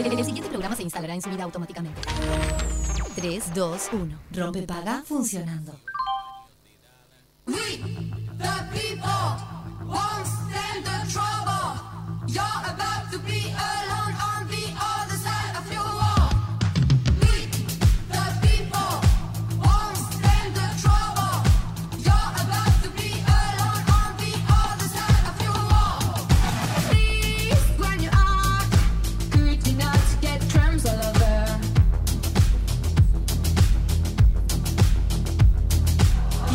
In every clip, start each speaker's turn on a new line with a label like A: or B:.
A: el- el siguiente programa se instalará en su vida automáticamente. 3, 2, 1. Rompepaga funcionando.
B: We, the people, won't stand the trouble. You're about to be alone on the other side of your wall. We, the people, won't stand the trouble. You're about to be alone on the other side of your wall. Please, when you are, could you not get crumbs all over?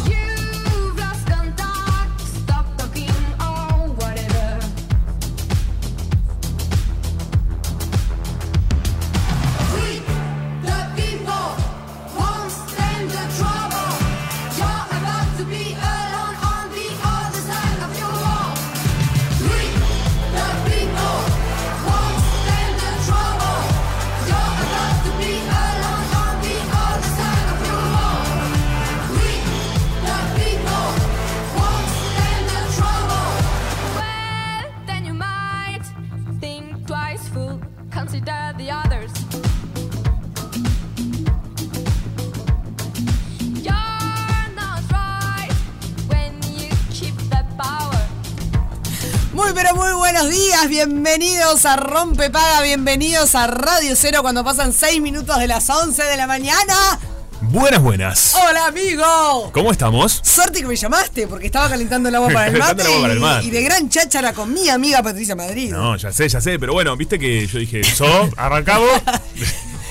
B: You've lost contact. Stop talking or whatever. We, the people, won't stand the trouble. You're about to be alone on the other side of your wall. We, the people, won't stand the trouble. You're about to be alone on the other side of your wall. We, the people, won't stand the trouble.
C: Well, then you might think twice, fool. Consider the others. You're not right when you keep the power.
D: Muy pero muy buenos días, bienvenidos a Rompe Paga, bienvenidos a Radio Cero cuando pasan 6 minutos de las 11 de la mañana.
E: Buenas, buenas.
D: Hola amigo.
E: ¿Cómo estamos?
D: Suerte que me llamaste porque estaba calentando el agua para el mate,
E: Calentando el agua para el
D: y-
E: mate.
D: Y, de gran cháchara con mi amiga Patricia Madrid.
E: No, ya sé, ya sé, pero bueno, viste que yo dije, so, arrancamos.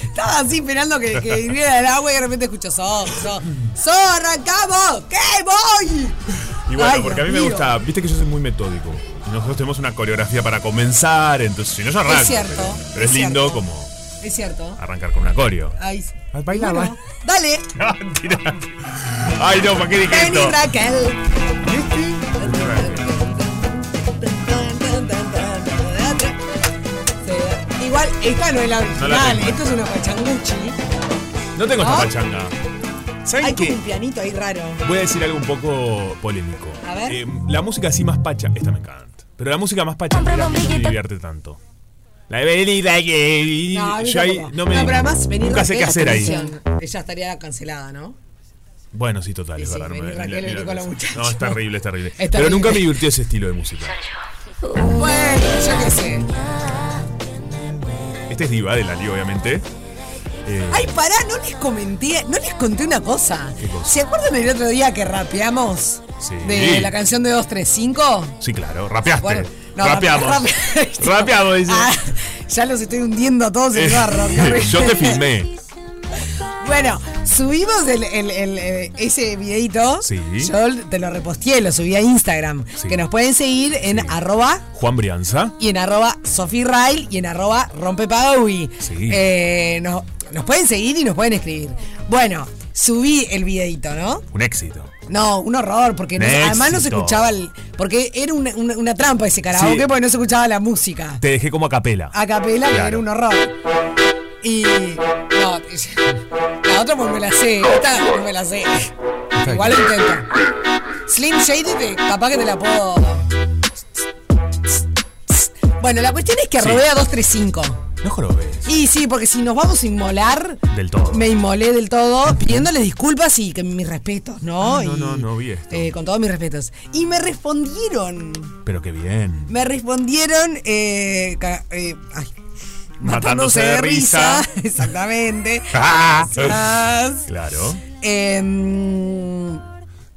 D: Estaba así esperando que, que hirviera el agua y de repente escucho so, so, so, arrancamos, que voy.
E: Y bueno,
D: Ay,
E: porque a mí
D: Dios
E: me
D: mío.
E: gusta, viste que yo soy muy metódico. Y nosotros tenemos una coreografía para comenzar, entonces si no yo arranco.
D: Es cierto,
E: Pero, pero
D: es
E: es lindo
D: cierto.
E: como
D: Es cierto.
E: arrancar con una coreo.
D: Ay, sí.
E: Bailaba.
D: Bueno, dale,
E: Ay no, ¿para qué dije
D: Vení
E: esto?
D: Raquel. Igual, eh, esta no es la
E: No la
D: original,
E: tengo.
D: esto es una pachanguchi.
E: No tengo esta
D: ¿No?
E: pachanga.
D: Hay
E: ¿Saben
D: como
E: qué?
D: un pianito ahí raro.
E: Voy a decir algo un poco polémico.
D: A ver.
E: Eh, la música así más pacha, esta me encanta. Pero la música más pacha no me divierte tanto. La de venir aquí.
D: No, a mí
E: yo ahí
D: tampoco.
E: no me.
D: No, pero además, venir
E: nunca sé
D: Raquel
E: qué
D: es
E: hacer ahí.
D: canción. Ella estaría cancelada, ¿no?
E: Bueno, sí, total,
D: Y
E: es
D: sí,
E: verdad. no me-
D: venir
E: ni la-
D: Raquel,
E: ni
D: venir
E: la
D: con los
E: pensé.
D: muchachos.
E: No, es terrible, es terrible.
D: Es
E: Pero
D: terrible.
E: nunca me divirtió ese estilo de música.
D: Bueno, yo qué sé.
E: Este es Diva de la Liga, obviamente. Eh,
D: Ay, pará, no les comenté, no les conté una cosa.
E: ¿Qué cosa?
D: ¿Se acuerdan del otro día que rapeamos?
E: Sí.
D: De la canción de 235.
E: sí, claro, rapeaste.
D: Bueno, no,
E: rapeamos.
D: rape-
E: rapeamos, dice.
D: Ah, ya los estoy hundiendo a todos en barro.
E: Eh, yo te filmé.
D: Bueno, subimos el, el- el- eh, ese videito.
E: Sí.
D: Yo te lo reposteé, lo subí a Instagram.
E: Sí.
D: Que nos pueden seguir en arroba
E: Juan Brianza.
D: y en arroba sofirail y en arroba rompepagawi.
E: Sí.
D: Eh, nos, nos pueden seguir y nos pueden escribir. Bueno, subí el videito, ¿no?
E: Un éxito.
D: No, un horror, porque no-
E: Éxito.
D: además no se escuchaba el... Porque era una, una- una trampa ese karaoke,
E: Sí.
D: porque no se escuchaba la música
E: Te dejé como a capela.
D: a capela que
E: Claro.
D: era un horror. Y. No, la otra pues me la sé, esta no me la sé.
E: bien.
D: Igual lo intento. Slim Shady, te- capaz que te la puedo. Bueno, la cuestión es que
E: Sí.
D: rodea 235.
E: No jorobes.
D: Y sí, porque si nos vamos a inmolar.
E: Del todo.
D: Me inmolé del todo, pidiéndoles disculpas y que mis respetos, ¿no?
E: Ah, no,
D: Y,
E: no, no vi esto.
D: eh, con todos mis respetos. Y me respondieron.
E: Pero qué bien.
D: Me respondieron eh, ca- eh, ay, matándose de risa. Exactamente.
E: Ah.
D: Gracias. Em,
E: Claro.
D: Eh, me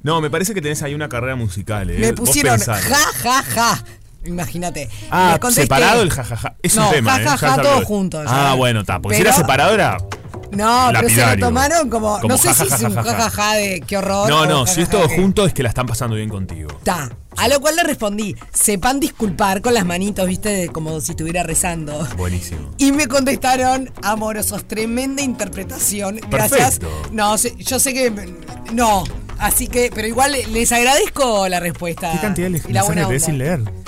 E: No, me parece que tenés ahí una carrera musical, ¿eh? Vos
D: pusieron ja,
E: pensalo.
D: ja, ja. Imagínate.
E: Ah,
D: Les contesté-
E: separado el jajaja. Es
D: No,
E: un tema,
D: ja,
E: ¿eh?
D: ja,
E: Ya
D: ja,
E: sabía.
D: todos juntos, ya.
E: Ah, bueno, está. Porque si
D: Pero-
E: era separado era
D: No, pero se lo
E: Lapidario.
D: tomaron como.
E: Como
D: no sé si es un
E: jajajajaja.
D: jajaja de qué horror.
E: No,
D: o
E: no,
D: un
E: si es
D: jajaja
E: todo
D: que-
E: junto es que la están pasando bien contigo.
D: Ta. A lo cual le respondí, sepan disculpar con las manitos, viste, de- como si estuviera rezando.
E: Buenísimo.
D: Y me contestaron, amorosos, tremenda interpretación. Gracias.
E: Perfecto.
D: No, sé- yo sé que. No. Así que, pero igual le- les agradezco la respuesta.
E: ¿Qué cantidad de
D: y la buena
E: mensajes lees sin
D: onda.
E: leer?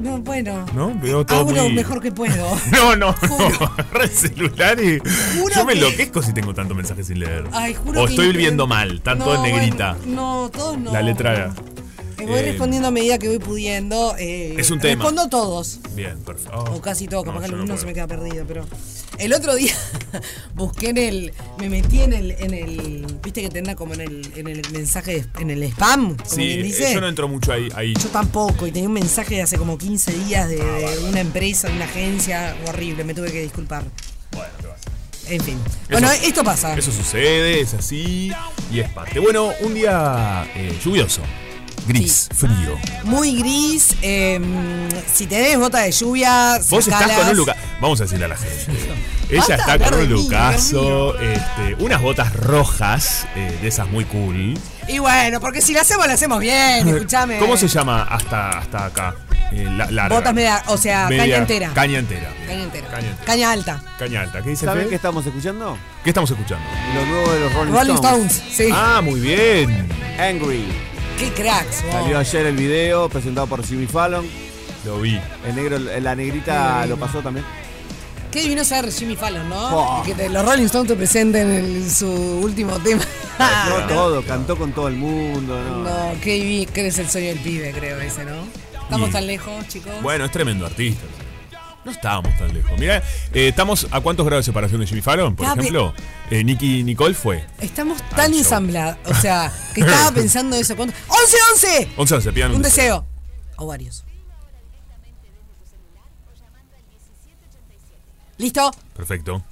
D: No, bueno.
E: ¿No? Veo todo
D: Hago lo
E: muy-
D: mejor que puedo.
E: No, no,
D: Juro.
E: no. Agarra el celular y.
D: Juro
E: Yo me
D: que-
E: enloquezco si tengo tanto mensaje sin leer.
D: Ay, juro
E: o
D: que
E: estoy
D: intento-
E: viendo mal, tanto
D: No,
E: en negrita.
D: bueno, no, todos no.
E: La letra.
D: Me voy
E: Eh,
D: respondiendo a medida que voy pudiendo. eh,
E: Es un tema.
D: Respondo a todos.
E: Bien, oh, perfecto.
D: O casi todo, capaz
E: No,
D: que
E: yo no
D: alguno se me
E: puedo.
D: queda perdido, pero. El otro día busqué en el. Me metí en el. En el Viste que tenía como en el, en el mensaje, en el spam, como
E: Sí,
D: quien
E: eh,
D: dice.
E: yo no entro mucho ahí. ahí.
D: Yo tampoco, y tenía un mensaje de hace como 15 días de, de una empresa, de una agencia, horrible, me tuve que disculpar.
E: Bueno, te vas.
D: En fin. bueno,
E: Eso-
D: esto pasa.
E: Eso sucede, es así y es parte. Bueno, un día eh, lluvioso, gris, frío.
D: Muy gris, eh, si tenés bota de lluvia,
E: Vos
D: sacalas.
E: estás con un Lucas. Vamos a decirle a la gente. Ella
D: Basta
E: está
D: hablar
E: con
D: de
E: un
D: mí,
E: Lucaso, este, unas botas rojas, eh, de esas muy cool.
D: Y bueno, porque si la hacemos, la hacemos bien, escúchame.
E: ¿Cómo se llama hasta, hasta acá? Eh, la- larga.
D: Botas media, o sea,
E: Media-
D: caña entera.
E: Caña entera.
D: Caña entera.
E: Caña entera.
D: Caña alta.
E: Caña alta. ¿Qué dice el
F: ¿Saben
E: Fede?
F: qué estamos escuchando?
E: ¿Qué estamos escuchando?
F: Lo nuevo de los Rolling,
D: Rolling
F: Stones.
D: Stones, sí.
E: Ah, muy bien.
F: Angry.
D: Qué cracks, wow.
F: Salió ayer el video presentado por Jimmy Fallon.
E: Lo vi.
F: El negro, la negrita lo pasó también.
D: Qué divino ser Jimmy Fallon, ¿no?
F: Oh.
D: Que te- los Rolling Stones te presenten el- su último tema.
F: Pasó todo, cantó con todo el mundo. No.
D: Ah, no, qué divi- que eres el sueño del pibe, creo ese, ¿no? Estamos
E: Y-
D: tan lejos, chicos.
E: Bueno, es tremendo artista. No estábamos tan lejos. Mirá, eh, estamos a cuántos grados de separación de Jimmy Fallon, por
D: Cabe-
E: ejemplo. Eh, Nicky Nicole fue.
D: Estamos tan
E: yo.
D: ensamblados. O sea, que estaba pensando eso. ¿Cuánto? ¡11, 11!
E: 11 se pidan
D: Un deseo. O varios. ¿Listo?
E: Perfecto.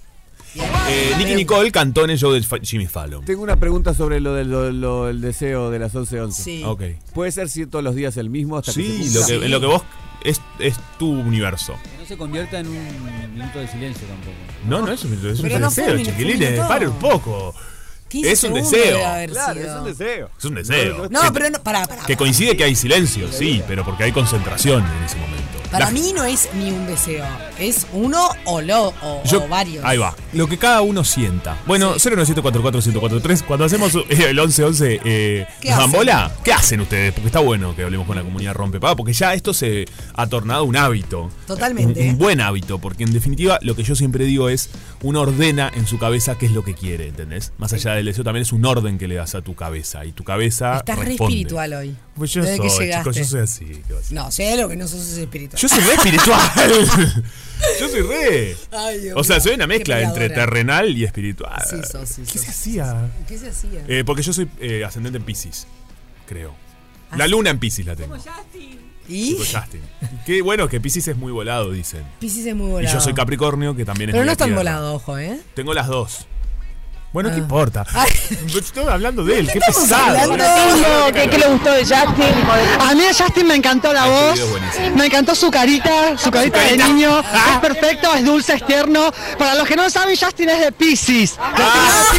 E: Eh, Nicky Nicole cantó en el show de Fa- Jimmy Fallon.
F: Tengo una pregunta sobre lo del lo- lo- el deseo de las 11.11.
D: Sí.
E: Ok.
F: ¿Puede ser si todos los días el mismo hasta que se
E: Sí,
F: cumpla?
E: lo que, en lo que vos. Es, es tu universo.
G: Que no se convierta en un minuto de silencio tampoco.
E: No, no, es un, es un
D: Pero no fue
E: deseo,
D: un- fue un
E: chiquilines.
D: minuto.
E: Pare un poco.
D: 15
E: Es un
D: segundos
E: deseo.
D: debe haber
F: Claro,
D: sido.
F: es un deseo.
E: Es un deseo.
D: No, pero no, pará, pará.
E: Que coincide que hay silencio, sí, pero porque hay concentración en ese momento.
D: Para
E: La-
D: mí no es ni un deseo, es uno o, lo, o,
E: Yo-
D: o varios.
E: Ahí va. Lo que cada uno sienta. Bueno, 097441043. Cuando hacemos eh, el 1111, eh,
D: ¿Qué
E: ¿nos dan
D: hacen?
E: bola? ¿Qué hacen ustedes? Porque está bueno que hablemos con la comunidad rompepaga, porque ya esto se ha tornado un hábito.
D: Totalmente. ¿eh?
E: Un, un buen hábito, porque en definitiva lo que yo siempre digo es, uno ordena en su cabeza qué es lo que quiere, ¿entendés? Más allá del deseo también es un orden que le das a tu cabeza y tu cabeza
D: Estás re
E: responde.
D: espiritual hoy.
E: Pues yo
D: desde
E: soy,
D: que llegaste.
E: chicos, yo soy así. ¿qué va a ser?
D: No, sé lo que no sos es espiritual.
E: Yo soy re espiritual. yo soy re.
D: Ay, Dios
E: o sea,
D: mío,
E: soy una
D: qué
E: mezcla entre
D: peleadora.
E: terrenal y espiritual.
D: Sí, sos, sí,
E: ¿Qué
D: sos,
E: se hacía?
D: ¿Qué se hacía?
E: Eh, porque yo soy eh, ascendente en Pisces, creo. La luna en Pisces la tengo.
D: Ah, ¿Y?
E: Tipo Justin. Qué bueno que Pisces es muy volado, dicen.
D: Piscis es muy volado.
E: Y yo soy Capricornio, que también es
D: Pero
E: de
D: no
E: la
D: es tan
E: tierra.
D: volado, Ah. ojo, ¿eh?
E: Tengo las dos. Bueno, ¿qué importa? Yo estoy hablando de él, qué
D: Estamos
E: pesado.
D: hablando-
H: ¿Qué, qué le gustó de Justin? A mí de Justin me encantó la
E: Este
H: voz,
E: video es buenísimo.
H: me encantó su carita, su carita de
E: carita.
H: niño,
E: Ah.
H: es perfecto, es dulce, es tierno. Para los que no saben, Justin es de Pisces.
E: Ah,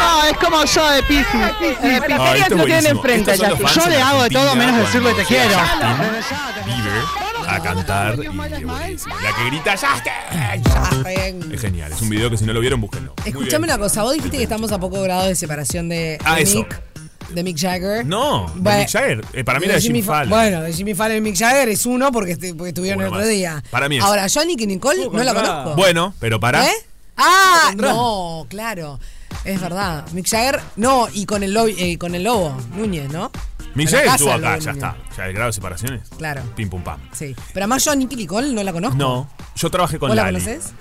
H: No, es como yo de Pisces. De Pisces.
E: Ah, esto es
H: lo tienen
E: buenísimo.
H: enfrente,
E: Estos son los
H: Justin.
E: fans
H: Yo
E: en
H: le hago de todo
E: Argentina
H: menos decirle te
E: cuando se
H: quiero.
E: llaman Bieber a cantar y es buenísimo. La que grita Justin. Es genial, es un video que si no lo vieron, búsquenlo. Muy
D: eh, Escuchame
E: bien.
D: una cosa, vos dijiste que estamos a poco grados de separación de
E: Ah,
D: de
E: eso.
D: Eh, Mick, de Mick Jagger.
E: No, de
D: Bueno,
E: Mick Jagger. Eh, para mí era de Jimmy
D: Fa-
E: Fallon.
D: Bueno, de Jimmy Fallon y Mick Jagger es uno porque, estu- porque estuvieron
E: Uno
D: el otro
E: más.
D: día.
E: Para mí es.
D: Ahora, yo a Nicky Nicole no la
F: contra.
D: conozco.
E: Bueno, pero para.
D: ¿Eh? Ah, no, claro. Es verdad. Mick Jagger, no, y con el, lo- eh, con el lobo, Núñez, ¿no?
E: Mick
D: En la
E: Jagger
D: casa
E: estuvo
D: del
E: acá,
D: Lobo
E: ya
D: Núñez.
E: está. Ya el grado de separaciones.
D: Claro.
E: Pim pum pam.
D: Sí. Pero además yo a Nicky Nicole no la conozco.
E: No, yo trabajé con
D: ¿Vos la
E: Lali.
D: conocés?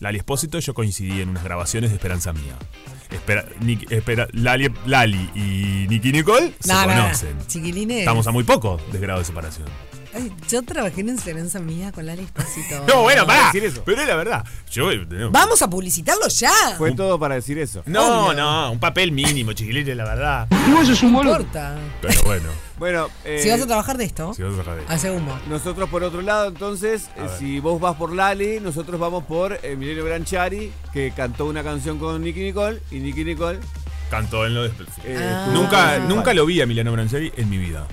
E: Lali Espósito, yo coincidí en unas grabaciones de Esperanza Mía. Espera, Nick- espera, Lali, Lali y Nicky Nicole se
D: No, no, no.
E: conocen.
D: Chiquilines.
E: Estamos a muy poco de grado de separación.
D: Ay, yo trabajé en enseñanza mía con Lali Espósito.
E: No, bueno, pará.
F: decir eso.
E: Pero es la verdad. Yo, eh, tenemos-
D: Vamos a publicitarlo ya.
F: Fue todo para decir eso.
E: no, no, un papel mínimo, chiquilines, la verdad.
H: Y vos sos un
D: No
H: boludo.
D: importa.
E: Pero bueno,
F: Bueno, eh,
D: Si vas a trabajar de esto,
E: si vas a trabajar de-
D: hace humo.
F: nosotros por otro lado, entonces, eh,
E: ver.
F: si vos vas por Lali, nosotros vamos por Emilio Branchari, que cantó una canción con Nicky Nicole y Nicky Nicole.
E: Cantó en lo de...
F: eh,
D: Ah.
F: estuvo
E: Nunca,
F: en-
E: nunca lo vi a Milano Brancheri en mi vida.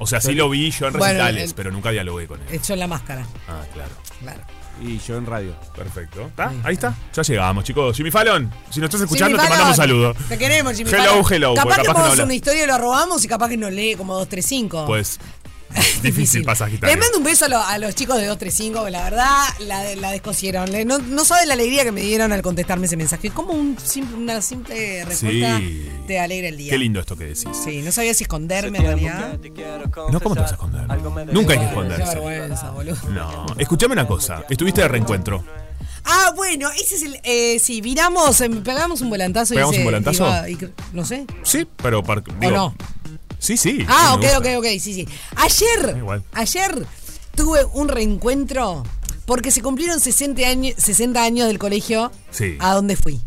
E: O sea, sí lo vi yo en
D: Bueno,
E: recitales,
D: el-
E: pero nunca dialogué con él.
D: Hecho en la máscara.
E: Ah, claro.
D: Claro.
F: Y yo en radio.
E: Perfecto. ¿Está? Ahí está. Ya llegamos, chicos. Jimmy Fallon, si nos estás escuchando,
D: Jimmy
E: te
D: Fallon.
E: mandamos saludos.
D: Te queremos, Jimmy
E: Hello,
D: Fallon.
E: hello,
D: Capaz,
E: porque
D: que
E: capaz que no
D: podemos hacer
E: habla.
D: una historia y lo robamos y capaz que nos lee como 235.
E: Pues, difícil pasaje.
D: Le
E: también.
D: mando un beso a, lo- a los chicos de 235, que la verdad la, la descosieron. Le- No, no saben la alegría que me dieron al contestarme ese mensaje. Como un simple- una simple respuesta
E: Sí.
D: te alegra el día.
E: Qué lindo esto que decís.
D: Sí, no sabía si esconderme en realidad.
E: No, ¿cómo te vas a esconder? Nunca hay que
D: Qué
E: esconderse.
D: vergüenza, boludo.
E: No. Escuchame una cosa. Estuviste de reencuentro.
D: Ah, bueno, ese es el. Eh, sí, viramos, eh, pegamos un volantazo.
E: ¿Pegamos
D: y se-
E: un volantazo?
D: iba- y cre- no sé.
E: Sí, pero. par- digo-
D: no?
E: Sí, sí.
D: Ah,
E: sí,
D: ok, ok,
E: me gusta.
D: ok, sí, sí. Ayer,
E: Da igual.
D: ayer tuve un reencuentro porque se cumplieron 60 años, 60 años del colegio
E: Sí.
D: a donde fui.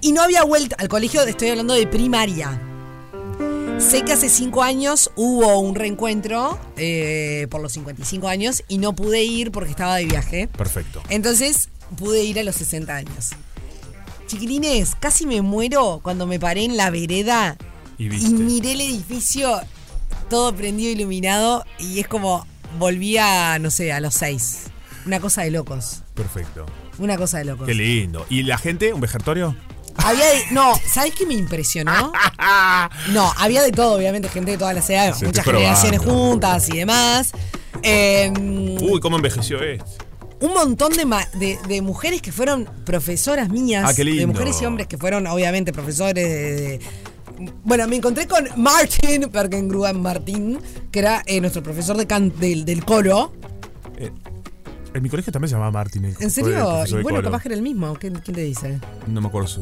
D: Y no había vuelta al colegio, estoy hablando de primaria. Sé que hace 5 años hubo un reencuentro eh, por los 55 años y no pude ir porque estaba de viaje.
E: Perfecto.
D: Eh, Entonces pude ir a los 60 años. Chiquilines, casi me muero cuando me paré en la vereda
E: Y
D: y
E: viste.
D: miré el edificio todo prendido, iluminado y es como volví a, no sé, a los 6. Una cosa de locos.
E: Perfecto.
D: Una cosa de locos.
E: Qué lindo. ¿Y la gente? ¿Un vejertorio?
D: Había de- no, ¿sabes qué me impresionó? No, había de todo, obviamente, gente de todas las edades,
E: Sí,
D: muchas
E: estoy probando.
D: generaciones juntas y demás. Eh,
E: Uy, cómo envejeció este.
D: un montón de, ma- de, de mujeres que fueron profesoras mías.
E: Ah, qué lindo.
D: De mujeres y hombres que fueron, obviamente, profesores de... de- bueno, me encontré con Martin Perkengruan Martín, que era eh, nuestro profesor de can- del, del coro.
E: Eh, en mi colegio también se llamaba Martín. el-
D: ¿En
E: el
D: serio?
E: profesor de
D: Y bueno,
E: coro.
D: capaz que era el mismo. ¿Quién, quién te dice?
E: No me acuerdo su.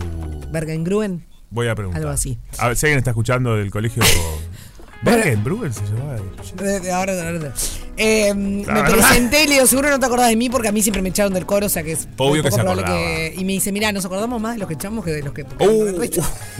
D: Bergengruen.
E: Voy a preguntar.
D: Algo así.
E: A ver, si alguien está escuchando del colegio. Bergen, Bruegel se llamaba.
D: De- de ahora, de ahora, de ahora. Eh, me
E: verdad.
D: presenté y le digo, seguro no te acordás de mí porque a mí siempre me echaron del coro, o sea que es muy
E: Obvio que se
D: probable
E: acordaba.
D: Y me dice, mirá, nos acordamos más de los que echamos que de los que...
E: Uh,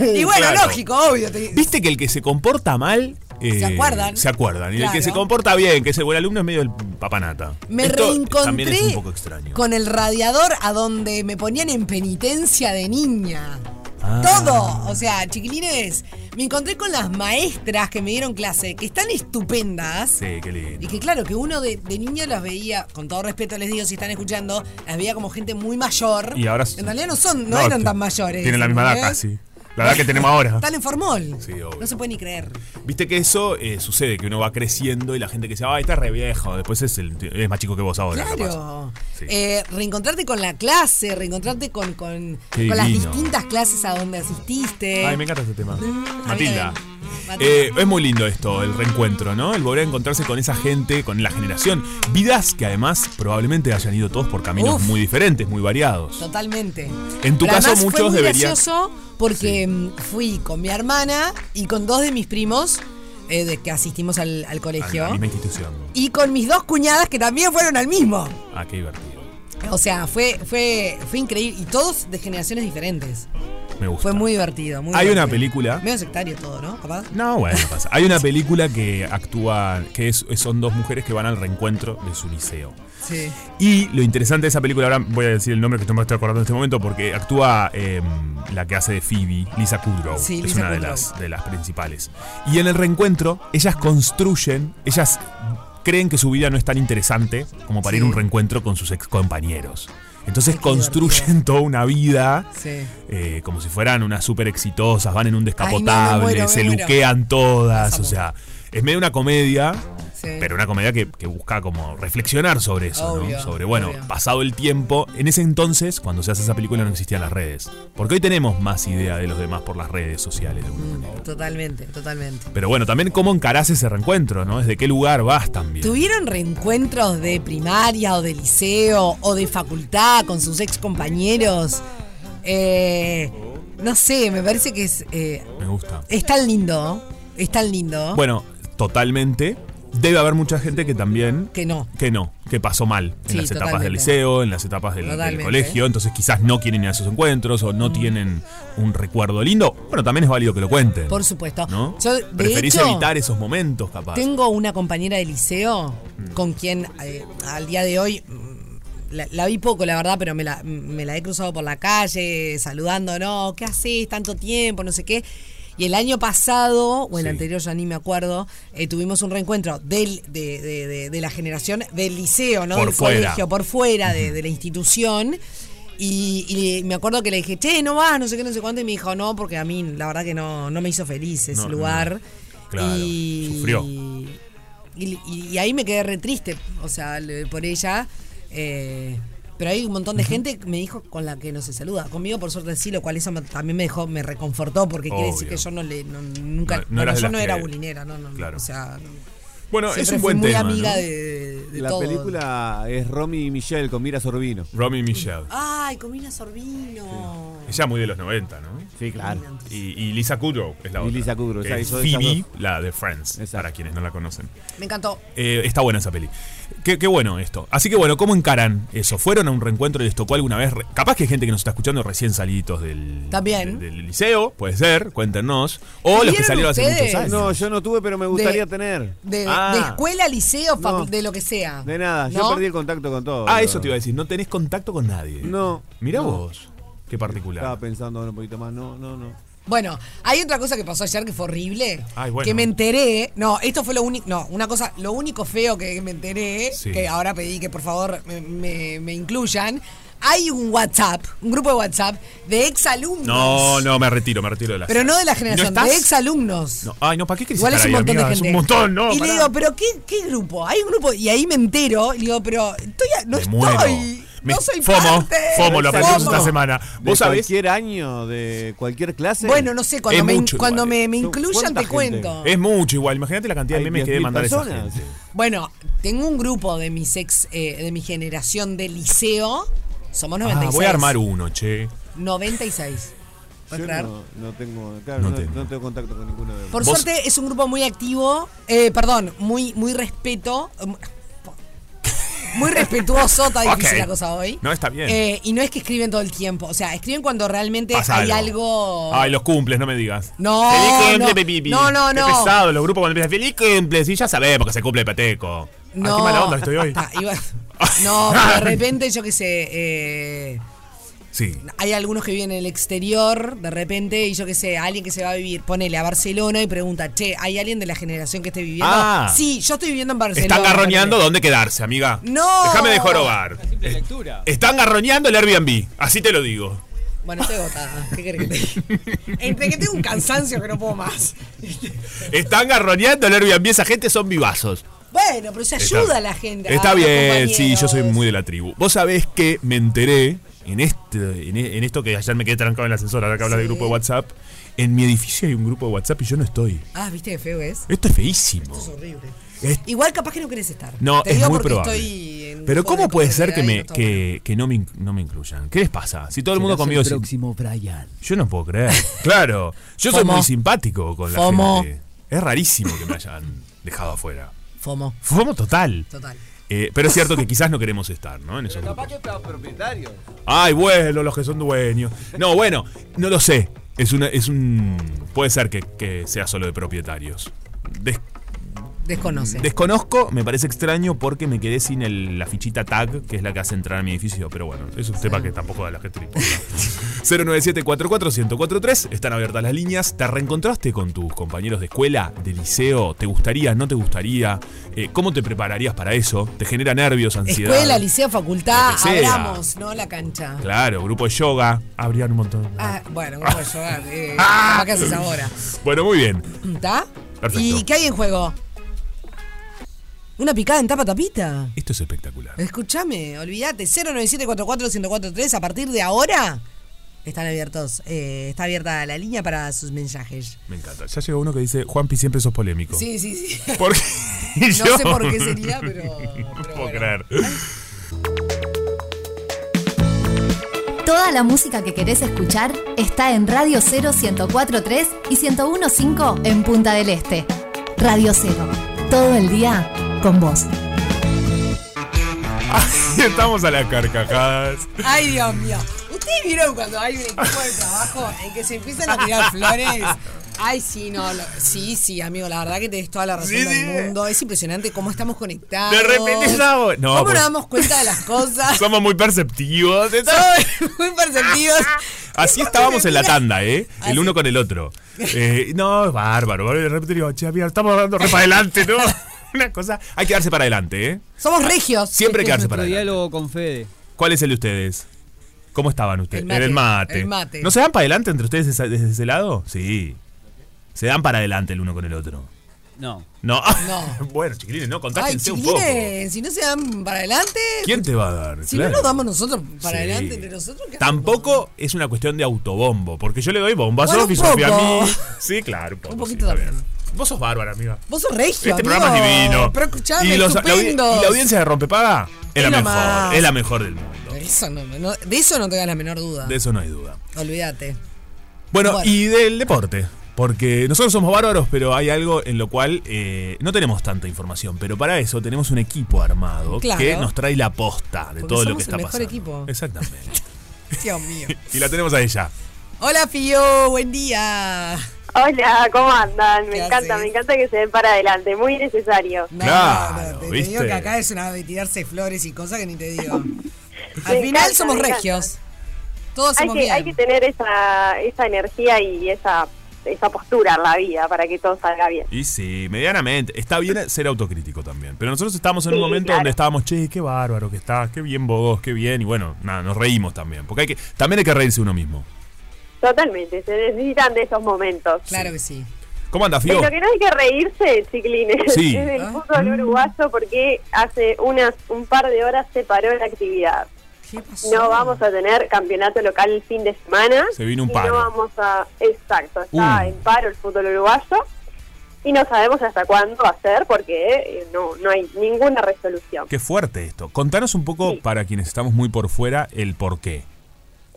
D: y bueno,
E: claro.
D: lógico, obvio. te-
E: Viste que el que se comporta mal. eh,
D: Se acuerdan.
E: Se acuerdan. Y el que
D: Claro.
E: se comporta bien, que es el buen alumno, es medio el papanata.
D: Me
E: Esto También
D: reencontré
E: es un poco extraño.
D: con el radiador a donde me ponían en penitencia de niña.
E: Ah.
D: Todo. O sea, chiquilines, me encontré con las maestras que me dieron clase, que están estupendas.
E: Ah, Sí, qué lindo.
D: Y que claro, que uno de, de niño las veía, con todo respeto les digo si están escuchando, las veía como gente muy mayor.
E: Y ahora-
D: En realidad no son, no, eran
E: t-
D: tan mayores.
E: Tienen la misma edad
D: ¿entendés?
E: casi. La edad que tenemos ahora.
D: Están en formol.
E: Sí, obvio.
D: No se puede ni creer.
E: Viste que eso eh, sucede, que uno va creciendo y la gente que dice, ay, está re viejo. Después es, el, es más chico que vos ahora. capaz.
D: Claro.
E: Sí.
D: Eh, reencontrarte con la clase, reencontrarte con, con,
E: Qué
D: con las
E: divino.
D: distintas clases a donde asististe.
E: Ay, me encanta este tema.
D: Eh, Mm,
E: Matilda.
D: a mí también.
E: Eh, es muy lindo esto, el reencuentro, ¿no? El volver a encontrarse con esa gente, con la generación. Vidas que además probablemente hayan ido todos por caminos
D: Uf.
E: muy diferentes, muy variados.
D: Totalmente.
E: En tu
D: Pero
E: caso,
D: además fue
E: muchos
D: muy
E: deberían-
D: gracioso porque mm, fui con mi hermana y con dos de mis primos eh, de que asistimos al, al
E: A
D: colegio.
E: la misma institución.
D: y con mis dos cuñadas que también fueron al mismo.
E: Ah, qué divertido.
D: O sea, fue, fue, fue increíble. Y todos de generaciones diferentes.
E: Me gusta.
D: Fue muy divertido. Muy
E: Hay
D: divertido.
E: una película.
D: Medio sectario todo, ¿no? Capaz.
E: No, bueno, pasa. Hay una película que actúa, que es- son dos mujeres que van al reencuentro de su liceo.
D: Sí.
E: Y lo interesante de esa película, ahora voy a decir el nombre que no me estoy acordando en este momento, porque actúa eh, la que hace de Phoebe, Lisa Kudrow.
D: Sí,
E: es
D: Lisa
E: una de
D: Kudrow.
E: las, de las principales. Y en el reencuentro, ellas construyen, ellas creen que su vida no es tan interesante como para ir a un reencuentro con sus ex compañeros. Entonces
D: Ay, qué divertido.
E: construyen toda una vida
D: Sí.
E: eh, como si fueran unas súper exitosas, van en un descapotable,
D: Ay, no, me muero,
E: se
D: me muero.
E: luquean todas,
D: Pasa
E: o sea, es medio una comedia,
D: Sí.
E: pero una comedia que, que busca como reflexionar sobre eso, ¿no?
D: Obvio,
E: sobre, bueno,
D: obvio.
E: pasado el tiempo, en ese entonces, cuando se hace esa película no existían las redes, porque hoy tenemos más idea de los demás por las redes sociales de alguna manera.
D: Totalmente, totalmente.
E: Pero bueno, también cómo encarás ese reencuentro, ¿no? ¿Desde qué lugar vas también?
D: ¿Tuvieron reencuentros de primaria o de liceo o de facultad con sus ex compañeros? Eh, no sé, me parece que es, eh,
E: Me gusta.
D: es tan lindo. Es tan lindo.
E: Bueno, totalmente. debe haber mucha gente que también
D: Que no.
E: que no, que pasó mal en
D: Sí,
E: las etapas
D: totalmente.
E: del liceo, en las etapas del, del
D: Totalmente. Mm.
E: colegio, entonces quizás no quieren ir a esos encuentros o no tienen un recuerdo lindo. Bueno, también es válido que lo cuenten.
D: Por supuesto.
E: ¿no?
D: Yo, de
E: Preferís
D: hecho,
E: evitar esos momentos, capaz.
D: Tengo una compañera de liceo
E: Mm.
D: con quien eh, al día de hoy mm, la, la vi poco, la verdad, pero me la, me la he cruzado por la calle saludando, no, ¿qué haces? Tanto tiempo, no sé qué. Y el año pasado, o el
E: Sí.
D: anterior, ya ni me acuerdo, eh, tuvimos un reencuentro del, de, de- de- de la generación del liceo, ¿no?
E: Por
D: del
E: fuera.
D: colegio, por fuera de, de la institución. Y, y me acuerdo que le dije, che, no vas, no sé qué, no sé cuánto. Y me dijo, no, porque a mí la verdad que no, no me hizo feliz ese
E: No, no.
D: lugar.
E: Claro,
D: Y-
E: sufrió.
D: Y, y ahí me quedé re triste, o sea, le- por ella. eh, pero hay un montón de gente, me dijo, con la que no se saluda. Conmigo, por suerte, sí, lo cual eso me- también me dejó, me reconfortó, porque quiere decir
E: Obvio.
D: que yo no le, no- nunca,
E: No- no
D: bueno,
E: eras de
D: yo
E: las
D: no era
E: que-
D: bulinera, no, no, no,
E: Claro.
D: o sea,
E: bueno, es
D: siempre
E: un buen
D: fui muy
E: tema.
D: amiga
E: ¿no?
D: de, de
F: La
D: todo.
F: película es Romy y Michelle con Mira Sorbino.
E: Romy Michelle.
D: Ay, Comina Sorbino.
E: Ella muy de los 90, ¿no?
F: Sí, claro.
E: Y, y Lisa Kudrow es la
F: Y
E: otra.
F: Lisa Kudrow,
E: que
F: o sea,
E: es
F: hizo esas
E: Phoebe, la de Friends,
F: Exacto.
E: para quienes no la conocen.
D: Me encantó.
E: Eh, está buena esa peli. Qué, qué bueno esto. Así que bueno, ¿cómo encaran eso? ¿Fueron a un reencuentro y les tocó alguna vez? Re- Capaz que hay gente que nos está escuchando recién saliditos del,
D: También.
E: del, del liceo, puede ser, cuéntenos. O los que
D: ¿Vieron
E: salieron hace
D: ustedes?
E: muchos años.
F: No, yo no tuve, pero me gustaría tener.
D: De,
E: Ah.
D: de escuela, liceo, facu-
F: No.
D: de lo que sea.
F: De nada, yo
D: ¿No?
F: perdí el contacto con todo.
E: ah, eso te iba a decir, no tenés contacto con nadie.
F: No,
E: Mirá
F: no.
E: vos, qué
F: Estaba
E: particular.
F: pensando ahora un poquito más. No, no, no.
D: Bueno, hay otra cosa que pasó ayer que fue horrible.
E: Ay, bueno.
D: Que me enteré. No, esto fue lo único. No, una cosa, lo único feo que me enteré,
E: Sí.
D: que ahora pedí que por favor me, me- me incluyan. Hay un WhatsApp, un grupo de WhatsApp de exalumnos.
E: No, no, me retiro, me retiro de la
D: Pero no de la generación,
E: ¿No
D: de
E: estás?
D: exalumnos.
E: No, Ay, no, ¿para qué querés
D: Igual es
E: estar
D: un
E: ahí,
D: montón
E: amiga?
D: de
E: Es
D: gente.
E: un montón, no.
D: Y
E: pará.
D: le digo, ¿pero qué, qué grupo? Hay un grupo. Y ahí me entero. Y le digo, pero estoy, a- no
E: Me
D: estoy.
E: muero. Me-
D: No soy
E: FOMO,
D: parte.
E: FOMO, lo aprendimos
D: FOMO.
E: esta semana.
F: De
E: Vos sabés.
F: cualquier año, de cualquier clase.
D: Bueno, no sé, cuando,
E: Es
D: me,
E: mucho
D: cuando
E: igual,
D: me, me
F: eh.
D: incluyan
F: ¿Cuánta
D: te
F: gente?
D: cuento.
E: Es mucho igual. Imagínate la cantidad de
F: Hay
E: memes que debe
F: 10.000
E: mandar esa
F: personas.
E: gente.
D: Bueno, tengo un grupo de mis ex, eh, de mi generación de liceo. Somos
E: Ah,
D: 96.
E: voy a armar uno, che.
D: 96. ¿Puedes
F: Yo
D: creer?
F: no, no tengo, claro,
E: No
F: no, no
E: tengo.
F: tengo. contacto con ninguno de ellos.
D: Por
E: Vos-
D: suerte es un grupo muy activo, eh, perdón, muy, muy respeto. eh, mu- Muy respetuoso, está difícil
E: Ok.
D: la cosa hoy.
E: No, está bien.
D: Eh, y no es que escriben todo el tiempo, o sea, escriben cuando realmente
E: Pasa
D: hay algo.
E: algo. Ay, los cumples, no me digas.
D: No,
E: Feliz cumple,
D: no.
E: baby.
D: No, no,
E: Qué
D: no.
E: pesado, los grupos cuando empiezan. Feliz cumple. Sí, ya sabemos que se cumple el pateco.
D: No.
E: Ay, qué mala onda que estoy hoy.
D: Ah, iba- no, pero de repente, yo qué sé. eh,
E: Sí.
D: hay algunos que viven en el exterior de repente y yo qué sé, alguien que se va a vivir, ponele a Barcelona y pregunta, che, ¿hay alguien de la generación que esté viviendo?
E: Ah.
D: sí, yo estoy viviendo en Barcelona.
E: Están garroñando dónde quedarse, amiga.
D: No.
E: Déjame de jorobar.
G: Simple lectura.
E: Están garroñando el Airbnb. Así te lo digo.
D: Bueno, estoy agotada. ¿Qué querés que te diga? Entre que tengo un cansancio que no puedo más.
E: Están garroñando el Airbnb. Esa gente son vivazos.
D: Bueno, pero se
E: Está-
D: ayuda a la gente.
E: Está
D: a los
E: bien, sí, yo soy
D: compañeros.
E: muy de la tribu. Vos sabés que me enteré en este, en, e- en esto que ayer me quedé trancado en la ascensor, ahora que hablas
D: Sí.
E: del grupo de WhatsApp. En mi edificio hay un grupo de WhatsApp y yo no estoy.
D: Ah, viste qué feo es.
E: Esto es feísimo.
D: Es horrible.
E: Es-
D: Igual capaz que no querés estar.
E: no,
D: Te
E: es
D: digo
E: muy
D: porque
E: probable.
D: estoy en
E: Pero
D: grupos
E: ¿cómo
D: de
E: puede ser que
D: comunidad y
E: me,
D: no está bueno.
E: que, que no, me, in- no me incluyan? ¿Qué les pasa? Si todo el mundo
G: Serás
E: conmigo...
G: el
E: es-
G: próximo Brian.
E: yo no puedo creer. Claro. Yo soy
D: Fomo.
E: muy simpático con la
D: Fomo.
E: gente. Es rarísimo que me hayan dejado afuera.
D: FOMO,
E: Fomo total.
D: total.
E: Eh, pero es cierto que quizás no queremos estar, ¿no? En esos grupos.
F: los propietarios.
E: Ay, bueno, los que son dueños. No, bueno, no lo sé. Es una, es un. Puede ser que, que sea solo de propietarios. Des-
D: Desconoce.
E: desconozco, me parece extraño porque me quedé sin el- la fichita tag, que es la que hace entrar a mi edificio. Pero bueno, es un tema que tampoco da la gente le importa. 097-44143, están abiertas las líneas. ¿Te reencontraste con tus compañeros de escuela, de liceo? ¿Te gustaría, no te gustaría? Eh, ¿Cómo te prepararías para eso? ¿Te genera nervios, ansiedad?
D: Escuela, liceo, facultad,
E: Lo que sea.
D: abramos, ¿no? La cancha.
E: Claro, grupo de yoga. Habrían un montón.
D: Ah, bueno, ¿cómo voy a llorar? Eh,
E: Ah.
D: capaz que haces ahora?
E: Bueno, muy bien.
D: ¿Está?
E: Perfecto.
D: ¿Y qué hay en juego? ¿Una picada en tapa tapita?
E: Esto es espectacular.
D: Escúchame, olvídate. 097-44-1043. A partir de ahora están abiertos. eh, está abierta la línea para sus mensajes.
E: Me encanta. Ya llegó uno que dice, Juanpi, siempre sos polémico.
D: Sí, sí, sí.
E: ¿Por qué? Y
D: No
E: yo-
D: sé por qué sería, pero.
E: No
D: pero
E: puedo
D: bueno.
E: creer.
A: Toda la música que querés escuchar está en Radio 0 1043 y 1015 en Punta del Este. Radio 0, todo el día con vos.
E: Estamos a las carcajadas.
D: Ay, Dios mío. ¿Ustedes vieron cuando hay un equipo de trabajo en que se empiezan a tirar flores? Ay, sí, no. lo- sí, sí, amigo, la verdad que tenés toda la razón
E: Sí,
D: del
E: sí.
D: mundo. Es impresionante cómo estamos conectados.
E: De repente estamos- no,
D: ¿Cómo
E: pues-
D: nos damos cuenta de las cosas?
E: Somos muy perceptivos.
D: Somos muy perceptivos.
E: Así estábamos en la tanda, ¿eh? El
D: Así.
E: uno con el otro. Eh, no, es bárbaro. bárbaro. De repente digo, che, mira, estamos dando re para adelante, ¿no? Una cosa. Hay que darse para adelante, ¿eh?
D: Somos regios. Este,
E: Siempre hay que darse para
G: Este Nuestro diálogo
E: adelante.
G: con Fede.
E: ¿Cuál es el de ustedes? ¿Cómo estaban ustedes?
D: El mate,
E: en el mate.
D: el mate.
E: ¿No se dan para adelante entre ustedes esa- desde ese lado? Sí. Se dan para adelante el uno con el otro.
G: No.
E: No.
D: No.
E: bueno, chiquilines, no,
D: Ay,
E: contáctense un poco.
D: chiquilines, si no se dan para adelante.
E: ¿Quién te va a dar?
D: Si
E: Claro.
D: no nos damos nosotros para
E: Sí.
D: adelante entre nosotros, ¿qué hacemos?
E: Tampoco es una cuestión de autobombo, porque yo le doy bombo a
D: Bueno,
E: Sofi,
D: un
E: Sofi a
D: poco.
E: mí. Sí, claro, un poco.
D: Un
E: sí,
D: poquito
E: está
D: también.
E: bien. Vos sos bárbara, amiga.
D: Vos sos regio.
E: Este programa es
D: amigo.
E: divino.
D: Pero escuchame,
E: y, los- la, audi- y
D: estupendos.
E: la audiencia de Rompepaga es, la
D: lo
E: mejor.
D: más.
E: Es la mejor del mundo.
D: Eso no- no- de eso no tengas la menor duda.
E: De eso no hay duda.
D: Olvídate.
E: Bueno,
D: Bueno.
E: y del deporte. Porque nosotros somos bárbaros, pero hay algo en lo cual eh, no tenemos tanta información. Pero para eso tenemos un equipo armado
D: Claro.
E: que nos trae la posta de
D: Porque
E: todo lo
D: somos el
E: que está
D: mejor
E: pasando.
D: equipo.
E: Exactamente.
D: Dios mío.
E: y la tenemos a ella.
D: Hola, Fío. Buen día.
I: Hola, ¿cómo andan?
D: ¿Qué
I: Me encanta,
D: haces?
I: me encanta que se den para adelante, muy necesario.
D: No,
E: Claro,
D: no, te, te
E: ¿viste?
D: digo que acá es una de tirarse flores y cosas que ni te digo. Al
I: Me
D: final
I: encanta,
D: somos
I: me encanta.
D: regios. Todos
I: Hay
D: somos
I: que,
D: bien.
I: hay que tener esa, esa energía y esa, esa postura en la vida para que todo salga bien.
E: Y sí, medianamente. Está bien ser autocrítico también. Pero nosotros estábamos en un
I: Sí,
E: momento
I: claro.
E: donde estábamos, che, qué bárbaro que estás, qué bien vos, qué bien. Y bueno, nada, nos reímos también. Porque hay que, también hay que reírse uno mismo.
I: Totalmente, se necesitan de esos momentos.
D: Claro que sí.
E: ¿Cómo andas,
I: De
E: Fío?
I: lo que no hay que reírse, chiquilines,
E: Sí. Mm.
I: es del
D: Ah.
I: fútbol uruguayo porque hace unas un par de horas se paró la actividad.
D: ¿Qué pasó?
I: No vamos a tener campeonato local el fin de semana.
E: Se vino un
I: Y
E: paro.
I: No vamos a. Exacto, está
E: Uh.
I: en paro el fútbol uruguayo. Y no sabemos hasta cuándo va a ser porque eh, no, no hay ninguna resolución.
E: Qué fuerte esto. Contanos un poco,
I: Sí.
E: para quienes estamos muy por fuera, el por qué.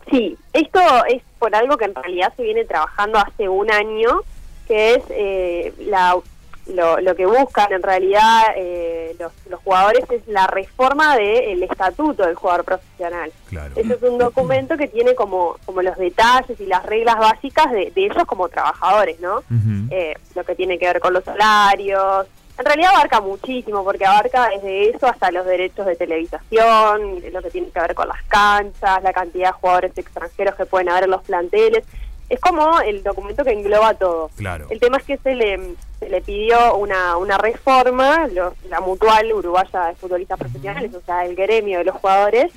I: Sí, esto es por algo que en realidad se viene trabajando hace un año, que es eh, la, lo, lo que buscan en realidad eh, los, los jugadores es la reforma del estatuto del jugador profesional.
E: Claro.
I: Eso es un documento que tiene como, como los detalles y las reglas básicas de, de ellos como trabajadores, ¿no?
E: Ujú.
I: Eh, lo que tiene que ver con los salarios. En realidad abarca muchísimo, porque abarca desde eso hasta los derechos de televisación, lo que tiene que ver con las canchas, la cantidad de jugadores extranjeros que pueden haber en los planteles. Es como el documento que engloba todo.
E: Claro.
I: El tema es que se le, se le pidió una, una reforma, los- la mutual uruguaya de futbolistas profesionales, o sea, el gremio de los jugadores,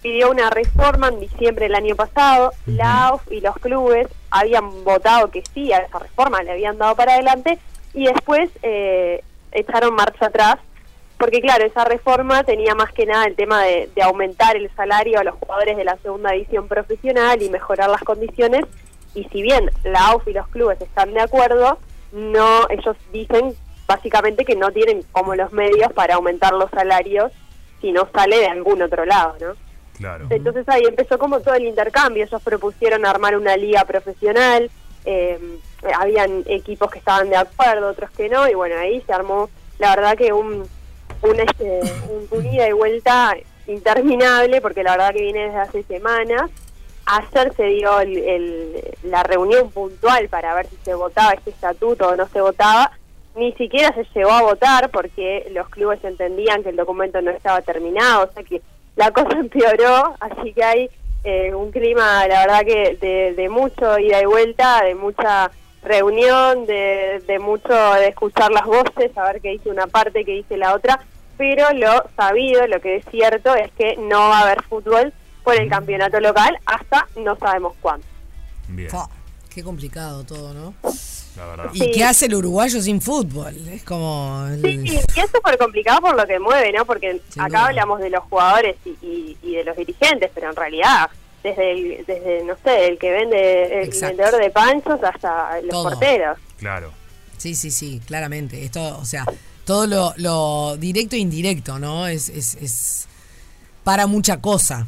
I: pidió una reforma en diciembre del año pasado. La AUF y los clubes habían votado que sí a esa reforma, le habían dado para adelante y después eh, echaron marcha atrás. Porque claro, esa reforma tenía más que nada el tema de, de aumentar el salario a los jugadores de la segunda división profesional y mejorar las condiciones. Y si bien la AUF y los clubes están de acuerdo, no ellos dicen básicamente que no tienen como los medios para aumentar los salarios si no sale de algún otro lado, ¿no?
E: Claro.
I: Entonces ahí empezó como todo el intercambio. Ellos propusieron armar una liga profesional. eh, habían equipos que estaban de acuerdo, otros que no. Y bueno, ahí se armó, la verdad, que un, un, este, un- un ida y vuelta interminable, porque la verdad que viene desde hace semanas. Ayer se dio el- el- la reunión puntual para ver si se votaba este estatuto o no se votaba. Ni siquiera se llegó a votar porque los clubes entendían que el documento no estaba terminado, o sea que la cosa empeoró, así que hay eh, un clima, la verdad que de, de mucho ida y vuelta, de mucha reunión, de, de mucho de escuchar las voces, a ver qué dice una parte, qué dice la otra, pero lo sabido, lo que es cierto es que no va a haber fútbol por el campeonato local hasta no sabemos cuándo.
E: Bien,
D: Fa, Qué complicado todo, ¿no?
E: la verdad.
D: ¿Y
I: Sí.
D: qué hace el uruguayo sin fútbol? Es como. el-
I: Sí, y es súper complicado por lo que mueve, ¿no? Porque
D: Sin
I: acá
D: duda.
I: hablamos de los jugadores y, y- y de los dirigentes, pero en realidad, desde, el, desde no sé, el que vende, el
D: Exacto.
I: vendedor de panchos hasta los
D: Todo.
I: porteros.
E: Claro.
D: Sí, sí, sí, claramente. Esto, o sea, todo lo, lo directo e indirecto, ¿no? Es, es, es para mucha cosa.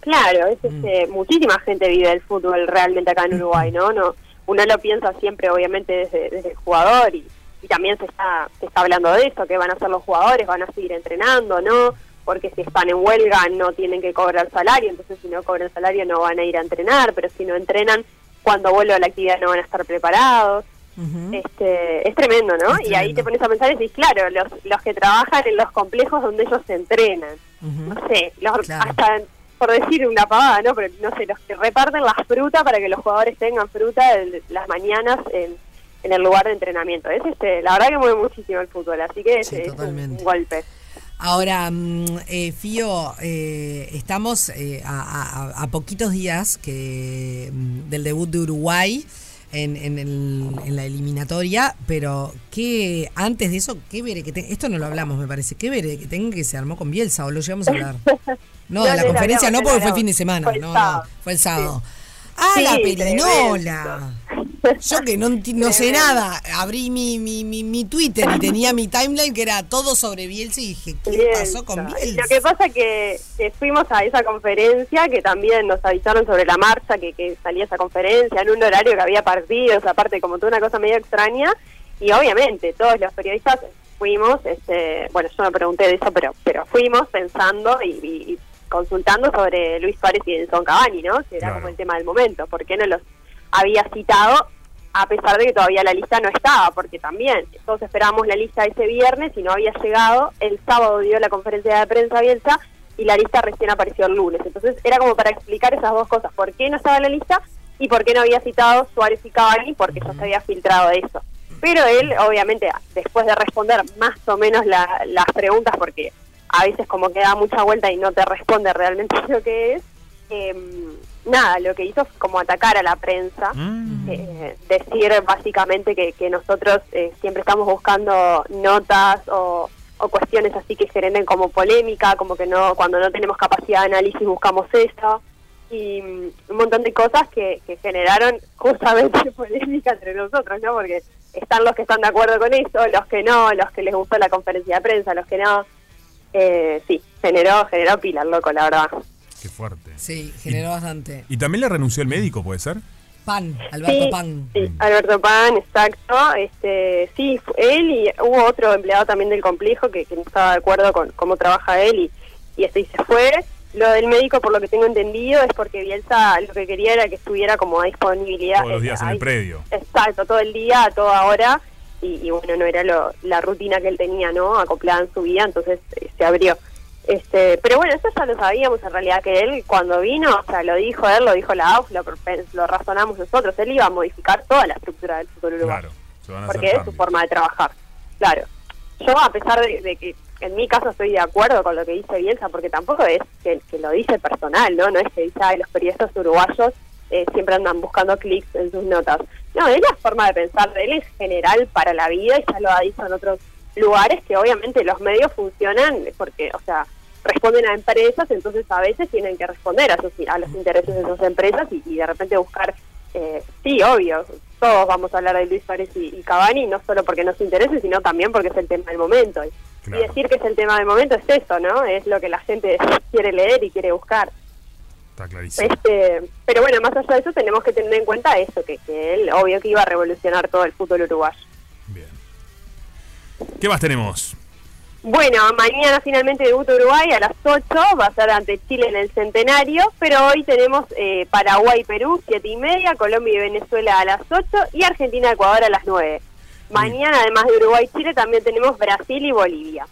I: Claro, es, este, muchísima gente vive el fútbol realmente acá en Uruguay, ¿no? no Uno lo piensa siempre, obviamente, desde, desde el jugador y, y también se está, se está hablando de eso, que van a hacer los jugadores, van a seguir entrenando, ¿no? Porque si están en huelga no tienen que cobrar salario, entonces si no cobran salario no van a ir a entrenar, pero si no entrenan, cuando vuelva la actividad no van a estar preparados. Este, es tremendo, ¿no?
D: Es
I: Y ahí te pones a pensar y decís, claro, los, los que trabajan en los complejos donde ellos se entrenan, no sé, los,
D: Claro.
I: hasta por decir una pavada, ¿no? Pero no sé, los que reparten las frutas para que los jugadores tengan fruta en las mañanas en, en el lugar de entrenamiento. Es este, la verdad que mueve muchísimo el fútbol, así que es,
D: Sí,
I: es un-
D: totalmente.
I: un golpe.
D: Ahora, mm, eh, Fío, eh, estamos eh, a, a- a poquitos días que, mm, del debut de Uruguay en, en el- en la eliminatoria, pero ¿qué, antes de eso, qué veré que te- esto no lo hablamos, me parece, qué veré que tenga que se armó con Bielsa o lo llegamos a hablar. No,
I: No,
D: de la
I: no lo
D: conferencia no,
I: hablamos,
D: porque
I: no
D: fue
I: lo
D: fin de semana,
I: hablamos. Fue el
D: no, no,
I: sábado.
D: fue el sábado. ¡Ah, la
I: Sí,
D: perinola! Yo que no, enti- no sé nada, abrí mi, mi, mi, mi Twitter y tenía mi timeline que era todo sobre Bielsa y dije, ¿qué
I: Bielsa.
D: pasó con
I: Y
D: Bielsa?
I: Lo que pasa que, que fuimos a esa conferencia, que también nos avisaron sobre la marcha, que, que salía esa conferencia en un horario que había partidos, aparte como toda una cosa medio extraña, y obviamente todos los periodistas fuimos, este, bueno, yo no pregunté de eso, pero pero fuimos pensando y, y- y consultando sobre Luis Suárez y Edson Cavani, ¿no? Que era
E: Claro.
I: como el tema del momento, ¿por qué no los había citado a pesar de que todavía la lista no estaba, porque también todos esperábamos la lista ese viernes y no había llegado, el sábado dio la conferencia de prensa Bielsa y la lista recién apareció el lunes. Entonces era como para explicar esas dos cosas, por qué no estaba la lista y por qué no había citado Suárez y Cavani, porque ya se había filtrado eso. Pero él, obviamente, después de responder más o menos la- las preguntas, porque a veces como que da mucha vuelta y no te responde realmente lo que es, em, nada, lo que hizo fue como atacar a la prensa eh, decir básicamente que, que nosotros eh, siempre estamos buscando notas o, o cuestiones así que generen como polémica, como que no cuando no tenemos capacidad de análisis buscamos eso y mm, un montón de cosas que, que generaron justamente polémica entre nosotros, ¿no? Porque están los que están de acuerdo con eso, los que no, los que les gustó la conferencia de prensa, los que no. Eh, sí, generó, generó pilar, loco, la verdad.
E: Qué fuerte.
D: Sí, generó bastante.
E: Y también le renunció el médico, ¿puede ser?
D: Pan, Alberto
I: Sí,
D: Pan.
I: Sí, Alberto Pan, exacto. Este, sí, fu- él y hubo otro empleado también del complejo que, que no estaba de acuerdo con cómo trabaja él y, y este, y se fue. Lo del médico, por lo que tengo entendido, es porque Bielsa lo que quería era que estuviera como a disponibilidad.
E: Todos los días en el
I: ahí-
E: predio.
I: Exacto, todo el día, a toda hora. Y, y bueno, no era lo- la rutina que él tenía, ¿no? Acoplada en su vida, entonces eh, se abrió. Este, pero bueno, eso ya lo sabíamos en realidad que él cuando vino, o sea, lo dijo él, lo dijo la AUF, lo, propen- lo razonamos nosotros, él iba a modificar toda la estructura del fútbol uruguayo,
E: Claro, se van a hacer
I: porque es su
E: cambios.
I: forma de trabajar. Claro, yo a pesar de, de que en mi caso estoy de acuerdo con lo que dice Bielsa, porque tampoco es que, que lo dice personal, ¿no? No es que dice, "Ay, los periodistas uruguayos eh, siempre andan buscando clics en sus notas. No, es la forma de pensar de él en general para la vida y ya lo ha dicho en otros lugares que obviamente los medios funcionan porque, o sea, responden a empresas, entonces a veces tienen que responder a, sus, a los intereses de esas empresas y, y de repente buscar, eh, sí, obvio, todos vamos a hablar de Luis Suárez y, y Cavani, no solo porque nos interese, sino también porque es el tema del momento. Y,
E: Claro.
I: y decir que es el tema del momento es eso, ¿no? Es lo que la gente quiere leer y quiere buscar.
E: Está clarísimo.
I: Este, pero bueno, más allá de eso tenemos que tener en cuenta eso, que, que él obvio que iba a revolucionar todo el fútbol uruguayo.
E: Bien. ¿Qué más tenemos?
I: Bueno, mañana finalmente debuta Uruguay a las 8, va a ser ante Chile en el Centenario, pero hoy tenemos eh, Paraguay, Perú, 7 y media, Colombia y Venezuela a las 8 y Argentina, Ecuador a las 9. Mañana, además de Uruguay, Chile, también tenemos Brasil y Bolivia.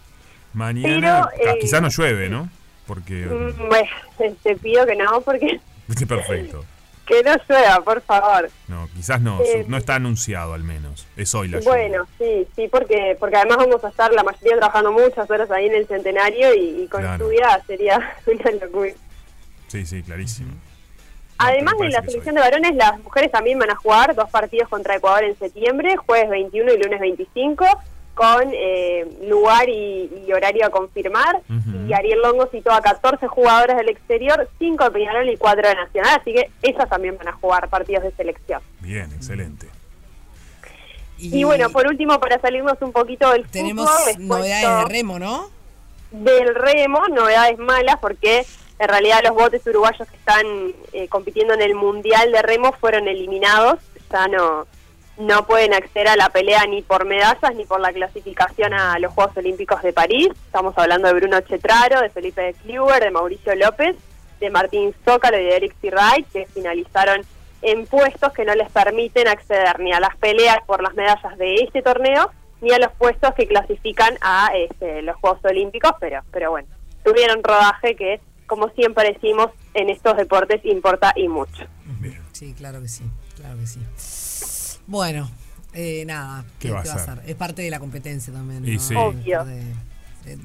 E: Mañana
I: Pero,
E: ah,
I: eh,
E: quizás no llueve, ¿no? Porque...
I: Mm, Bueno, te pido que no, porque
E: Perfecto.
I: que no llueva, por favor.
E: No, quizás no.
I: Eh,
E: no está anunciado al menos. Es hoy la lluvia.
I: Bueno, sí, sí, porque porque además vamos a estar la mayoría trabajando muchas horas ahí en el Centenario y, y con
E: Claro.
I: lluvia sería una locura.
E: Sí, sí, clarísimo.
I: Además
E: pero
I: de la
E: parece que es
I: selección de varones, las mujeres también van a jugar dos partidos contra Ecuador en septiembre, jueves 21 y lunes 25, con eh, lugar y, y horario a confirmar.
E: Ujú.
I: Y Ariel Longo citó a 14 jugadoras del exterior, 5 de Peñarol y 4 de Nacional, así que ellas también van a jugar partidos de selección.
E: Bien, excelente.
I: Y, bueno, por último, para salirnos un poquito del
D: tenemos
I: fútbol, les
D: novedades
I: cuento-
D: de remo, ¿no?
I: del remo, novedades malas, porque en realidad los botes uruguayos que están eh, compitiendo en el Mundial de Remo fueron eliminados, ya no, no pueden acceder a la pelea ni por medallas ni por la clasificación a los Juegos Olímpicos de París. Estamos hablando de Bruno Chetraro, de Felipe Kluber, de Mauricio López, de Martín Zócalo y de Eric Wright, que finalizaron en puestos que no les permiten acceder ni a las peleas por las medallas de este torneo, ni a los puestos que clasifican a este, los Juegos Olímpicos, pero, pero bueno, tuvieron rodaje que, como siempre decimos, en estos deportes importa y mucho.
D: Sí, claro que sí, claro que sí. Bueno, eh, nada,
E: ¿Qué va a ser?
D: Es parte de la competencia también.
E: Y
D: ¿no?
E: sí.
I: Obvio.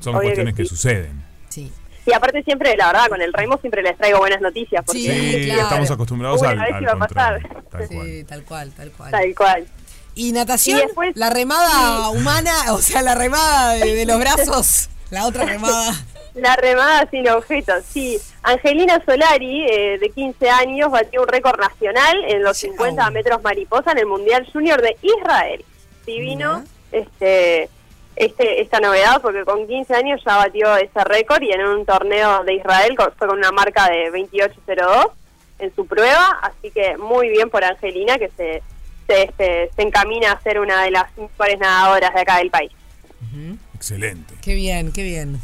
E: Son
I: Obvio
E: cuestiones
I: que
E: que,
I: sí.
E: suceden.
D: Sí.
I: Y aparte siempre, la verdad, con el remo siempre les traigo buenas noticias. Porque,
D: Sí,
E: Sí,
D: claro.
E: estamos acostumbrados
I: Uy, a
E: al,
I: ver si
E: al
I: va a pasar.
E: contrario, Tal cual.
D: Sí, tal cual, tal cual.
I: Tal cual.
D: Y natación,
I: Y después-
D: la remada humana, o sea, la remada de, de los brazos, la otra remada.
I: La remada sin objetos, sí. Angelina Solari, eh, de 15 años, batió un récord nacional en los
D: Chao.
I: 50 metros mariposa en el Mundial Junior de Israel. Divino este, este esta novedad, porque con 15 años ya batió ese récord y en un torneo de Israel co- fue con una marca de 28.02 en su prueba. Así que muy bien por Angelina, que se, se, este, se encamina a ser una de las mejores nadadoras de acá del país.
E: Excelente.
D: Qué bien, qué bien.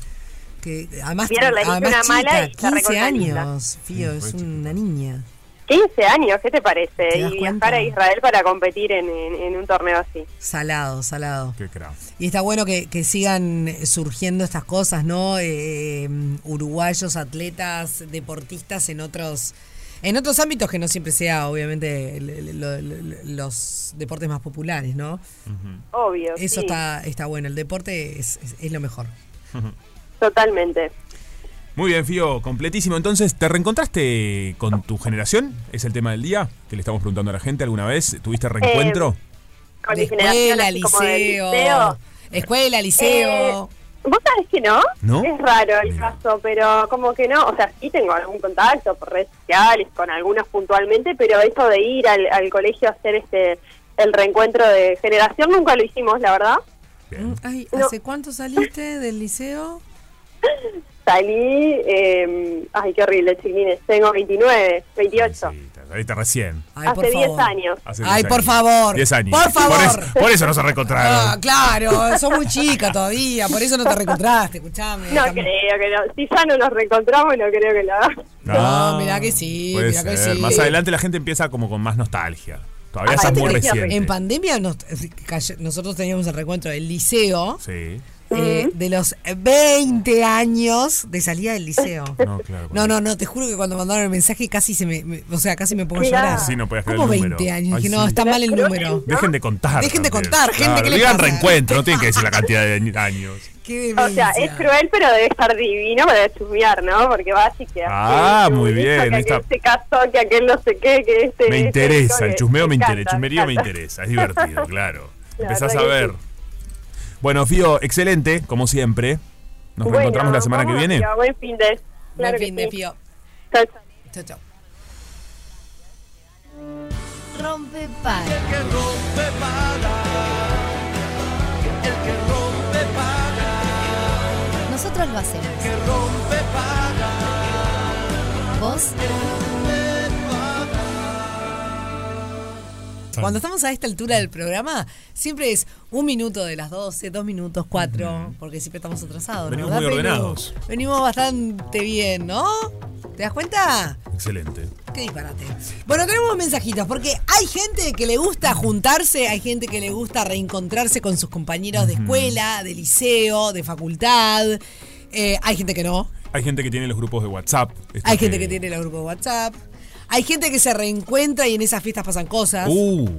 D: Que, además,
I: Vieron, la hice
D: además
I: una
D: chica,
I: mala y se
D: 15
I: recortadita.
D: años, Fío,
E: Sí,
D: es
E: fue
D: una niña.
I: 15 años, ¿qué te parece?
D: ¿Te
I: y
D: das
I: viajar
D: cuenta?
I: a Israel para competir en, en- en un torneo así.
D: Salado, salado.
E: Qué crack.
D: Y está bueno que, que sigan surgiendo estas cosas, ¿no? Eh, uruguayos, atletas, deportistas en otros en otros ámbitos que no siempre sea, obviamente, el- el- lo- lo- los deportes más populares, ¿no?
I: Obvio.
D: Eso
I: sí,
D: está, está bueno, el deporte es, es- es lo mejor.
I: Totalmente.
E: Muy bien, Fío, completísimo. Entonces, ¿te reencontraste con tu generación? Es el tema del día que le estamos preguntando a la gente alguna vez.
I: Eh,
E: ¿Tuviste reencuentro?
I: Con mi
D: De
I: generación,
D: escuela,
I: así como del
D: liceo,
I: liceo. Eh,
D: Escuela, liceo.
I: Vos sabés que no?
E: ¿No?
I: Es raro el
E: Mira.
I: caso, pero como que no. O sea, sí tengo algún contacto por redes sociales, con algunos puntualmente, pero eso de ir al, al colegio a hacer este el reencuentro de generación nunca lo hicimos, la verdad.
E: Bien.
D: Mm, Ay,
I: No.
D: ¿hace cuánto saliste del liceo?
I: Salí, eh, ay, qué horrible, chiquines. Tengo 29, 28.
E: Sí, te saliste recién.
D: Ay, por
I: Hace 10
D: favor.
I: años.
E: Hace
D: Ay,
E: 10
D: por
E: años.
D: favor.
E: 10 años.
D: Por favor.
E: Por eso, por eso no se reencontraron.
D: Ah, claro, sos muy chica todavía, por eso no te reencontraste, escuchame.
I: No
D: Cam-
I: creo que no. Si ya no nos reencontramos, no creo que lo hagamos.
D: No, mirá que sí,
E: puede
D: mirá que
E: ser.
D: sí.
E: Más adelante la gente empieza como con más nostalgia. Todavía
I: Ah,
E: estás
I: sí,
E: muy
I: sí, sí.
E: reciente.
D: En pandemia nos- cayó- nosotros teníamos el recuento del liceo,
E: Sí.
D: eh, de los 20 años de salida del liceo.
E: No, claro.
D: No, no, no, te juro que cuando mandaron el mensaje casi se me, me- o sea, casi me pongo a
I: Mirá.
D: llorar.
E: Sí, no podías creer
D: ¿Cómo
E: el
D: 20
E: número.
D: años?
E: Ay,
D: Dije, no,
E: sí.
D: está mal el número.
E: Dejen de contar.
D: Dejen de
E: también.
D: contar, gente, ¿qué les
E: digan
D: pasa?
E: reencuentro, no tienen que decir la cantidad de años.
D: Qué
I: O sea, es
D: demencia.
I: cruel, pero debe estar divino para chusmear, ¿no? Porque vas y quedas.
E: Ah,
I: eh,
E: muy
I: que
E: bien,
I: aquel
E: está-
I: se casó, que aquel no sé qué, que este.
E: Me
I: este,
E: interesa,
I: que-
E: el chusmeo me interesa, el
I: encanta,
E: chusmerío me
I: encanta.
E: interesa, es divertido, claro.
I: La
E: Empezás a
I: verdad que
E: ver. Bueno, Fío, excelente, como siempre. Nos
I: Bueno,
E: reencontramos la semana que
I: vamos,
E: viene.
I: amiga, Buen fin de.
D: Buen
I: Claro que
D: fin de
I: sí.
D: pío.
I: Chau, chau.
D: Chao, chao.
A: Rompe para. Nosotros lo hacemos. Vos
D: Cuando estamos a esta altura del programa, siempre es un minuto de las 12, dos minutos, cuatro, porque siempre estamos atrasados.
E: Venimos
D: ¿verdad,
E: muy
D: Pelu?
E: ordenados.
D: Venimos bastante bien, ¿no? ¿Te das cuenta?
E: Excelente.
D: Qué disparate. Bueno, tenemos mensajitos, porque hay gente que le gusta juntarse, hay gente que le gusta reencontrarse con sus compañeros de escuela, de liceo, de facultad. Eh, hay gente que no.
E: Hay gente que tiene los grupos de WhatsApp. esto
D: Hay gente que tiene los grupos de WhatsApp. Hay gente que se reencuentra y en esas fiestas pasan cosas.
E: Uh.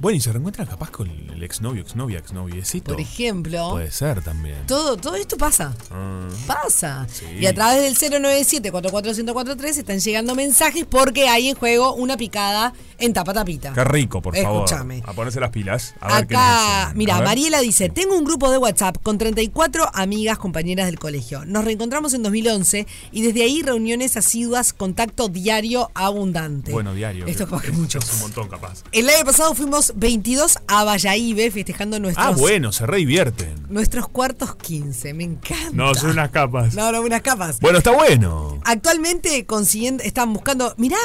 E: Bueno, y se reencuentran capaz con el exnovio, exnovia, exnoviecito.
D: por ejemplo.
E: Puede ser también.
D: Todo, todo esto pasa.
E: Ah,
D: Pasa. Y a través del 097-44143 están llegando mensajes porque hay en juego una picada en tapa tapita.
E: qué rico, por favor.
D: Escúchame.
E: A ponerse las pilas. A ver qué nos
D: Acá,
E: dicen. A
D: mira,
E: ver.
D: Mariela dice, tengo un grupo de WhatsApp con 34 amigas compañeras del colegio. Nos reencontramos en 2011 y desde ahí reuniones asiduas, contacto diario abundante.
E: Bueno, diario.
D: Esto es como que mucho.
E: Es un montón, capaz.
D: El año pasado fuimos 22 a Valladolid festejando nuestros,
E: Ah, bueno, se redivierten.
D: nuestros cuartos 15. Me encanta.
E: No, son unas capas.
D: No, no, unas capas.
E: Bueno, está bueno.
D: Actualmente consiguiendo, están buscando, mirá,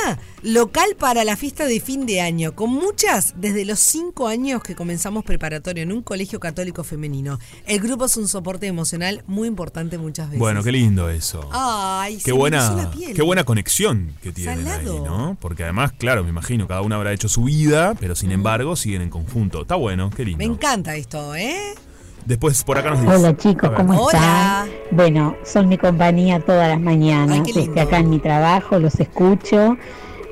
D: local para la fiesta de fin de año, con muchas desde los cinco años que comenzamos preparatorio en un colegio católico femenino. El grupo es un soporte emocional muy importante muchas veces.
E: Bueno, qué lindo eso.
D: Ay, se
E: Qué
D: me
E: buena,
D: hizo la piel.
E: qué buena conexión que tienen ahí,
D: Salado.
E: ¿no? Porque además, claro, me imagino, cada uno habrá hecho su vida, pero sin embargo siguen en conjunto. Está bueno, qué
D: Me
E: lindo.
D: encanta esto, ¿eh?
E: Después por acá nos dice.
J: Hola chicos,
E: A ver.
J: ¿cómo
D: Hola.
J: están? Bueno, son mi compañía todas las mañanas.
D: Ay, qué lindo.
J: Este, acá en mi trabajo los escucho.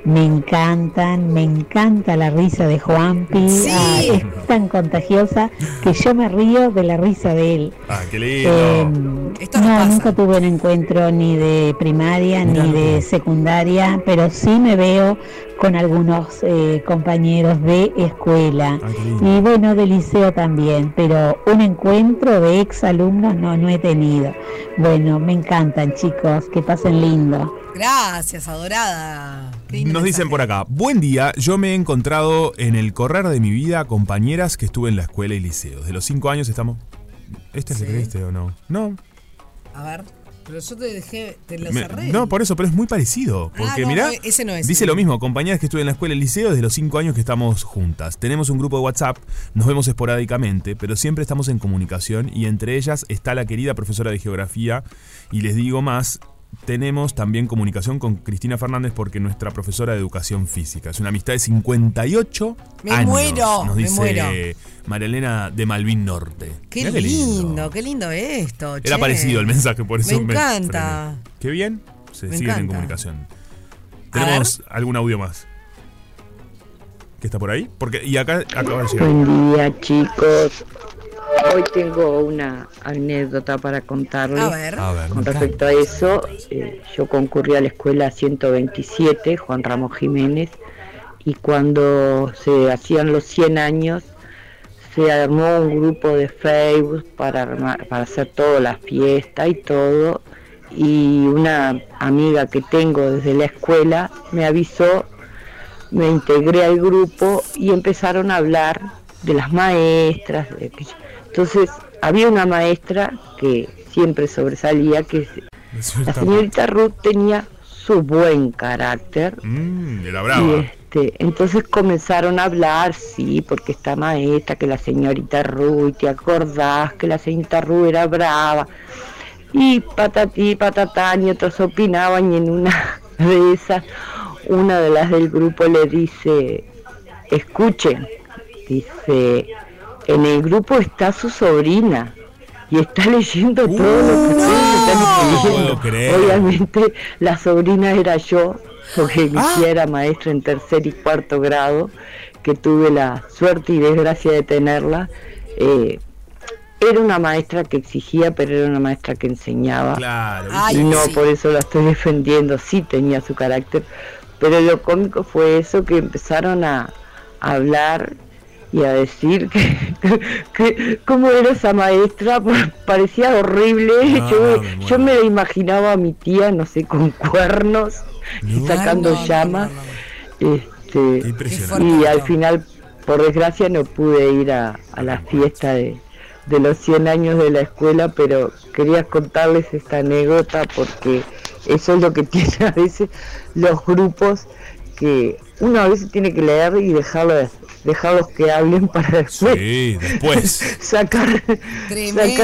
J: Me encantan, me encanta la risa de Juanpi.
D: Sí.
J: Ah, es tan contagiosa que yo me río de la risa de él.
E: Ah, qué
J: Eh,
E: lindo.
D: Esto nos
J: no,
D: pasa.
J: nunca tuve un encuentro ni de primaria ni de secundaria, pero sí me veo con algunos eh, compañeros de escuela
E: Ah, qué lindo.
J: y bueno, de liceo también, pero un encuentro de exalumnos no, no he tenido. Bueno, me encantan chicos, que pasen lindo.
D: Gracias, adorada. Qué lindo
E: Nos dicen
D: mensaje.
E: por acá, buen día, yo me he encontrado en el correr de mi vida a compañeras que estuve en la escuela y liceo. Desde los cinco años estamos... ¿Este es el
D: Sí.
E: que viste o no? No,
D: A ver, pero yo te dejé, te lo
E: Me-
D: cerré.
E: no, por eso, pero es muy parecido.
D: Ah,
E: Porque
D: no,
E: mirá,
D: no, ese no es.
E: dice lo mismo, compañeras que estuve en la escuela y liceo desde los 5 años que estamos juntas. Tenemos un grupo de WhatsApp, nos vemos esporádicamente, pero siempre estamos en comunicación y entre ellas está la querida profesora de geografía y les digo más. Tenemos también comunicación con Cristina Fernández porque nuestra profesora de educación física. Es una amistad de 58
D: Me
E: años.
D: muero,
E: nos
D: me
E: dice
D: muero.
E: María Elena de Malvin Norte.
D: Qué
E: Mirá
D: lindo, qué lindo esto.
E: Era
D: che.
E: parecido el mensaje, por eso
D: Me encanta.
E: frené. Qué bien, se
D: Me
E: siguen en
D: encanta.
E: comunicación.
D: A
E: Tenemos algún audio más. ¿Que está por ahí? Porque, y acá acaba de llegar.
K: Buen día chicos. Hoy tengo una anécdota para contarles.
D: A ver.
E: A ver,
K: Con
E: me
K: respecto a eso, eh, yo concurrí a la escuela 127, Juan Ramos Jiménez, y cuando se hacían los 100 años, se armó un grupo de Facebook para, armar- para hacer todas las fiestas y todo. Y una amiga que tengo desde la escuela me avisó, me integré al grupo y empezaron a hablar de las maestras. de aquello. Entonces, había una maestra que siempre sobresalía, que la
E: encanta.
K: señorita Ruth tenía su buen carácter,
E: Mm, era
K: y,
E: brava.
K: este, entonces comenzaron a hablar, sí, porque está maestra, que la señorita Ru, y te acordás que la señorita Ru era brava. Y patatí, patatán, y otros opinaban, y en una de esas, una de las del grupo le dice, escuchen, dice, en el grupo está su sobrina, y está leyendo todo lo que ustedes
E: No
K: están
E: puedo
K: leyendo.
E: creer.
K: Obviamente la sobrina era yo, porque mi tía era maestra en tercer y cuarto grado, que tuve la suerte y desgracia de tenerla. Eh, era una maestra que exigía, pero era una maestra que enseñaba.
E: Claro.
D: Ay, pues.
K: Y no,
D: sí.
K: por eso la estoy defendiendo, sí tenía su carácter. Pero lo cómico fue eso, que empezaron a, a hablar y a decir que, que cómo era esa maestra, parecía horrible.
E: Ah,
K: yo,
E: me
K: yo
E: muero.
K: me imaginaba a mi tía, no sé, con cuernos,
E: No.
K: sacando
D: Ay, no, no,
K: llamas.
D: no, no,
K: Este,
E: Qué
D: Qué
E: impresionante.
D: fuerte.
K: y al final, por desgracia, no pude ir a, a la fiesta de, de los 100 años de la escuela, pero quería contarles esta anécdota porque eso es lo que tienen a veces los grupos que uno a veces tiene que leer y dejarlos, dejarlos que hablen para después
E: Sí, después.
K: sacar, sacar la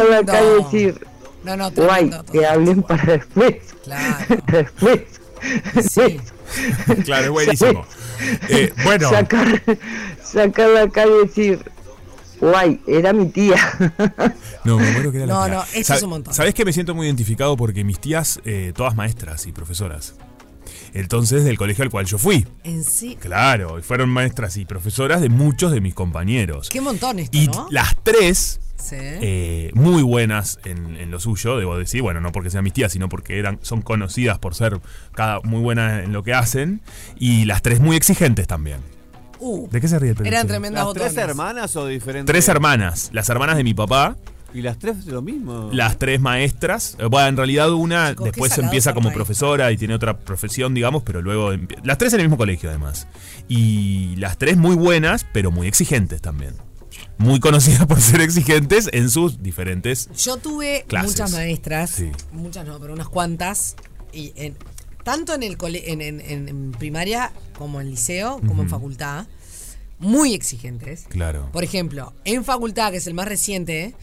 D: Tremendo.
K: calle y decir,
D: No, no,
K: guay,
D: tremendo.
K: que hablen para después.
D: Claro.
K: Para después.
D: Sí.
E: Claro, es buenísimo. Eh, bueno,
K: Sacar, sacar la calle y decir, guay, era mi tía.
E: no, me muero que era la
D: No,
E: tía.
D: no, esto es un montón.
E: ¿Sabés que me siento muy identificado? Porque mis tías, eh, todas maestras y profesoras. Entonces, del colegio al cual yo fui.
D: En sí.
E: Claro, y fueron maestras y profesoras de muchos de mis compañeros.
D: Qué montón esto,
E: Y
D: ¿no?
E: las tres
D: Sí.
E: eh, muy buenas en, en lo suyo, debo decir, bueno, no porque sean mis tías, sino porque eran, son conocidas por ser cada muy buenas en lo que hacen, y las tres muy exigentes también.
D: Uh,
E: ¿De qué se ríe el peluche?
D: eran tremendas
F: ¿Las
D: botones.
F: tres hermanas o diferentes?
E: Tres hermanas, las hermanas de mi papá,
F: ¿Y las tres de lo mismo?
E: las tres maestras. Eh, Bueno, en realidad una
F: Chicos, qué
E: después
F: salado
E: empieza
F: ser
E: como
F: maestro.
E: profesora y tiene otra profesión, digamos, pero luego... empie- Las tres en el mismo colegio, además. Y las tres muy buenas, pero muy exigentes también. Muy conocidas por ser exigentes en sus diferentes...
D: Yo tuve
E: Clases.
D: muchas maestras,
E: Sí.
D: muchas no, pero unas cuantas, y en- tanto en el cole- en, en- en- en primaria como en liceo, como en
E: Ujú.
D: facultad, muy exigentes.
E: Claro.
D: Por ejemplo, en facultad, que es el más reciente,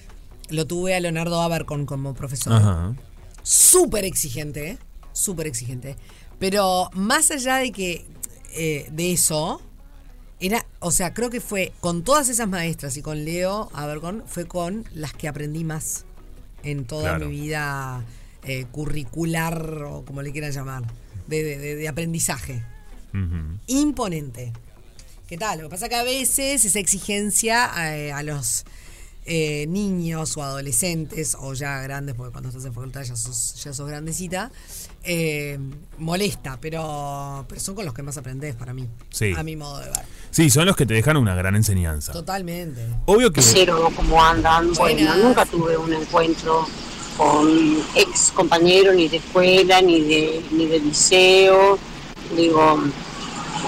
D: lo tuve a Leonardo Abercon como profesor.
E: Ajá.
D: Súper exigente, súper exigente. Pero más allá de que eh, de eso, era, o sea, creo que fue con todas esas maestras y con Leo Abercon, fue con las que aprendí más en toda
L: Claro.
D: mi vida eh, curricular o como le quieran llamar, de, de- de- de aprendizaje. Imponente. ¿Qué tal? Lo que pasa que a veces esa exigencia eh, a los eh, niños o adolescentes o ya grandes, porque cuando estás en facultad ya sos, ya sos grandecita, eh, molesta, pero, pero son con los que más aprendés para mí.
E: Sí.
D: A mi modo de ver.
E: Sí, son los que te dejan una gran enseñanza.
D: Totalmente.
E: Obvio que...
M: Cero, ¿cómo andan? Bueno, nunca tuve un encuentro con ex compañero ni de escuela, ni de, ni de liceo. Digo,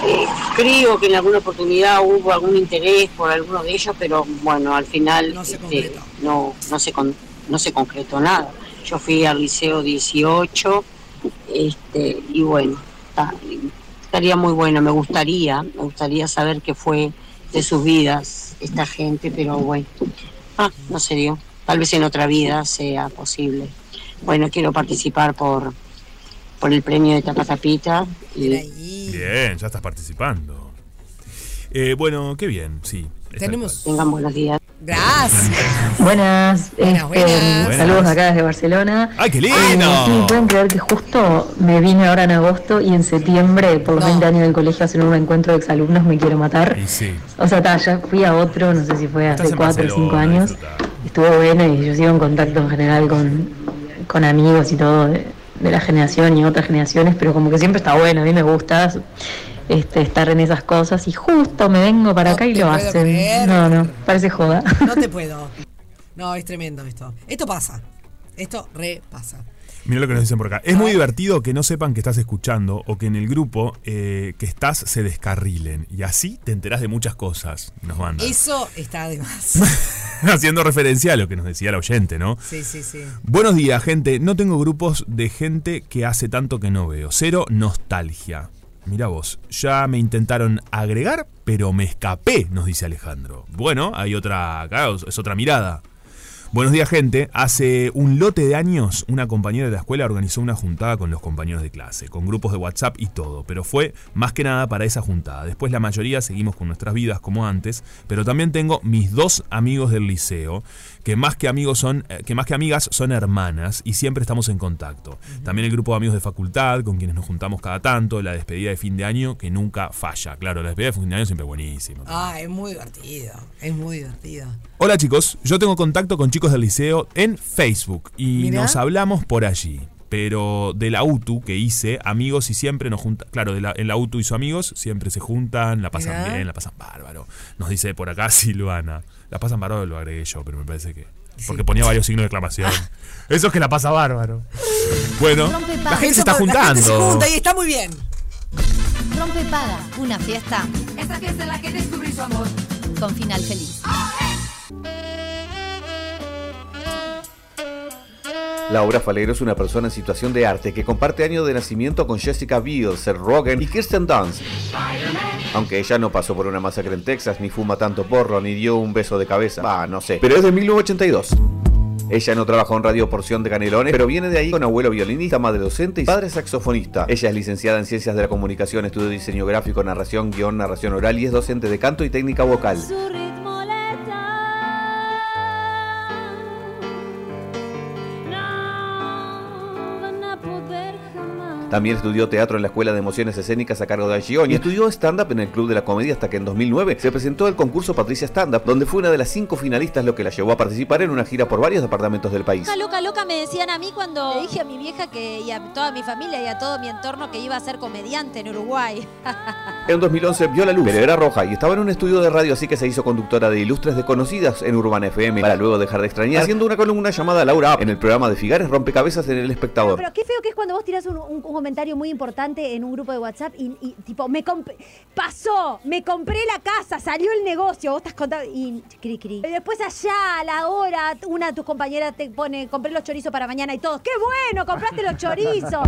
M: eh, creo que en alguna oportunidad hubo algún interés por alguno de ellos, pero bueno, al final
D: No se
M: este,
D: concretó.
M: no, no se con- no se concretó nada. Yo fui al liceo 18 este, y bueno, ta- estaría muy bueno, me gustaría, me gustaría saber qué fue de sus vidas esta gente, pero bueno, ah, no se dio. Tal vez en otra vida sea posible. Bueno, quiero participar por, por el premio de Tapatapita y
E: Eh, Bien, ya estás participando. Eh, bueno, qué bien, sí. está
D: Tenemos.
M: tengan buenos días.
D: Gracias.
J: Buenas,
D: Buenas,
J: este,
E: buenas.
J: saludos acá desde Barcelona.
E: ¡Ay, qué lindo!
J: Eh, sí, pueden creer que justo me vine ahora en agosto y en septiembre, por los 20 años del colegio, hacen un encuentro de exalumnos, me quiero matar.
E: Y sí.
J: O sea, ta, ya fui a otro, no sé si fue
E: Estás
J: hace
E: en
J: 4 o 5
E: Barcelona,
J: años. Estuvo bueno y yo sigo en contacto en general con, con amigos y todo de, de la generación y otras generaciones, pero como que siempre está bueno, a mí me gusta este, estar en esas cosas y justo me vengo para acá y
D: te
J: lo
D: puedo
J: hacen.
D: creer.
J: No, no, parece joda.
D: No te puedo. No, es tremendo esto. Esto pasa. Esto re pasa.
E: Mira lo que nos dicen por acá. Es muy divertido que no sepan que estás escuchando o que en el grupo eh, que estás se descarrilen. Y así te enterás de muchas cosas, nos mandan.
D: Eso está de más.
E: Haciendo referencia a lo que nos decía la oyente, ¿no?
D: Sí, sí, sí.
E: Buenos días, gente. No tengo grupos de gente que hace tanto que no veo. Cero nostalgia. Mira vos, ya me intentaron agregar, pero me escapé, nos dice Alejandro. Bueno, hay otra, acá es otra mirada. Buenos días, gente. Hace un lote de años, una compañera de la escuela organizó una juntada con los compañeros de clase, con grupos de WhatsApp y todo, pero fue más que nada para esa juntada. Después la mayoría seguimos con nuestras vidas como antes, pero también tengo mis dos amigos del liceo, que más que amigos son, eh, que más que amigas son hermanas y siempre estamos en contacto. También el grupo de amigos de facultad, con quienes nos juntamos cada tanto, la despedida de fin de año que nunca falla. Claro, la despedida de fin de año siempre buenísima.
D: Ah, es muy divertido. Es muy divertido.
E: Hola chicos, yo tengo contacto con chicos del liceo en Facebook y
D: Mirá.
E: nos hablamos por allí. Pero de la UTU que hice, amigos y siempre nos juntan. Claro, de la, en la UTU hizo amigos, siempre se juntan, la pasan
D: Mirá.
E: bien, la pasan bárbaro. Nos dice por acá Silvana. La pasan bárbaro lo agregué yo, pero me parece que. Porque ponía varios signos de exclamación. Eso es que la pasa bárbaro. Bueno,
A: Rompe
E: la gente
A: paga.
E: se está
A: Eso por- la
E: juntando.
A: gente se
D: Punta y está muy bien.
A: Rompe paga, una fiesta. Esta fiesta en la que descubrí su amor. ¡Ah, eh! Con final feliz.
N: Laura Falero es una persona en situación de arte que comparte año de nacimiento con Jessica Biel, Seth Rogen y Kirsten Dunst. Aunque ella no pasó por una masacre en Texas, ni fuma tanto porro, ni dio un beso de cabeza. Ah, no sé. Pero es de 1982. Ella no trabajó en Radio Porción de Canelones, pero viene de ahí con abuelo violinista, madre docente y padre saxofonista. Ella es licenciada en Ciencias de la Comunicación, estudió diseño gráfico, narración, guión, narración oral y es docente de canto y técnica vocal. También estudió teatro en la Escuela de Emociones Escénicas a cargo de Gion y estudió stand-up en el Club de la Comedia hasta que en 2009 se presentó al concurso Patricia Stand-up, donde fue una de las cinco finalistas, lo que la llevó a participar en una gira por varios departamentos del país.
L: Loca, loca, loca me decían a mí cuando le dije a mi vieja que, y a toda mi familia y a todo mi entorno que iba a ser comediante en Uruguay.
N: En 2011 vio la luz, pero era roja y estaba en un estudio de radio, así que se hizo conductora de Ilustres Desconocidas en Urban FM, para luego dejar de extrañar, haciendo una columna llamada Laura Up en el programa de Figares Rompecabezas en El Espectador.
O: Pero qué feo que es cuando vos tirás un, un- un comentario muy importante en un grupo de WhatsApp y, y tipo, me comp- pasó, me compré la casa, salió el negocio, vos estás contando y cri cri. Y después allá, a la hora, una de tus compañeras te pone, compré los chorizos para mañana y todos, qué bueno, compraste los chorizos.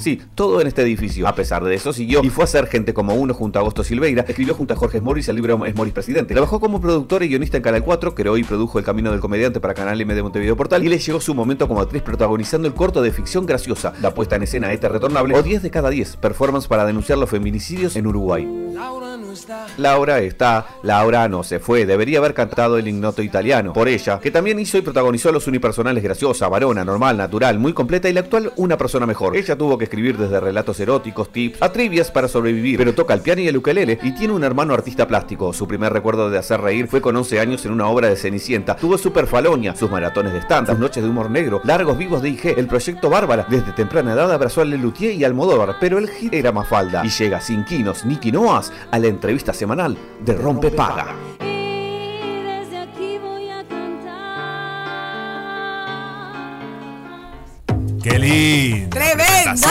N: Sí, todo en este edificio. A pesar de eso, siguió y fue a ser gente como uno junto a Agosto Silveira. Escribió junto a Jorge Morris el libro Es Morris Presidente. Trabajó como productor y guionista en Canal 4, creó y produjo El Camino del Comediante para Canal M de Montevideo Portal y le llegó su momento como actriz protagonizando el corto de ficción graciosa, la puesta en escena ETA Retornable o 10 de cada 10, performance para denunciar los feminicidios en Uruguay. Laura está, Laura no se fue, debería haber cantado el ignoto italiano, por ella, que también hizo y protagonizó los unipersonales Graciosa, Varona, Normal, Natural, Muy Completa y la actual Una Persona Mejor. Ella tuvo que escribir desde relatos eróticos, tips, a trivias para sobrevivir, pero toca el piano y el ukelele y tiene un hermano artista plástico. Su primer recuerdo de hacer reír fue con 11 años en una obra de Cenicienta. Tuvo Superfalonia, sus maratones de stand, sus noches de humor negro, largos vivos de IG, el proyecto Bárbara. Desde temprana edad abrazó a Lelutier y Almodóvar, pero el hit era Mafalda. Y llega sin quinos ni quinoas a la entrevista semanal de Rompe Paga.
E: ¡Qué lindo!
D: ¡Tremendo!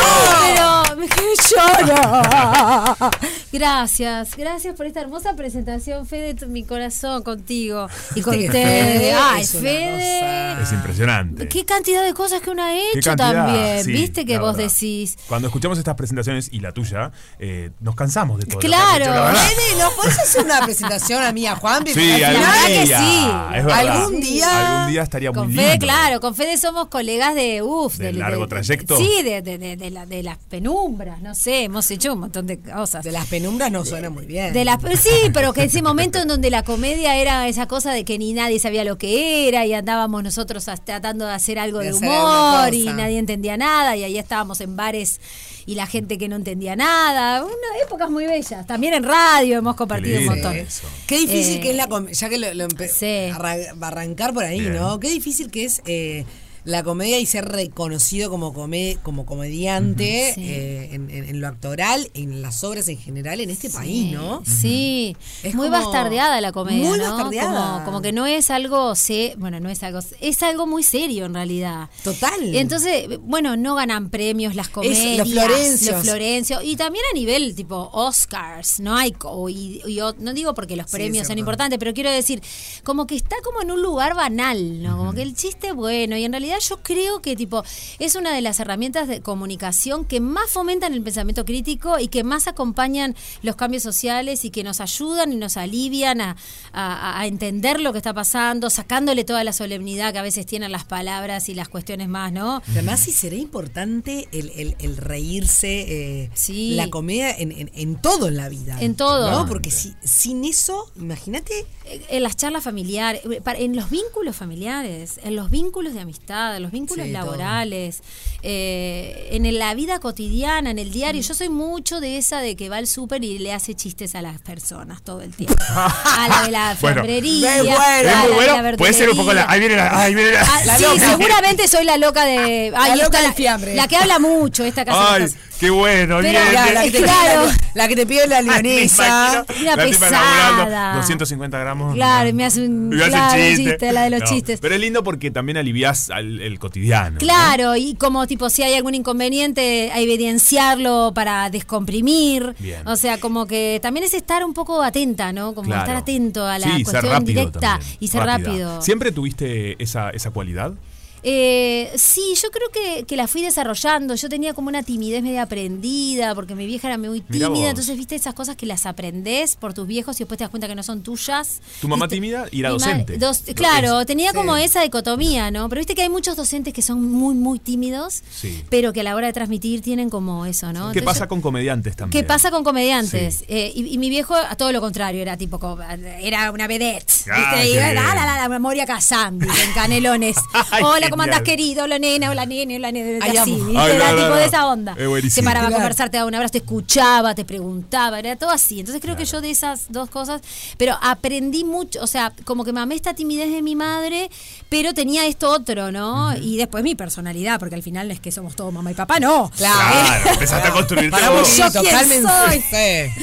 O: Pero me quedé lloro. Gracias, gracias por esta hermosa presentación, Fede, tu- mi corazón contigo y con
E: Fede
O: ustedes.
E: es
O: Ay,
E: una
O: Fede.
E: Es impresionante.
O: Qué cantidad de cosas que uno ha
E: Qué
O: hecho
E: cantidad,
O: también,
E: sí,
O: viste que
E: la
O: vos
E: verdad.
O: decís.
E: Cuando escuchamos estas presentaciones y la tuya, eh, nos cansamos de todo. lo que has
O: Claro.
E: hecho, la verdad.
D: Fede, ¿nos podés hacer una presentación a mí, a Juan?
E: Sí,
D: La verdad
E: algún
D: que
E: día.
D: sí.
E: Es verdad.
D: Algún día.
E: Algún día estaría
O: Con
E: muy
O: Fede,
E: lindo.
O: claro, con Fede somos colegas de uff,
E: De largo trayecto.
O: Sí, de, de- de- de la- de las penumbras, no sé, hemos hecho un montón de cosas.
D: De las penumbras no suena muy bien.
O: De las- sí, pero que ese momento en donde la comedia era esa cosa de que ni nadie sabía lo que era y andábamos nosotros as- tratando de hacer algo
D: De
O: de,
D: hacer alguna
O: humor
D: cosa.
O: y nadie entendía nada y ahí estábamos en bares y la gente que no entendía nada. Unas épocas muy bellas. También en radio hemos compartido un
D: lindo
O: montón.
D: eso. Qué difícil
O: Eh,
D: que es la comedia, ya que lo, lo empecé a arrancar por ahí,
O: Bien.
D: ¿no? Qué difícil que es eh, la comedia y ser reconocido como, come- como comediante
O: Ujú. Sí.
D: eh, en, en- en lo actoral, en las obras en general, en este país, ¿no?
O: Sí,
D: Es
O: muy
D: como-
O: bastardeada la comedia.
D: Muy
O: ¿no?
D: bastardeada.
O: Como, como que no es algo, se, bueno, no es algo, es algo muy serio en realidad.
D: Total.
O: Entonces, bueno, no ganan premios las comedias.
D: los Florencios.
O: los Florencio. Y también a nivel tipo Oscars, ¿no? hay co- y- y o- no digo porque los
D: Sí,
O: premios
D: es
O: son
D: verdad.
O: importantes, pero quiero decir, como que está como en un lugar banal, ¿no? Como que el chiste, bueno, y en realidad yo creo que tipo es una de las herramientas de comunicación que más fomentan el pensamiento crítico y que más acompañan los cambios sociales y que nos ayudan y nos alivian a, a- a entender lo que está pasando, sacándole toda la solemnidad que a veces tienen las palabras y las cuestiones más, ¿no?
D: Además, sí será importante el, el- el reírse, eh,
O: Sí.
D: la comedia en, en- en todo en la vida.
O: En todo. Eh,
D: ¿no? Porque si- sin eso, imagínate.
O: en las charlas familiares, eh, para- en los vínculos familiares, en los vínculos de amistad, en los vínculos
D: Sí, todo.
O: laborales, eh, en el- la vida cotidiana, en el
D: Mm.
O: diario. Yo soy mucho de esa de que va al súper y le hace chistes a las personas todo el tiempo. a la de la
E: Bueno.
O: fiambrería,
E: Es bueno.
O: a la de
E: Es
O: la
E: muy bueno.
O: verdulería.
E: Puede ser un poco la- ahí viene la- ahí viene la-
O: Ah,
E: la
O: sí,
E: loca.
O: seguramente soy la loca de. ay,
D: loca
O: está
D: del fiambre.
O: La que habla mucho, esta casa.
E: Ay, qué bueno,
O: Pero-
E: bien.
D: la, que te
O: Claro.
D: pide, la- la que te pide la leonesa.
O: Una
E: La tipa laburando,
O: pesada.
E: 250 gramos.
O: Claro, y me hace un.
E: Oh, Y hace
O: claro,
E: el
O: un
E: chiste.
O: chiste, la de los
E: No,
O: chistes.
E: Pero es lindo porque también aliviás al, el cotidiano.
O: Claro, y como tipo si hay algún inconveniente, a evidenciarlo para descomprimir.
E: Bien.
O: O sea, como que también es estar un poco atenta, ¿no? Como
E: Claro.
O: estar atento a la
E: Sí, ser
O: cuestión
E: rápido
O: directa
E: también,
O: y ser
E: rápida.
O: rápido.
E: ¿Siempre tuviste esa, esa cualidad?
O: Eh, sí, yo creo que, que la fui desarrollando. Yo tenía como una timidez media aprendida, porque mi vieja era muy
E: Mirá vos.
O: tímida. Entonces, viste esas cosas que las aprendés por tus viejos y después te das cuenta que no son tuyas.
E: ¿Tu mamá tímida y era
O: Mi madre-
E: docente?
O: dos-
E: Lo
O: claro,
E: es.
O: tenía como
E: Sí.
O: esa dicotomía, ¿no? Pero viste que hay muchos docentes que son muy, muy tímidos,
E: Sí.
O: pero que a la hora de transmitir tienen como eso, ¿no?
E: ¿Qué
O: Entonces,
E: pasa con comediantes también?
O: ¿Qué pasa con comediantes?
E: Sí.
O: Eh, y, y mi viejo, a todo lo contrario, era tipo, co- era una vedette.
E: Ah,
O: ¿viste? Y
E: qué
O: era,
E: bien.
O: la, la, la, la Moria Casandi en Canelones.
E: Ay,
O: Hola, hola, ¿cómo andás,
E: Genial.
O: querido? Hola, nena, hola, nene, hola, nene.
D: Ay,
O: así,
D: amo.
O: ¿viste?
D: Ay, no,
O: Era
D: no,
O: tipo
D: no.
O: de esa onda.
E: Es buenísimo.
O: Se paraba
D: Claro.
O: a conversar, te daba un abrazo, te escuchaba, te preguntaba, era todo así. Entonces creo que yo de esas dos cosas, pero aprendí mucho, o sea, como que mamé esta timidez de mi madre, pero tenía esto otro, ¿no? Y después mi personalidad, porque al final no es que somos todos mamá y papá, no.
E: Claro, empezaste a construirte
D: Pará un
E: vos.
D: poquito,
O: Yo quién
D: cálmense.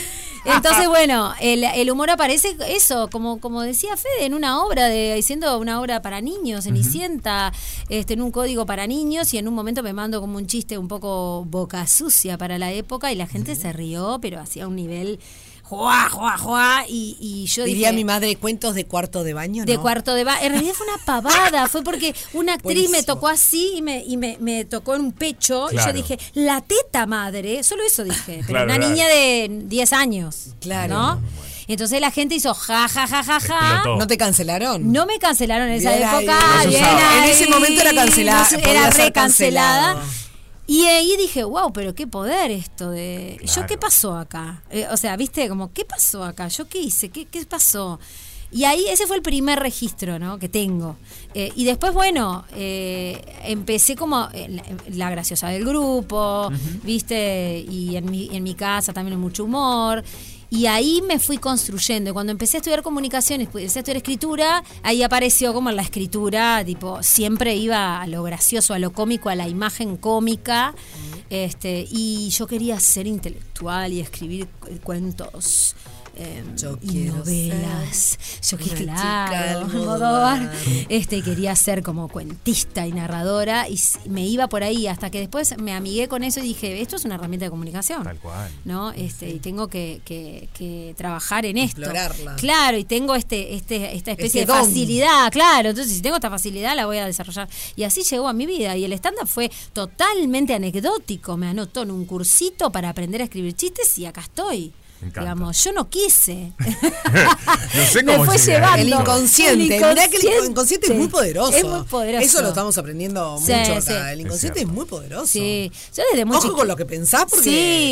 O: Entonces, bueno, el, el humor aparece eso, como, como decía Fede, en una obra, de, siendo una obra para niños, en Icienta, este, en un código para niños, y en un momento me mando como un chiste un poco boca sucia para la época, y la gente se rió, pero hacía un nivel juá, juá, juá, y, y yo
D: Diría
O: dije,
D: mi madre, cuentos de cuarto de baño, ¿no?
O: de cuarto de baño. En realidad fue una pavada. Fue porque una actriz me
D: Buenísimo.
O: tocó así y me, y me, me tocó en un pecho. Y
D: Claro.
O: yo dije, la teta madre. Solo eso dije. Pero
D: Claro,
O: una
D: claro.
O: niña de 10 años. Claro. ¿no? Y entonces la gente hizo ja, ja, ja, ja, ja.
D: Explotó. ¿No te cancelaron?
O: No me cancelaron en esa
D: Bien ahí.
O: época.
D: No se
O: bien
D: usaba. En ese
O: ahí.
D: momento era cancelada,
O: No se-
D: podía
O: Era
D: ser
O: re cancelada.
D: cancelado.
O: Y ahí dije, wow, pero qué poder esto de... ¿Yo qué pasó acá? Eh, o sea, viste, como, ¿qué pasó acá? ¿Yo qué hice? ¿Qué, qué pasó? Y ahí ese fue el primer registro ¿no? que tengo. Eh, y después, bueno, eh, empecé como eh, la, la graciosa del grupo, ¿viste? Y en mi, en mi casa también mucho humor. Y ahí me fui construyendo. Y cuando empecé a estudiar comunicaciones, empecé a estudiar escritura, ahí apareció como la escritura, tipo, siempre iba a lo gracioso, a lo cómico, a la imagen cómica. Este, y yo quería ser intelectual y escribir cu- cuentos. em, y
D: quiero
O: novelas. Yo
D: una
O: quería,
D: chica
O: claro,
D: Almodóvar.
O: Almodóvar. Este, quería ser como cuentista y narradora y s- me iba por ahí hasta que después me amigué con eso y dije, esto es una herramienta de comunicación.
E: Tal cual.
O: ¿no? Este, y tengo que, que- que trabajar en esto.
D: Explorarla.
O: Claro, y tengo este, este, esta especie
D: Este
O: de
D: don.
O: facilidad, claro. Entonces, si tengo esta facilidad, la voy a desarrollar. Y así llegó a mi vida. Y el stand-up fue totalmente anecdótico. Me anotó en un cursito para aprender a escribir chistes y acá estoy.
E: Me encanta.
O: Digamos, yo no quise.
E: No sé
O: Me
E: cómo
O: fue
E: llegué a
O: llevando.
E: esto.
D: El inconsciente.
O: El
D: Mirá que el
O: inconsciente.
D: inconsciente es muy poderoso.
O: Es muy poderoso.
D: Eso lo estamos aprendiendo
O: Sí,
D: mucho
O: sí.
D: acá. El inconsciente
O: Es
D: es,
O: cierto.
D: muy poderoso.
O: Sí, yo desde muy
D: Ojo
O: chiqui-
D: con lo que pensás porque...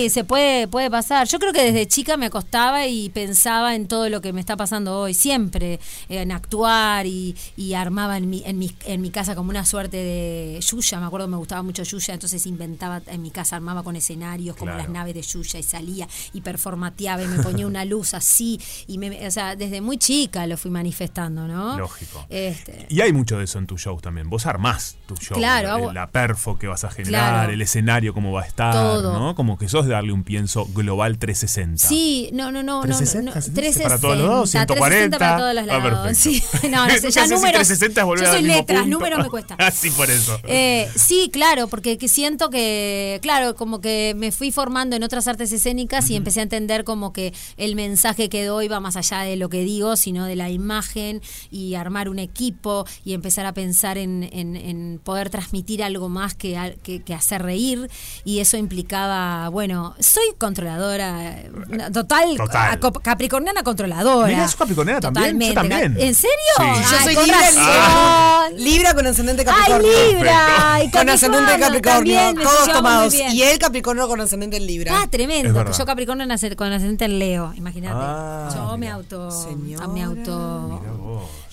O: Sí, se puede, puede pasar. Yo creo que desde chica me acostaba y pensaba en todo lo que me está pasando hoy, siempre, eh, en actuar y, y armaba en mi, en, mi, en mi casa como una suerte de Yuya, me acuerdo me gustaba mucho Yuya, entonces inventaba en mi casa, armaba con escenarios como
P: Claro.
O: las naves de Yuya y salía y performateaba y me ponía una luz así, y me, o sea, desde muy chica lo fui manifestando, ¿no?
E: Lógico.
O: Este,
E: Y hay mucho de eso en tus shows también. Vos armás tu show.
O: Claro,
E: el-
O: hago-
E: La perfo que vas a generar,
O: Claro.
E: el escenario cómo va a estar,
O: Todo.
E: ¿no? Como que sos darle un pienso global 360.
O: Sí, no, no, no. no, no,
E: 360,
O: no,
E: ¿se dice? Para todos los lados,
O: 360 para
E: 140.
O: todos los
E: Ah,
O: lados.
E: perfecto.
O: sí, no, no
E: Nunca
O: sé, ya
E: sé si
O: números.
E: 360 es volver
O: yo soy
E: al mismo
O: letras,
E: punto. Ah,
O: números me cuesta.
E: sí, por eso.
O: Eh, sí, claro, porque que siento que, claro, como que me fui formando en otras artes escénicas y empecé a entender como que el mensaje que doy va más allá de lo que digo, sino de la imagen y armar un equipo y empezar a pensar en, en- en poder transmitir algo más que, al- que- que hacer reír. Y eso implicaba, bueno, soy controladora, eh, una- total,
E: Total.
O: a- cop- capricorniana controladora.
E: Mirá, ¿sos capricorniana también? Yo
O: Totalmente.
E: también.
O: ¿En serio?
E: Sí. Ah.
O: Ay,
E: Yo
D: soy
O: con
D: Libra,
O: razón.
D: Libra. Libra con ascendente Capricornio.
O: ¡Ay, Libra! Y
D: con ascendente Capricornio.
O: también, nos
D: todos
O: llevamos muy
D: tomados.
O: bien.
D: Y él Capricornio con ascendente en Libra.
O: Ah, tremendo.
D: Es
O: Pues
D: verdad.
O: yo Capricornio nace- con ascendente en Leo, imagínate.
E: Ah,
O: yo me auto. a- Me auto.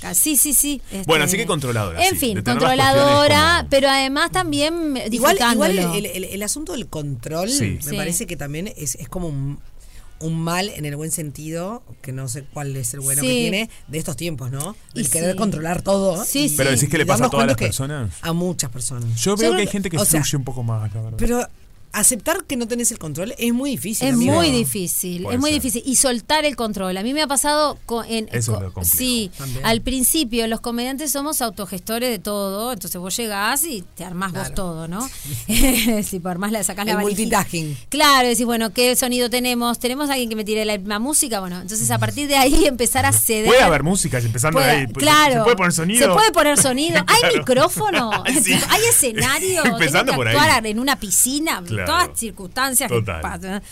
O: Ah, Sí, sí, sí. este-
E: Bueno, así que controladora,
O: En
E: sí,
O: fin,
E: de tener las cuestiones
O: controladora, pero además también
D: Igual, igual el,
O: disfrutándolo.
D: el- el- el asunto del control
E: Sí.
D: me
O: Sí.
D: parece que también es, es como un, un mal en el buen sentido, que no sé cuál es el bueno que
O: Sí.
D: tiene, de estos tiempos, ¿no?
O: Y
D: el querer
O: sí.
D: controlar todo.
O: Sí,
D: y-
E: Pero decís que le
D: y
E: pasa a
D: darnos
E: todas
D: cuenta
E: las
D: que
E: personas.
D: A muchas personas.
E: Yo veo que hay gente que
D: o sea,
E: fluye un poco más, la verdad.
D: Pero aceptar que no tenés el control es muy difícil.
O: Es
D: amigo.
O: muy difícil,
D: Puede
O: es muy
D: ser.
O: difícil. Y soltar el control. A mí me ha pasado co- en...
D: Eso es
O: co-
D: lo complejo.
O: Sí,
D: También.
O: al principio los comediantes somos autogestores de todo, entonces vos llegás y te armás vos todo, ¿no? si por más la sacás la
D: El
O: valijita.
D: multitasking.
O: Claro, decís, bueno, ¿qué sonido tenemos? ¿Tenemos alguien que me tire la, la música? Bueno, entonces a partir de ahí empezar a ceder...
E: Puede haber música empezando
O: Puede-
E: ahí. pues,
O: claro.
E: Se puede poner sonido.
O: Se puede poner sonido.
E: Claro.
O: Hay micrófono.
E: Sí.
O: Hay escenario. Tengo
E: Empezando
O: que
E: por ahí.
O: actuar en una piscina.
E: Claro.
O: Todas circunstancias. que
E: Total.
O: pasan.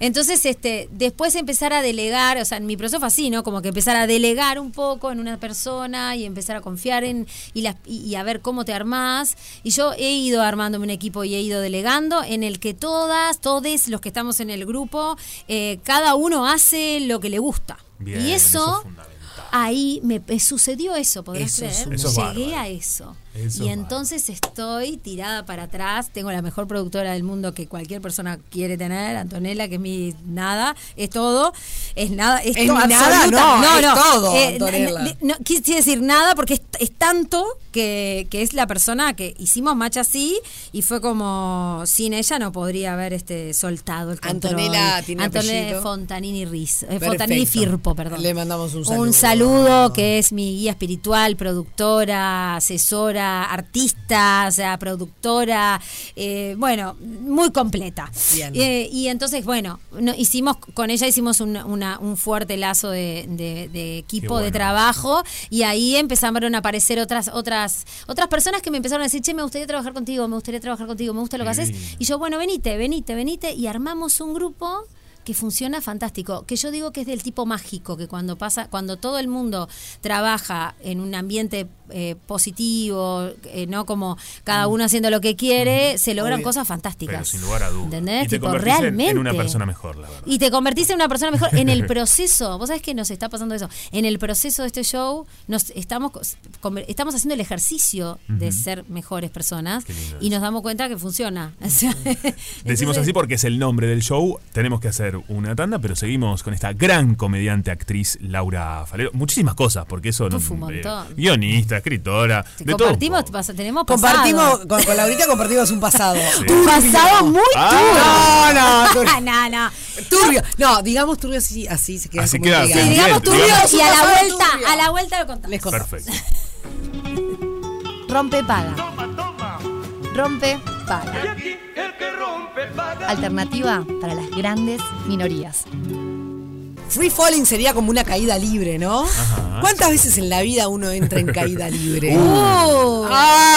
O: entonces, este, después empezar a delegar, o sea, en mi proceso fue así, ¿no? Como que empezar a delegar un poco en una persona y empezar a confiar en y, las- y, y a ver cómo te armás. Y yo he ido armándome un equipo y he ido delegando en el que todas, todos los que estamos en el grupo, eh, cada uno hace lo que le gusta.
E: Bien,
O: y
E: eso
O: eso,
E: es fundamental.
O: ahí me eh, sucedió eso, podrás
D: Eso es
O: creer.
D: un- Eso es
O: Llegué
D: bárbaro.
O: a eso.
D: Eso
O: y
D: es
O: entonces estoy tirada para atrás. Tengo la mejor productora del mundo que cualquier persona quiere tener, Antonella, que es mi nada, es todo. Es nada, es,
D: Es
O: todo,
D: mi nada,
O: absoluta-
D: no, es todo,
O: eh,
D: Antonella.
O: na- na- no, quise decir nada porque es, es tanto que, que es la persona que hicimos match así y fue como sin ella no podría haber este soltado el control.
D: Antonella tiene
O: Antonella
D: apellido.
O: Fontanini Riz, eh,
D: Perfecto.
O: Fontanini Firpo, perdón.
D: Le mandamos un saludo.
O: Un saludo que es mi guía espiritual, productora, asesora, artista, o sea, productora, eh, bueno, muy completa.
D: Bien.
O: Eh, y entonces, bueno, no- hicimos con ella hicimos un, una- un fuerte lazo de, de- de
D: Qué
O: equipo
D: bueno.
O: de trabajo y ahí empezaron a aparecer otras otras otras personas que me empezaron a decir, che, me gustaría trabajar contigo, me gustaría trabajar contigo, me gusta lo que haces.
D: Divino.
O: Y yo, bueno, venite, venite, venite y armamos un grupo que funciona fantástico, que yo digo que es del tipo mágico, que cuando pasa, cuando todo el mundo trabaja en un ambiente eh, positivo, eh, no como cada uno haciendo lo que quiere, se logran
E: Mm. Obvio.
O: cosas fantásticas.
E: Pero sin lugar a dudas.
O: ¿Entendés?
E: Y te
O: Tipo,
E: convertís en- En,
O: realmente.
E: una persona mejor, la verdad.
O: Y te convertiste en una persona mejor en el proceso. Vos sabés que nos está pasando eso. En el proceso de este show, nos estamos, conver- estamos haciendo el ejercicio de
E: Ujú.
O: ser mejores personas
E: Qué lindo
O: y nos damos cuenta que funciona. O sea,
E: Decimos así porque es el nombre del show. Tenemos que hacer una tanda, pero seguimos con esta gran comediante, actriz Laura Falero. Muchísimas cosas, porque eso no.
O: un montón.
E: guionista, escritora, de todo.
O: compartimos, pas- tenemos
D: Compartimos,
O: pasado.
D: con, con Laurita compartimos un pasado.
E: Sí.
D: Turbio.
O: Pasado muy
D: Ah, No, no, turbio.
O: turbio. no, no.
D: Turbio. No, digamos turbio así, así se queda
E: Así
D: como
E: queda,
D: intriga.
E: bien, Sí, digamos bien, turbio digamos.
O: Y a la vuelta, a la vuelta lo contamos.
D: Les contamos.
E: Perfecto.
A: Rompe paga. Rompe paga. Alternativa para las grandes minorías.
D: Free falling sería como una caída libre, ¿no?
E: Ah.
A: Ajá.
D: ¿Cuántas veces en la vida uno entra en caída libre?
O: Uh.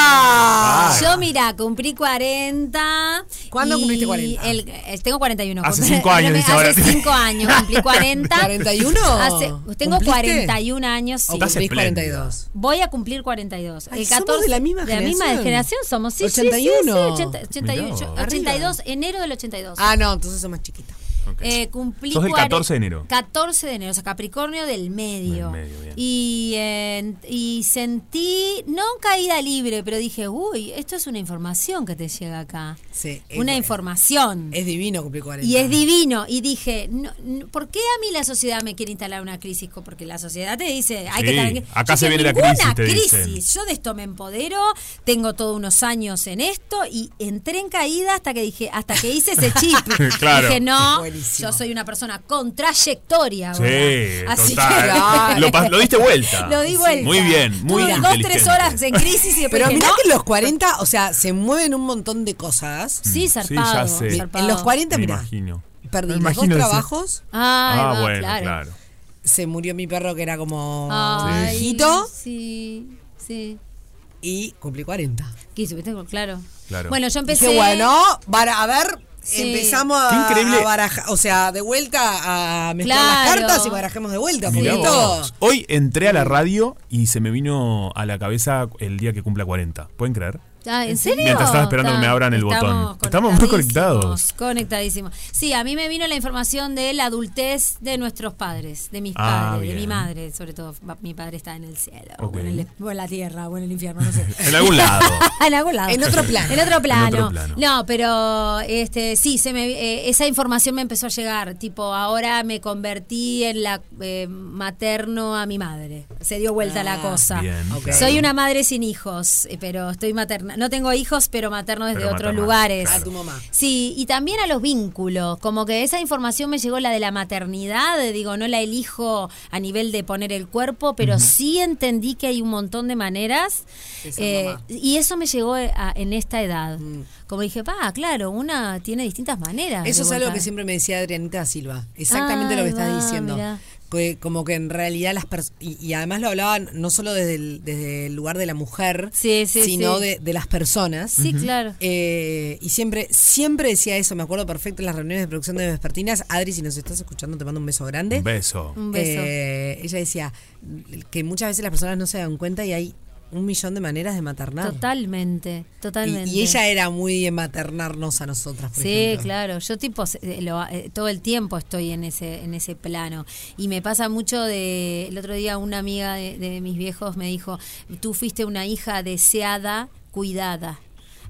D: Ah.
O: Yo, mira, cumplí 40.
D: ¿Cuándo
O: y
D: cumpliste 40?
O: el- eh, tengo 41.
D: Hace
O: Cumplí-
D: cinco años, dice ahora.
O: Hace 5 años cumplí 40.
D: ¿41?
O: Hace- tengo
D: ¿Cumpliste?
O: 41
D: ¿O
O: años. Sí.
D: cumplís Oh, Estás espléndida. 42?
O: Voy a cumplir 42.
D: Ay,
O: el
D: somos
O: 14,
D: de la misma generación.
O: generación somos. Sí, sí,
D: 81.
O: Sí, sí, 80, 88,
E: Mirá.
O: 82, enero del 82.
D: Ah, no, entonces sos más chiquita.
O: Eh, cumplí
E: Sos del
O: cuare-
E: 14 de enero.
O: 14 de enero, o sea, Capricornio del medio.
E: Del medio, bien.
O: y, eh, y sentí, no caída libre, pero dije, uy, esto es una información que te llega acá.
D: Sí, es
O: Una información.
D: Es divino cumplir 40.
O: Y es divino. Y dije, no, no, ¿por qué a mí la sociedad me quiere instalar una crisis? Porque la sociedad te dice, hay
E: Sí,
O: que estar-
E: acá
O: Yo
E: se
O: dije,
E: viene la crisis",
O: "Ninguna
E: te dicen.
O: crisis. Yo de esto me empodero, tengo todos unos años en esto y entré en caída hasta que dije, hasta que hice ese chip.
E: Claro.
O: Dije, no,
D: Buenísimo.
O: yo soy una persona con trayectoria.
E: Sí,
O: ahora". Así
E: total.
O: que-
E: Lo, pas- lo diste vuelta.
O: Lo di vuelta.
E: Muy bien, muy
O: Tuve
E: bien.
O: dos, tres horas en crisis y después
D: Pero
O: dije,
D: mirá
O: "No".
D: que en los 40, o sea, se mueven un montón de cosas.
E: Mm,
O: Sí, zarpado. zarpado.
D: En los 40,
E: Me
D: mirá,
E: imagino.
D: perdí
E: Me
D: los dos
E: imagino ese-
D: trabajos.
O: Ay,
E: Ah,
O: va,
E: bueno,
O: claro.
E: claro.
D: Se murió mi perro que era como
O: Ay,
D: viejito
O: Sí, sí.
D: y cumplí 40.
O: ¿Qué supiste? Claro.
E: Claro.
O: Bueno, yo empecé.
D: Dije, bueno, para, a ver,
O: Sí.
D: empezamos a,
E: Qué increíble.
D: a barajar, o sea, de vuelta a mezclar las
O: Claro.
D: cartas y barajemos de vuelta, porque
E: Mirá
D: esto-
E: vos. Hoy entré a la radio y se me vino a la cabeza el día que cumpla 40. ¿Pueden creer?
O: Ah, ¿En serio?
E: Mientras estaba esperando que me abran el botón. Estamos muy
O: conectadísimos,
E: conectados.
O: Conectadísimos. Sí, a mí me vino la información de la adultez de nuestros padres, de mis
E: Ah,
O: padres, de
E: bien.
O: mi madre, sobre todo. Va- Mi padre está en el cielo,
E: Ok.
O: o, en el- o en la tierra, o en el infierno, no sé.
E: En algún lado.
O: en algún lado.
D: En otro plano.
O: En otro plano.
E: En otro plano.
O: No, pero este sí, se me, eh, esa información me empezó a llegar. Tipo, ahora me convertí en la eh, materno a mi madre. Se dio vuelta
D: Ah.
O: la cosa.
E: bien, Ok. claro.
O: Soy una madre sin hijos, eh, pero estoy materna. No tengo hijos, pero materno desde
E: Pero
O: otros
E: materna,
O: lugares.
E: claro. A tu
D: mamá.
O: Sí, y también a los vínculos. Como que esa información me llegó la de la maternidad. eh, Digo, no la elijo a nivel de poner el cuerpo, pero sí entendí que hay un montón de maneras eh, y eso me llegó eh, a- en esta edad. Como dije, pa, claro, una tiene distintas maneras.
D: Mm. Eso es
O: de
D: algo
O: volcar.
D: que siempre me decía Adrianita Silva. Exactamente
O: Ahí
D: lo que estás
O: va,
D: diciendo.
O: mirá.
D: Que, como que en realidad las personas. Y, y además lo hablaban no solo desde el, desde el lugar de la mujer,
O: Sí, sí,
D: sino
O: sí.
D: De, de las personas.
O: Sí, Ujú. claro.
D: Eh, y siempre siempre decía eso. Me acuerdo perfecto en las reuniones de producción de Vespertinas. Adri, si nos estás escuchando, te mando un beso grande.
E: Un beso.
O: Un beso.
D: Eh, ella decía que muchas veces las personas no se dan cuenta y hay un millón de maneras de maternar.
O: Totalmente, totalmente.
D: Y, y ella era muy de maternarnos a nosotras, por
O: sí,
D: ejemplo.
O: claro. Yo tipo se- eh, lo- eh, todo el tiempo estoy en ese en ese plano y me pasa mucho de el otro día una amiga de, de mis viejos me dijo, "Tú fuiste una hija deseada, cuidada.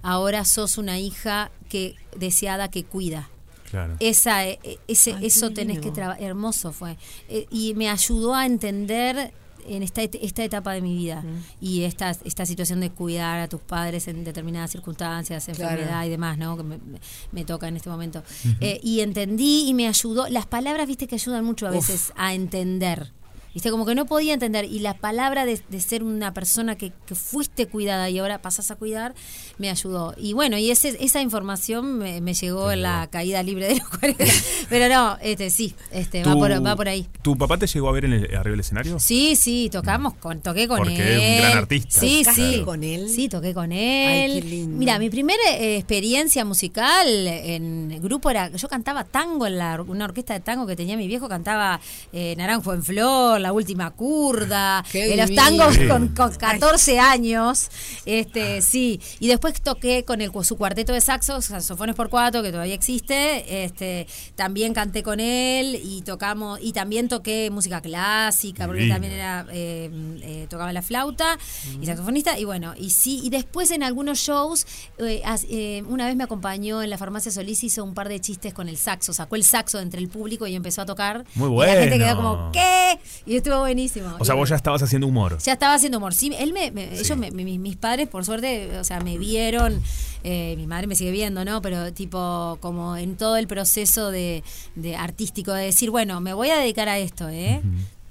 O: Ahora sos una hija que deseada que cuida."
E: Claro.
O: Esa, eh, eh, ese,
D: Ay, qué
O: eso tenés que
D: lindo.
O: trabajar. Hermoso fue. Eh, y me ayudó a entender en esta, et- esta etapa de mi vida y esta, esta situación de cuidar a tus padres en determinadas circunstancias,
D: Claro.
O: enfermedad y demás, ¿no? Que me, me- me toca en este momento. Eh, y entendí y me ayudó. Las palabras, viste, que ayudan mucho a
D: Uf.
O: veces a entender. Viste, como que no podía entender. Y la palabra de, de ser una persona que, que fuiste cuidada y ahora pasás a cuidar, me ayudó. Y bueno, y ese, esa información me, me llegó en la caída libre de los 40. Pero no, este sí, este va
E: ¿Tu-
O: por, va por ahí.
E: ¿Tu papá te llegó a ver en el, arriba del escenario?
O: Sí, sí, tocamos con, toqué con
E: Porque
O: él.
E: es un gran artista.
O: Sí,
E: ¿Tocaste
O: sí.
E: con
D: él?
O: Sí, toqué con él.
D: Ay, qué lindo.
O: Mira, mi primera eh, experiencia musical en grupo era, yo cantaba tango en la, or- una orquesta de tango que tenía mi viejo, cantaba eh, Naranjo en Flor, La Última Curda,
D: Ah, Qué
O: de los
D: divino.
O: tangos
D: Sí.
O: con, con 14 años. Este, sí. Y después toqué con el, cu- su cuarteto de saxos, saxofones por cuatro, que todavía existe. Este, también canté con él y tocamos, y también toqué música clásica, porque
P: Divino.
O: también era eh, eh, tocaba la flauta y saxofonista y bueno y sí y después en algunos shows eh, as- eh, una vez me acompañó en la farmacia Solís hizo un par de chistes con el saxo sacó el saxo de entre el público y empezó a tocar
E: Muy
O: y la gente quedó
E: bueno.
O: como qué y estuvo buenísimo
E: O sea,
O: Y
E: vos ya estabas haciendo humor.
O: ya estaba haciendo humor. Sí, él me, me- ellos me- me- mis, mis padres, por suerte, o sea, me vieron, eh, mi madre me sigue viendo, ¿no? Pero tipo, como en todo el proceso de, de artístico, de decir, bueno, me voy a dedicar a esto, ¿eh?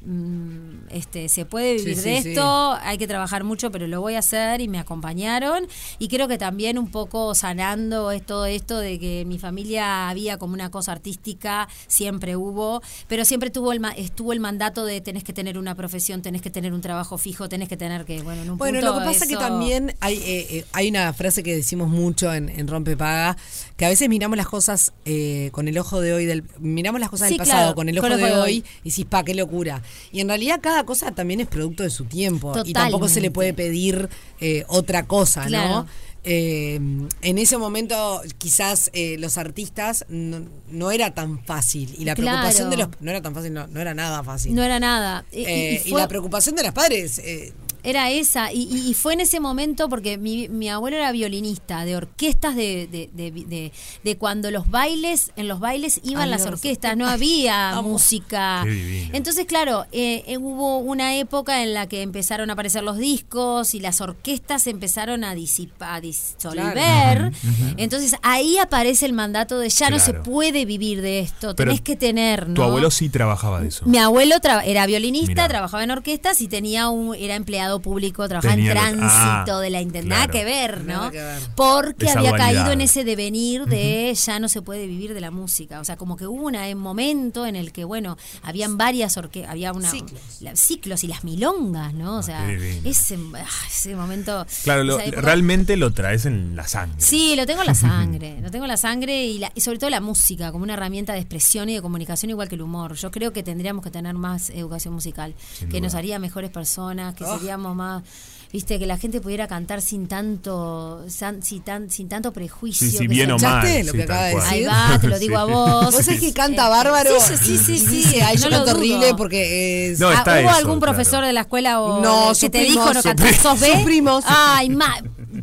O: Mm, Este, se puede
D: Sí,
O: vivir
D: sí,
O: de
D: sí.
O: esto, hay que trabajar mucho, pero lo voy a hacer y me acompañaron. Y creo que también un poco sanando es todo esto de que mi familia había como una cosa artística, siempre hubo, pero siempre tuvo el ma- estuvo el mandato de tenés que tener una profesión, tenés que tener un trabajo fijo, tenés que tener que, bueno, en un
D: Bueno,
O: punto
D: lo que pasa es que
O: eso-
D: también hay, eh, eh, hay una frase que decimos mucho en, en Rompe Paga, que a veces miramos las cosas eh, con el ojo de hoy, del, miramos las cosas
O: Sí,
D: del pasado
O: claro,
D: con el ojo de hoy y decís, pa, qué locura. Y en realidad cada cosa también es producto de su tiempo y tampoco se le
O: Totalmente.
D: puede pedir eh, otra cosa,
O: Claro.
D: ¿no? Eh, en ese momento quizás eh, los artistas no, no era tan fácil y la
O: Claro.
D: preocupación de los... No era tan fácil, no, no era nada fácil.
O: no era nada. Y- y- y
D: Eh, y,
O: fue-
D: la preocupación de los padres... eh,
O: Era esa, y, y- y fue en ese momento porque mi, mi abuelo era violinista de orquestas de, de, de- de- de cuando los bailes, en los bailes iban
P: Ay,
O: las
P: Dios.
O: orquestas, no había
P: Amo.
O: música.
P: Qué divino.
O: Entonces, claro, eh, eh, hubo una época en la que empezaron a aparecer los discos y las orquestas empezaron a disipar, a disolver. Entonces ahí aparece el mandato de ya no se
E: Claro.
O: puede vivir de
E: Pero
O: esto, tenés que tener, ¿no?
E: Tu abuelo sí trabajaba de eso.
O: Mi abuelo tra- era violinista,
E: Mirá.
O: trabajaba en orquestas y tenía un era empleado público, trabajaba
E: Tenía
O: en
E: lo-
O: tránsito
E: ah,
O: de la intendencia.
E: claro.
O: Nada que ver, ¿no?
D: Nada que ver.
O: Porque
E: Esa
O: había
E: dualidad.
O: caído en ese devenir de ya no se puede vivir de la música. O sea, como que hubo una- un momento en el que, bueno, habían varias orquestas, había una,
D: Ciclos.
O: la- ciclos y las milongas, ¿no? O sea,
E: qué divino.
O: ese, ah, ese momento.
E: Claro, lo-
O: esa época-
E: realmente lo traes en la sangre.
O: Sí, lo tengo en la sangre, lo tengo en la sangre y, la- y sobre todo la música como una herramienta de expresión y de comunicación igual que el humor. Yo creo que tendríamos que tener más educación musical,
P: Sin
O: que
P: duda.
O: nos haría mejores personas, que
P: Ah.
O: seríamos más, viste, que la gente pudiera cantar sin tanto, san- sin, tan- sin tanto prejuicio.
E: Sí, sí,
O: que
E: bien
O: se-
E: o mal, ¿Escuchaste
D: lo sí, que acaba de cual.
O: Ahí
D: decir?
O: va, te lo digo a
D: Sí.
O: vos.
D: Vos sabés que canta
O: Este,
D: bárbaro
O: Sí, sí, sí,
D: y
O: sí.
D: dice, "Ay, yo
O: no lo
D: canto
O: dudo".
D: horrible porque es-
E: No,
O: Ah,
E: está
O: ¿Hubo
E: eso,
O: algún
E: claro.
O: profesor de la escuela o
D: No,
O: que
D: sus
O: te
D: primos,
O: dijo no
D: sus
O: cantar? ¿Sos B?
D: sus primos.
O: Ay, ma,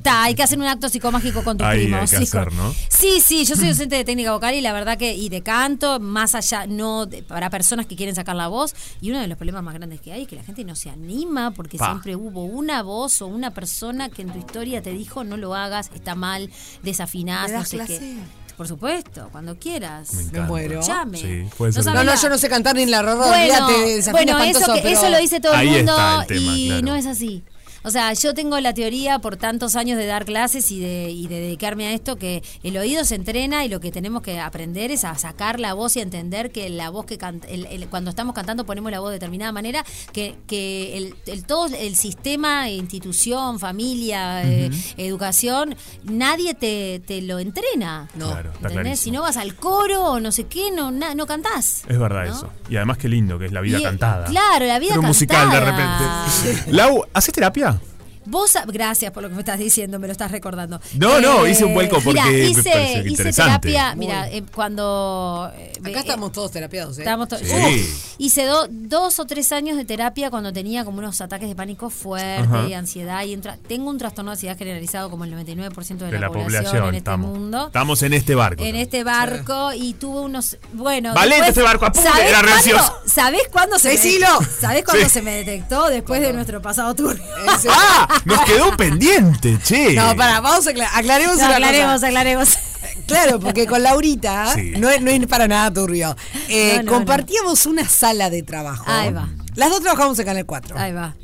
O: ta, hay que hacer un acto psicomágico con tus
E: Ahí hay
O: primos.
E: que
O: sí,
E: hacer,
O: con-
E: ¿no?
O: Sí, sí, yo soy docente de técnica vocal y la verdad que, y de canto, más allá, no de- para personas que quieren sacar la voz. Y uno de los problemas más grandes que hay es que la gente no se anima porque
P: Pa.
O: siempre hubo una voz o una persona que en tu historia te dijo no lo hagas, está mal, desafinás,
D: ¿Me
O: no
D: das
O: sé
D: clase?
O: qué. Por supuesto, cuando quieras.
D: Me encanta. muero.
O: Escuchame.
D: Sí,
E: puede ser.
O: sabés
D: No, no,
O: la-
D: yo no sé cantar ni la rorra,
O: bueno,
D: olvídate, desafío
O: bueno,
D: espantoso,
O: eso, que-
D: pero-
O: eso lo dice todo
E: Ahí
O: el mundo
E: está el tema,
O: y
E: claro.
O: no es así. O sea, yo tengo la teoría por tantos años de dar clases y de, y de dedicarme a esto que el oído se entrena y lo que tenemos que aprender es a sacar la voz y a entender que la voz que canta, el- el- cuando estamos cantando ponemos la voz de determinada manera, que, que el, el- todo el sistema, institución, familia, eh, educación, nadie te, te lo entrena.
E: No. Claro, está
O: ¿Entendés?
E: clarísimo.
O: Si no vas al coro o no sé qué, no, na- no cantás.
E: Es verdad
O: ¿No?
E: eso. Y además qué lindo que es la vida
O: Y,
E: cantada.
O: Claro, la vida
E: Pero
O: cantada.
E: musical de repente. Lau, ¿haces terapia?
O: Vos, sab- gracias por lo que me estás diciendo, me lo estás recordando. Eh,
E: No, no, hice un vuelco
O: mirá,
E: porque me pareció
O: hice, hice
E: interesante.
O: terapia, mira, cuando... eh, eh,
D: Acá estamos todos terapiados, ¿eh?
O: Estábamos to-
D: Sí.
O: Uf. hice do- dos o tres años de terapia cuando tenía como unos ataques de pánico fuerte
E: Ajá.
O: y ansiedad. y entra- Tengo un trastorno de ansiedad generalizado como el 99% de,
E: de la
O: población,
E: población.
O: en este
E: estamos,
O: mundo.
E: estamos en este barco.
O: En este barco y tuvo unos. Bueno.
E: Valiente ese barco, apunte,
O: ¿sabés
E: era
O: cuándo-
E: reacioso.
O: ¿Sabés cuándo se
D: Decilo.
O: me ¿Sabés cuándo
E: Sí.
O: se me detectó? Después de nuestro pasado tour.
E: ¡Ah! Nos quedó pendiente, che. Ah,
D: No, para, vamos a aclarar. Aclaremos
O: No,
D: una
O: aclaremos,
D: cosa.
O: aclaremos.
D: Claro, porque con Laurita no, es, no es para nada turbio. Eh,
O: No, no,
D: compartíamos una sala de trabajo.
O: Ahí va.
D: Las dos trabajamos en Canal 4.
O: Ahí va.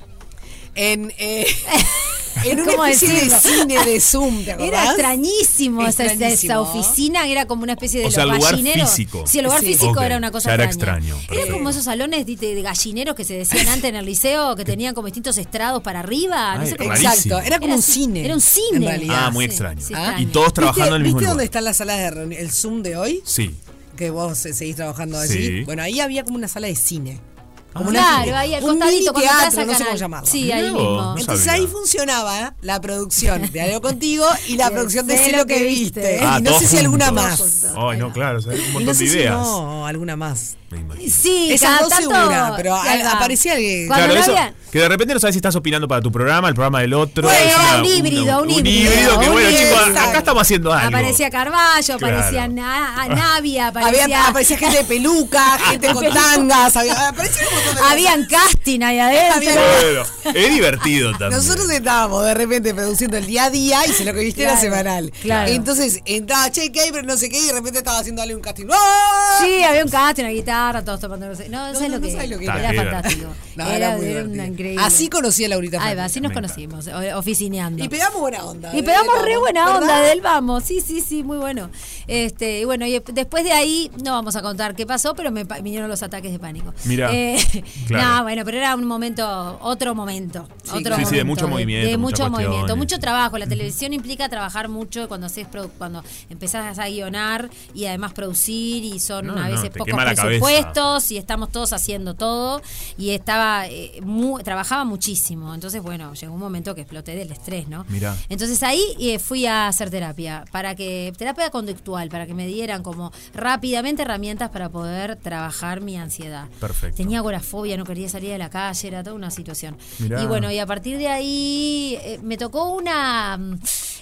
D: En, eh, en una
O: ¿Cómo
D: especie
O: decirlo?
D: de cine de Zoom, ¿te acordás?
O: Era extrañísimo, esa- esa- Esa,
D: Extrañísimo.
O: oficina, era como una especie de
E: O sea,
O: los
E: lugar
O: gallineros.
E: físico.
O: Sí, el lugar
E: Sí.
O: físico
E: Ok,
O: era una cosa
E: ya era
O: extraña.
E: extraño,
O: Era
E: perfecto.
O: como esos salones de, de gallineros que se decían antes en el liceo, que tenían como distintos estrados para arriba. No
E: Ay,
O: sé cómo-
E: rarísimo.
D: Exacto, era como un
O: así,
D: cine,
O: Era un cine.
D: en realidad.
E: Ah, muy extraño.
O: sí,
E: Ah,
O: extraño.
E: Y todos trabajando
D: ¿Viste,
E: en el mismo
D: ¿viste dónde
E: lugar.
D: están las salas de reunión? El Zoom de hoy,
E: Sí.
D: que vos eh, seguís trabajando
E: Sí.
D: allí. Bueno, ahí había como una sala de cine. Como una-
O: Claro, ahí al
D: un
O: costadito
D: mini
O: cuando entras
D: teatro,
O: a
D: no sé cómo
O: Canal.
D: llamarlo.
O: Sí, ahí
E: Mirá vos,
O: mismo.
E: no
D: Entonces
E: sabía.
D: ahí funcionaba la producción de Algo Contigo y la
O: Y
D: producción de Sé lo que viste.
E: Ah,
D: y no
E: todos
D: sé si alguna
E: juntos.
D: más.
E: Ay, no, claro, o sea, hay un
D: Y
E: montón
D: no
E: de
D: sé si
E: ideas.
D: no, alguna más.
O: Sí,
D: Esas
O: cada
D: dos
O: tanto-
D: segura, pero
O: Sí, ahí
D: al-
O: va.
D: aparecía alguien.
O: Cuando no
E: eso,
O: había-
E: que de repente no sabes si estás opinando para tu programa, el programa del otro.
O: Bueno,
E: es
O: un híbrido, un híbrido,
E: híbrido, que
O: un
E: bueno,
O: híbrido.
E: chicos, acá estamos haciendo algo.
O: Aparecía Carballo,
E: Ah, Claro.
O: aparecía Na- a- Navia, aparecía.
D: Había, ah, aparecía gente de peluca, gente con tangas, había, aparecía un montón de cosas.
O: Habían casting ahí adentro.
E: Bueno, es divertido también.
D: Nosotros estábamos de repente produciendo el día a día y se lo que viste era
O: Claro,
D: semanal.
O: claro.
D: Entonces entraba, che, ¿qué hay? Pero no sé qué, y de repente estaba haciendo un casting. ¡Ah!
O: Sí, había un casting, una guitarra, todos tomando. No, sé- no, ¿sabes lo
D: no
O: que
D: sabes lo que
O: era?
D: era.
O: Era
D: Está
O: fantástico.
D: No,
O: era
D: era muy
O: era
D: divertido.
O: increíble.
D: Así conocí a Laurita
O: Ahí va, así nos
D: Me encanta.
O: conocimos, o- oficineando.
D: Y pegamos buena onda.
O: Y
D: ¿eh?
O: pegamos re
D: Vamos,
O: buena
D: ¿verdad?
O: onda del vamos, sí, sí, sí, muy bueno. Este, y bueno, y después de ahí, no vamos a contar qué pasó, pero me pa- vinieron los ataques de pánico.
E: Mirá,
O: Eh,
E: claro.
O: No, bueno, pero era un momento, otro momento.
E: Sí,
O: otro
E: claro. Sí, sí, de
O: momento,
E: mucho movimiento, eh.
O: De
E: muchas
O: mucho movimiento,
E: cuestiones.
O: mucho trabajo. La televisión implica trabajar mucho cuando haces produ- cuando empezás a guionar y además producir y son
E: No,
O: a
E: no,
O: veces
E: te
O: pocos
E: quema la cabeza.
O: presupuestos y estamos todos haciendo todo y estaba eh, mu- trabajaba muchísimo. Entonces, bueno, llegó un momento que exploté del estrés, ¿no?
E: Mirá.
O: Entonces ahí eh, fui a hacer terapia, para que terapia conductual, para que me dieran como rápidamente herramientas para poder trabajar mi ansiedad.
E: Perfecto.
O: Tenía agorafobia, no quería salir de la calle, era toda una situación.
E: Mirá.
O: Y bueno, y a partir de ahí eh, me tocó una mm,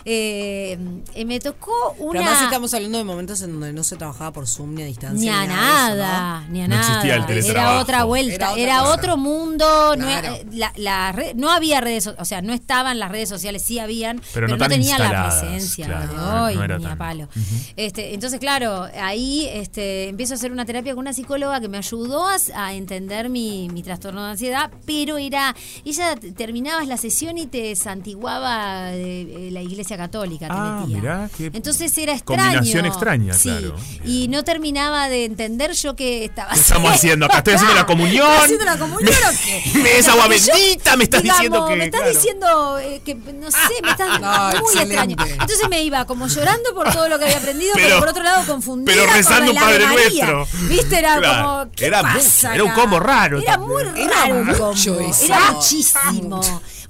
O: eh, eh, me tocó
D: Pero
O: una
D: además estamos hablando de momentos en donde no se trabajaba por Zoom ni a distancia.
O: ni a
D: ni nada de eso,
O: nada,
D: ¿no?
O: ni a
E: No
O: nada.
E: existía el teletrabajo.
O: Era otra vuelta,
D: Era
O: era,
D: otra cosa.
O: otro mundo. No,
D: Claro.
O: eh, la- la red- no había redes, so- o sea, no estaban las redes sociales, sí habían,
E: Pero
O: pero,
E: no
O: no,
E: tan
O: tenía la
E: instaladas,
O: presencia
E: claro,
O: de
E: no-
O: hoy,
E: no era
O: ni a
E: tan-
O: palo. este, entonces, claro, ahí este, empiezo a hacer una terapia con una psicóloga que me ayudó a, a entender mi, mi trastorno de ansiedad, pero era, ella t- terminabas la sesión y te santiguaba eh, eh, la iglesia católica, te
E: Ah,
O: metía.
E: mirá, qué
O: Entonces era extraño.
E: combinación extraña,
O: sí.
E: claro.
O: Y no terminaba de entender yo que estaba
E: ¿Qué estamos haciendo acá? ¿Estoy haciendo la comunión?
O: ¿Estoy haciendo la comunión o qué?
E: Me es agua
O: Porque yo,
E: bendita, me estás
O: digamos,
E: diciendo que,
O: Me estás
E: claro.
O: diciendo eh, que, no sé, me estás
D: No,
O: muy
D: excelente.
O: extraño. Entonces me iba como llorando por todo lo que había aprendido, pero,
E: Pero-
O: por otro lado confundida
E: pero rezando
O: con el
E: un Padre
O: Ave María.
E: Nuestro.
O: Viste, era
E: Claro.
O: como ¿qué
E: Era
O: pasa
E: mucho, era un
O: acá?
E: combo raro
O: Era
E: también.
O: muy
D: Era
O: raro el
D: mucho
O: combo,
D: eso.
O: era muchísimo.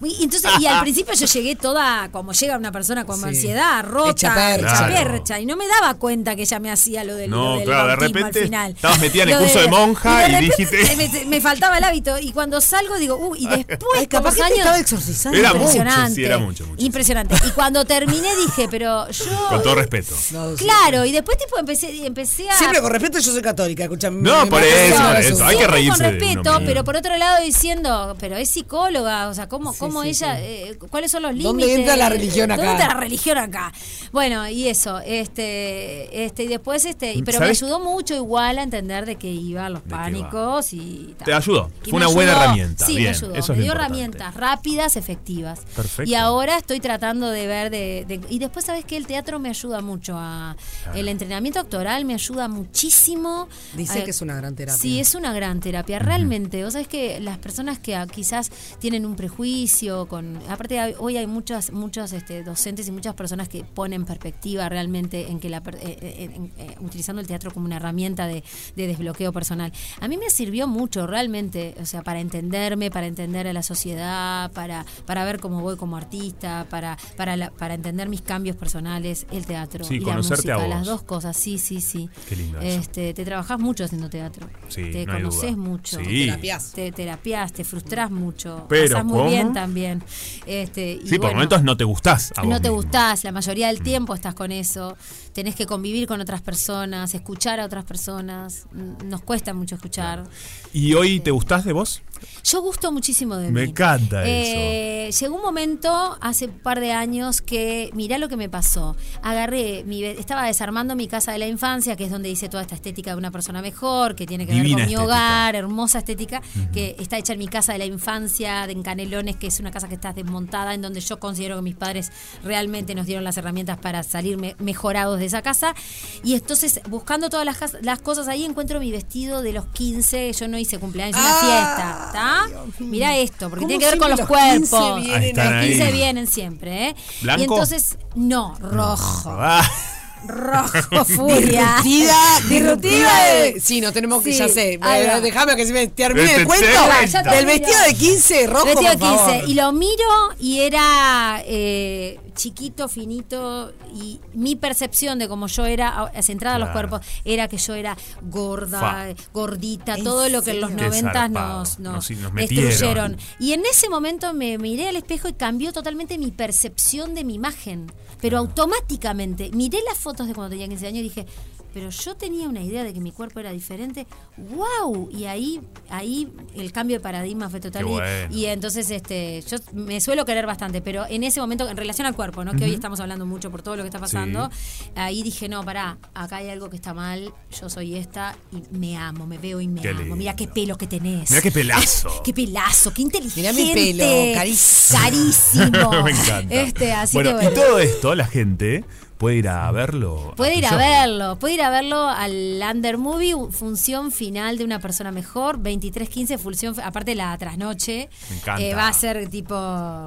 O: Muy- Entonces, y al principio yo llegué toda, como llega una persona con
D: Sí.
O: ansiedad, rota,
D: Hecha percha.
O: hecha
E: Claro.
O: percha, y no me daba cuenta que ella me hacía lo del
E: No,
O: lo del
E: claro, de
O: bautismo
E: repente
O: al final.
E: estabas metida en el
O: Lo
E: curso de monja y
O: repente
E: dijiste-
O: Me, me faltaba el hábito. Y cuando salgo digo, uy, y después
D: Ay, capaz
O: con los
D: que te
O: años-
D: estaba exorcizando.
E: Era mucho,
O: impresionante.
E: sí, era mucho, mucho.
O: impresionante. Y cuando terminé dije, pero yo.
E: Con todo respeto.
D: No, sí.
O: Claro, y después tipo empecé, empecé a.
D: Siempre con respeto, yo soy católica, escúchame.
E: No,
D: me
E: por
D: imagino
E: eso,
D: que
E: por
D: ahora
E: eso.
D: sos-
E: Hay que
O: Siempre
E: reírse de
O: Con
E: uno
O: respeto,
E: mismo.
O: pero por otro lado diciendo, pero es psicóloga, o sea, ¿cómo, cómo
D: sí,
O: ella,
D: sí.
O: eh, cuáles son los límites?
D: ¿Dónde entra la religión acá?
O: ¿Dónde entra la religión acá? Bueno, y eso, este, este, y después, este, y- pero
E: ¿Sabes?
O: me ayudó mucho igual a entender de qué iban los
E: qué va.
O: pánicos y tal.
E: Te ayudó,
O: Y
E: fue
O: me
E: una buena herramienta,
O: Sí, me
E: bien,
O: ayudó,
E: eso es lo
O: me dio
E: importante.
O: herramientas rápidas, efectivas.
E: Perfecto.
O: Y ahora estoy tratando de ver de, de- y después sabes que el teatro me ayuda mucho a el entrenamiento actoral me ayuda muchísimo.
D: Dice
O: Eh,
D: que es una gran terapia.
O: Sí, es una gran terapia, realmente. Vos sabés que las personas que ah, quizás tienen un prejuicio juicio, con aparte hay- hoy hay muchas muchos este, docentes y muchas personas que ponen perspectiva realmente en que la per- eh, eh, en- eh, utilizando el teatro como una herramienta de, de desbloqueo personal. A mí me sirvió mucho realmente, o sea, para entenderme, para entender a la sociedad, para para ver cómo voy como artista, para para la- para entender mis cambios personales, el teatro
E: Sí,
O: y la
E: conocerte a
O: música, las
E: vos.
O: dos cosas. Sí, sí, sí.
E: Qué lindo eso.
O: Este, te trabajás mucho haciendo teatro.
E: Sí,
O: te
E: no hay
O: conoces
E: duda.
O: mucho.
E: Sí.
O: Te terapias. Te terapias, te frustrás mucho.
E: Pero,
O: pasás muy
E: ¿cómo?
O: bien también. Este, y
E: Sí, por
O: bueno,
E: momentos no te gustás a vos
O: no te
E: mismo. Mm.
O: gustás, la mayoría del tiempo estás con eso. Tenés que convivir con otras personas, escuchar a otras personas. Mm, Nos cuesta mucho escuchar.
E: ¿Y hoy te gustás de vos?
O: Yo gusto muchísimo de
E: Me
O: mí.
E: encanta
O: Eh, Llegó un momento hace un par de años que, mirá lo que me pasó. Agarré, mi, be- estaba desarmando mi casa de la infancia, que es donde hice toda esta estética de una persona mejor, que tiene que ver
P: Divina
O: con mi
P: estética.
O: hogar, hermosa estética, que está hecha en mi casa de la infancia, de Encanelones, que es una casa que está desmontada, en donde yo considero que mis padres realmente nos dieron las herramientas para salir me- mejorados de esa casa. Y entonces, buscando todas las, cas- las cosas ahí, encuentro mi vestido de los 15. Yo no hice cumpleaños, una fiesta, ¿está? Mira esto, porque
L: ¿Cómo
O: tiene que ver con los,
L: siempre los 15
O: cuerpos.
L: vienen Ahí están
O: los
L: ahí.
O: 15 vienen siempre, ¿eh?
L: ¿Blanco?
O: Y entonces, no, rojo.
E: Ah,
O: Rojo, furia.
D: Disruptiva, disruptiva de-
O: Sí, no tenemos
D: que- ya sé, eh,
O: Déjame que se me
D: termine
L: Este
D: el cuento del vestido de 15 rojo,
O: Vestido de
D: por favor.
O: 15. Y lo miro y era eh, chiquito, finito. Y mi percepción de cómo yo era, a- centrada en los
L: Claro.
O: cuerpos, era que yo era gorda,
L: Fa.
O: eh, gordita, todo lo que en los
L: serio?
O: 90
L: Qué
O: nos,
L: zarpado.
O: nos,
L: Nos- nos metieron.
O: destruyeron. Y en ese momento me miré al espejo y cambió totalmente mi percepción de mi imagen. Pero automáticamente miré las fotos de cuando tenía 15 años y dije, pero yo tenía una idea de que mi cuerpo era diferente. ¡Wow! Y ahí, ahí el cambio de paradigma fue total.
L: Qué
O: Y-
L: bueno.
O: Y, entonces este, yo me suelo querer bastante, pero en ese momento, en relación al cuerpo, ¿no? Que hoy
L: Ujú.
O: estamos hablando mucho por todo lo que está pasando, ahí dije, no, pará, acá hay algo que está mal, yo soy esta y me amo, me veo y me
E: Qué
O: amo. Mira qué pelo que tenés.
E: Mirá qué pelazo.
O: Qué pelazo, qué inteligente.
D: mi pelo, carísimo.
O: Carísimo.
E: Me encanta.
O: Este, así
E: bueno,
O: que bueno.
E: y todo esto la gente puede ir a verlo.
O: Puede
E: tu
O: ir a
E: show.
O: verlo, puede ir a verlo al Under Movie, función final de una persona mejor, 23.15, función, aparte la trasnoche.
E: Me encanta.
O: Eh, va a ser tipo.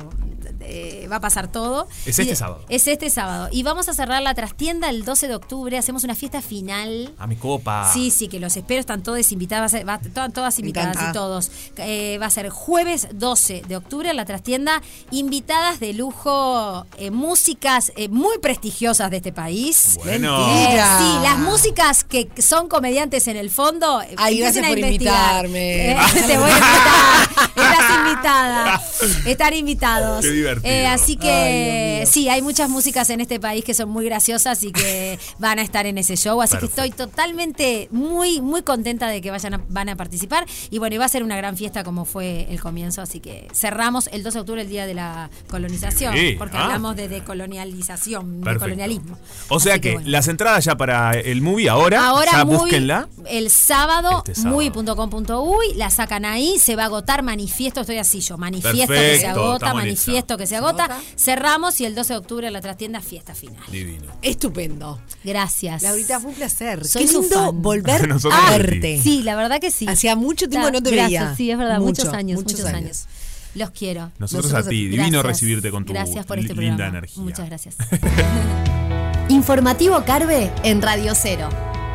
O: eh, va a pasar todo.
E: Es este
O: Y-
E: sábado.
O: Es este sábado. Y vamos a cerrar la trastienda el 12 de octubre. Hacemos una fiesta final.
E: A mi copa.
O: Sí, sí, que los espero, están todas invitadas, va a ser- va- to- todas invitadas
E: encanta.
O: y todos. Eh, va a ser jueves 12 de octubre en la trastienda, invitadas de lujo, eh, músicas eh, muy prestigiosas de este país. Eh,
E: Bueno.
D: Mentira.
O: sí, las músicas que son comediantes en el fondo. eh,
D: Ay, gracias
O: empiecen a
D: por
O: investigar.
D: invitarme.
O: Eh, te voy a invitar. Estás invitada. Están invitados.
D: Qué divertido.
O: Eh, así
D: Ay,
O: que sí, hay muchas músicas en este país que son muy graciosas y que van a estar en ese show. Así
E: Perfecto.
O: que estoy totalmente muy, muy contenta de que vayan a- van a participar. Y bueno, y va a ser una gran fiesta como fue el comienzo. Así que cerramos el 12 de octubre, el día de la colonización.
E: Sí,
O: porque
E: ah.
O: hablamos de decolonialización,
E: Perfecto.
O: de colonialismo.
E: O sea
O: Así que
E: que
O: bueno.
E: las entradas ya para el movie ahora,
O: Ahora
E: ya
O: muy-
E: búsquenla.
O: El sábado,
E: Este sábado.
O: muy.com.uy, la sacan ahí, se va a agotar, manifiesto, estoy así yo, manifiesto que se
E: Perfecto,
O: agota,
E: estamos en
O: manifiesto que se agota. Cerramos y el 12 de octubre la trastienda fiesta final.
E: Divino.
D: Estupendo.
O: Gracias.
D: Laurita, fue un placer.
O: Soy
D: Qué
O: su
D: lindo
O: fan.
D: volver
E: Nosotros
D: a
E: de ti.
D: verte.
O: Sí, la verdad que sí.
D: Hacía mucho tiempo
O: Ta-
D: no te
O: gracias,
D: veía.
O: Sí, es verdad, muchos
D: Mucho,
O: años,
D: muchos
O: muchos, años. Los quiero.
E: Nosotros a ti, divino recibirte con tu
O: Gracias por este
E: li- linda
O: programa.
E: energía.
O: Muchas gracias.
A: Informativo Carve en Radio Cero.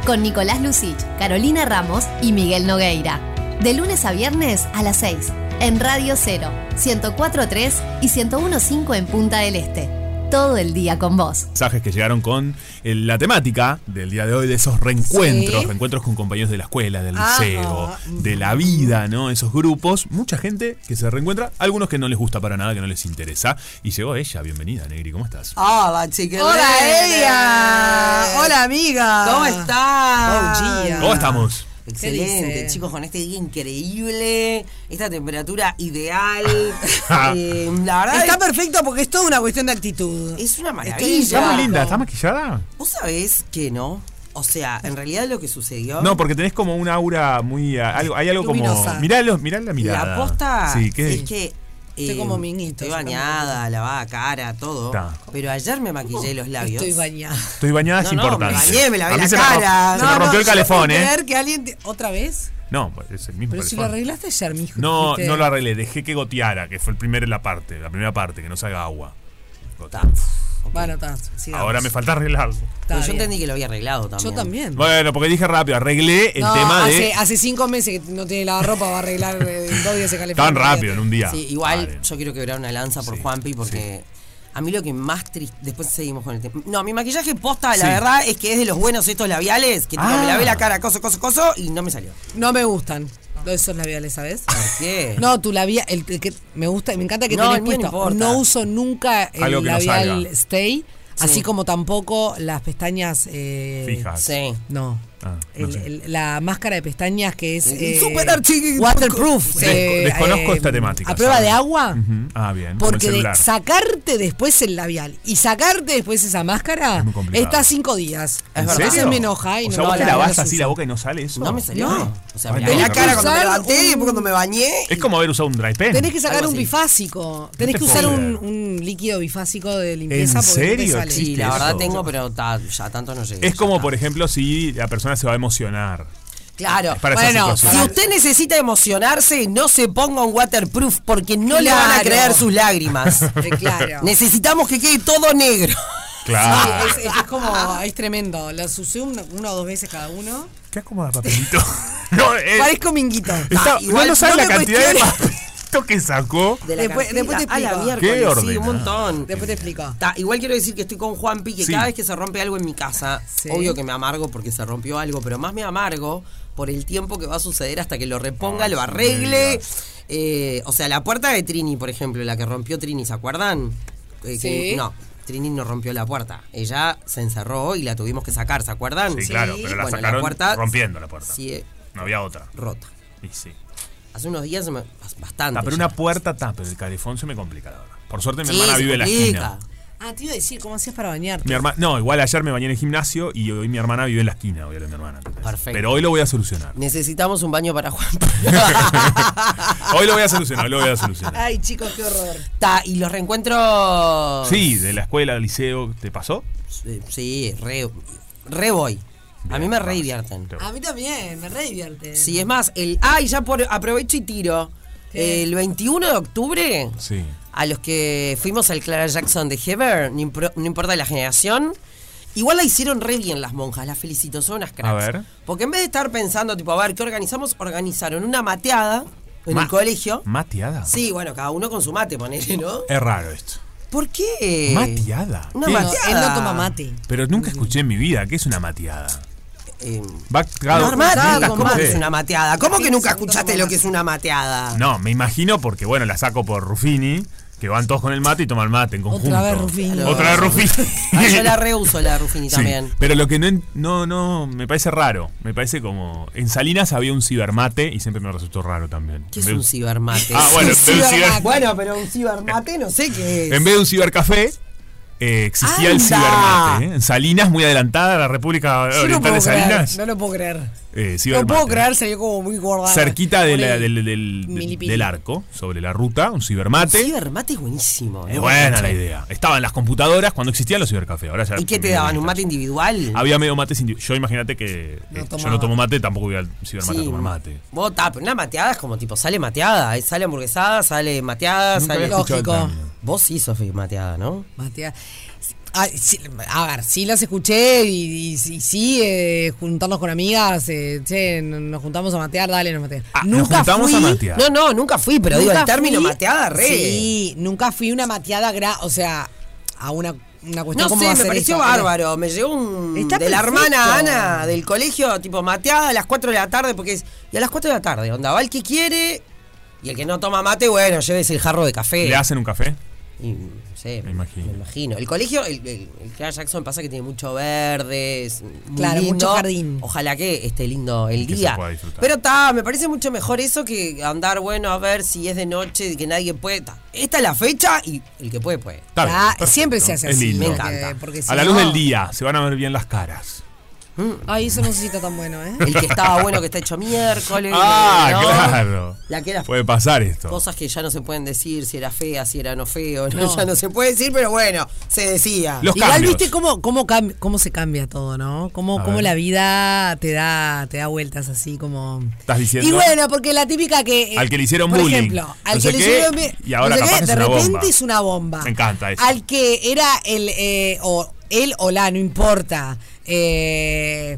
A: Con Nicolás Lucich, Carolina Ramos y Miguel Nogueira. De lunes a viernes a las 6. En Radio Cero, 104.3 y 101.5 en Punta del Este. Todo el día con vos.
E: Mensajes que llegaron con eh, la temática del día de hoy, de esos reencuentros,
A: Sí.
E: reencuentros con compañeros de la escuela, del
A: Ajá.
E: liceo, de la vida, ¿no? Esos grupos, mucha gente que se reencuentra, algunos que no les gusta para nada, que no les interesa. Y llegó ella, bienvenida, Negri, ¿cómo estás?
Q: Hola, chiquilines.
D: Hola, ella. Hola, amiga.
Q: ¿Cómo estás?
D: Buen día.
E: ¿Cómo estamos?
D: dice?
Q: Excelente, chicos, con este día increíble, esta temperatura ideal.
E: Ah.
Q: Eh, la verdad
D: Está
Q: es-
D: perfecto porque es toda una cuestión de actitud.
Q: Es una maravilla.
D: Estoy
E: ¿Está muy linda? ¿Está maquillada?
Q: ¿Vos sabés que no? O sea, en realidad lo que sucedió.
E: No, porque tenés como un aura muy... ah, algo, hay algo
Q: Luminosa.
E: como... Mirá, los- mirá la mirada.
Q: La posta
E: Sí, ¿qué?
Q: es que. eh,
D: Estoy como minguito,
Q: Estoy
D: yo también.
Q: bañada, lavada cara, todo.
E: Ta.
Q: Pero ayer me maquillé los labios.
D: Uh, Estoy bañada.
E: Estoy bañada, es
Q: No, no,
E: importante.
Q: me bañé, me lavé
E: A mí
Q: la
E: se me rom-
Q: cara.
E: se me rompió el calefón,
D: puedo
E: ¿eh?
D: creer que alguien. te- ¿Otra vez?
E: No, pues, es el mismo.
D: Pero si lo
E: calefón.
D: arreglaste ayer, mijo.
E: No,
D: dijiste-
E: no lo arreglé, dejé que goteara, que fue el primer, la parte, la primera parte, que no salga agua. Gotea.
D: Bueno, está. sigamos.
E: Ahora me falta arreglarlo.
D: Está bien.
Q: que lo había arreglado también.
D: Yo también.
E: Bueno, porque dije rápido, arreglé el
D: No,
E: tema
D: hace,
E: de.
D: hace cinco meses que no tiene lavarropa, va a arreglar eh, en dos días se calefón.
E: Tan rápido, en un día.
Q: Sí, igual yo quiero quebrar una lanza por Juanpi porque a mí lo que más triste. Después seguimos con el tema. No, mi maquillaje posta, la
D: Sí.
Q: verdad, es que es de los buenos estos labiales que tipo,
D: Ah.
Q: me lavé la cara, coso, coso, coso y no me salió.
D: No me gustan esos labiales, ¿sabes?
Q: ¿Qué?
D: No, tu labial, el, el que me gusta, me encanta que
Q: No,
D: tenés
Q: el mío no
D: puesto.
Q: importa.
D: No uso nunca el
Q: Algo que no
D: labial
Q: salga.
D: stay,
Q: Sí.
D: así como tampoco las pestañas eh,
Q: Fijas. Sí.
D: No.
E: Ah,
D: El- el- la máscara de pestañas que es
Q: Eh,
D: eh,
Q: super archi-
D: waterproof.
E: Desco- desconozco esta temática,
D: eh, A prueba
E: ¿sabes?
D: de agua.
E: Ujú. Ah, bien. como el
D: Porque de
E: celular.
D: sacarte después el labial y sacarte después esa máscara
E: muy complicado.
D: está cinco días.
E: ¿En
D: Entonces
E: serio?
D: me enoja y
E: o
D: no
E: sea,
D: lo
E: vos te
D: hago,
E: lavás
D: lo
E: así
D: uso.
E: la boca y no sale eso.
D: No me salió. No.
Q: O sea,
E: Ay,
Q: me
E: no,
Q: lavé la
E: no, no.
Q: cara cuando me
D: Usar
Q: levanté y después cuando me bañé.
E: Es como haber usado un dry pen.
D: Tenés que sacar
Q: Algo
D: un
Q: así.
D: bifásico. Tenés
E: te
D: que
E: puedo
D: usar un,
E: creer.
D: un líquido bifásico de limpieza.
E: ¿En
D: porque no te
E: serio?
D: sale.
Q: Sí, la
E: ¿Existe
Q: verdad
E: eso?
Q: tengo, pero ta, ya tanto no llegué.
E: Es como, por ejemplo, si la persona se va a emocionar.
Q: Claro.
E: Es para esa
Q: bueno,
E: situación.
Q: si usted necesita emocionarse, no se ponga un waterproof porque no le van a
D: Claro.
Q: creer sus lágrimas.
D: claro.
Q: Necesitamos que quede todo negro.
E: Claro.
D: Sí, es, es- es como, es tremendo. Las usé una, una o dos veces cada uno.
E: ¿Qué acomoda papelito? no, es-
D: Parezco minguito.
E: está-
D: Ah,
E: no,
D: igual
E: no sabes
D: me
E: la cantidad de
D: cuestiones.
E: papelito que sacó.
D: después, después te
Q: Ah, la
D: explico.
Q: miércoles,
E: Qué
Q: sí, un
E: ordenado.
Q: montón.
D: Después te explico.
Q: Ta, igual quiero decir que estoy con Juanpi, que
E: Sí.
Q: cada vez que se rompe algo en mi casa, obvio que me amargo porque se rompió algo, pero más me amargo por el tiempo que va a suceder hasta que lo reponga,
E: Ay,
Q: lo
E: sí,
Q: arregle. Eh, o sea, la puerta de Trini, por ejemplo, la que rompió Trini, ¿se acuerdan? Eh, que-
E: Sí.
Q: no. Trini no rompió la puerta. Ella se encerró y la tuvimos que sacar, ¿se acuerdan?
E: Sí, claro, pero la
Q: Bueno,
E: sacaron
Q: puerta-
E: rompiendo la puerta.
Q: Sí, eh,
E: No había otra.
Q: Rota.
E: Y sí.
Q: hace unos días, me- bastante.
E: Ah, pero
Q: ya.
E: una puerta tapa, pero el calefón se me complica la verdad. Por suerte mi
Q: Sí,
E: hermana
Q: se
E: vive en la
Q: complica.
E: esquina.
D: Ah, te iba a decir, ¿cómo hacías para bañarte?
E: Mi herma- no, igual ayer me bañé en el gimnasio y hoy mi hermana vive en la esquina, hoy a mi hermana. ¿entendés?
Q: Perfecto.
E: Pero hoy lo voy a solucionar.
Q: Necesitamos un baño para Juan.
E: Hoy lo voy a solucionar, hoy lo voy a solucionar.
D: Ay, chicos, qué horror.
Q: Ta, y los reencuentros.
E: Sí, de la escuela, del liceo, ¿te pasó?
Q: Sí, re, re voy. a mí me re divierten.
D: A mí también, me re divierte.
Q: Sí, es más, el. Ay, ya por, aprovecho y tiro.
D: ¿Qué?
Q: El 21 de octubre,
E: Sí.
Q: a los que fuimos al Clara Jackson de Heber, no, impro- no importa la generación, igual la hicieron re bien las monjas, las felicito, son unas cracks.
E: A ver.
Q: Porque en vez de estar pensando, tipo, a ver, ¿qué organizamos? Organizaron una mateada en
E: Ma-
Q: el colegio.
E: Mateada.
Q: Sí, bueno, cada uno con su mate, ponele, ¿no?
E: Es raro esto.
Q: ¿Por qué?
E: Mateada.
Q: Eh, Una
E: ¿Qué?
Q: mateada.
D: Él no toma mate.
E: Pero nunca escuché en mi vida que es una mateada. Va cada-
Q: Normal,
E: nunca
Q: digo, ¿cómo que
E: escuché.
Q: es una mateada? ¿Cómo que nunca escuchaste lo que es una mateada?
E: No, me imagino porque, bueno, la saco por Ruffini, que van todos con el mate y toman mate en conjunto.
Q: vez Ruffini.
E: Otra vez Ruffini.
Q: Ah, yo la reuso la de Ruffini
E: Sí,
Q: también.
E: pero lo que no, en- no, no, me parece raro. Me parece como. En Salinas había un cibermate y siempre me resultó raro también.
Q: ¿Qué
E: En
Q: es
E: vez-
Q: un cibermate?
E: Ah, bueno, en vez de un ciber-
Q: Bueno, pero un cibermate no sé qué es.
E: en vez de un cibercafé, eh, existía el
Q: Anda.
E: cibermate. ¿eh? En Salinas, muy adelantada, la República
D: Yo no
E: Oriental
D: puedo
E: de
D: creer.
E: Salinas.
D: No lo puedo creer.
E: eh,
D: No
E: cibermate.
D: puedo creer, salió como muy gorda.
E: Cerquita de la-
D: Pobre-
E: del, del-
D: Milipili.
E: del arco, sobre la ruta, un cibermate.
Q: Un cibermate es buenísimo.
E: Es buena la idea. Estaban las computadoras cuando existían los cibercafés. Ahora ya
Q: ¿Y qué te daban? ¿Un mate individual?
E: Había medio mate sin. Yo imagínate que eh, yo
Q: tomaba.
E: no tomo mate, tampoco voy al cibermate
Q: Sí.
E: a tomar mate.
Q: Vos, ta, pero una mateada es como tipo, sale mateada, eh, sale hamburguesada, sale mateada,
E: Nunca
Q: sale.
E: había escuchado el Lógico. término.
Q: Vos sí sos mateada, ¿no?
D: Matea- Ah, sí, a ver, sí las escuché y, y- y sí, eh, juntarnos con amigas, eh, che, n- nos juntamos a matear, dale, nos matear.
Q: No, no, nunca fui, pero digo, el
D: Nunca
Q: término
D: fui-
Q: mateada, re.
D: Sí, nunca fui una mateada, gra o sea, a una, una cuestión
Q: No
D: como
Q: sé,
D: va a
Q: me
D: ser
Q: pareció
D: esto?
Q: bárbaro. Me llegó un.
D: Está
Q: de la
D: perfecto.
Q: hermana Ana del colegio, tipo mateada a las 4 de la tarde, porque es. Y a las 4 de la tarde, onda, va el que quiere y el que no toma mate, bueno, llévese el jarro de café.
E: ¿Le hacen un café?
Q: no sé,
E: me imagino.
Q: Imagino. El colegio, el, el, el Clara Jackson pasa que tiene mucho verde, es muy
D: Claro,
Q: lindo.
D: mucho jardín.
Q: Ojalá que esté lindo el
E: Que se
Q: día.
E: pueda disfrutar.
Q: Pero está, me parece mucho mejor eso que andar, bueno, a ver si es de noche, y que nadie puede. ta, esta es la fecha y el que puede, puede.
E: Está bien,
D: Ah,
E: perfecto.
D: siempre se hace
E: Es
D: así,
E: lindo.
D: me encanta. porque si
E: a la
D: no- mm,
E: luz del día se van a ver bien las caras.
D: Ay, eso no se cita tan bueno, ¿eh?
Q: El que estaba bueno que está hecho miércoles.
E: Ah,
Q: ¿no?
E: claro.
Q: La que era
E: Puede pasar esto.
Q: Cosas que ya no se pueden decir, si era fea, si era no feo, ¿no?
D: No.
Q: ya no se puede decir, pero bueno, se decía.
D: Igual viste cómo, cómo, cam- cómo se cambia todo, ¿no? Cómo,
Q: A
D: cómo
Q: ver.
D: la vida te da, te da vueltas así como.
E: Estás diciendo.
D: Y bueno, porque la típica que. eh,
E: Al que le hicieron
D: por
E: bullying,
D: ejemplo, al que
E: no sé
D: le
E: qué,
D: hicieron. bi-
E: y
D: no
E: ahora
D: sé
E: capaz
D: qué,
E: que es
D: de
E: una
D: repente
E: bomba.
D: es una bomba.
E: Me encanta eso.
D: Al que era el. eh, o él o la, no importa. eh,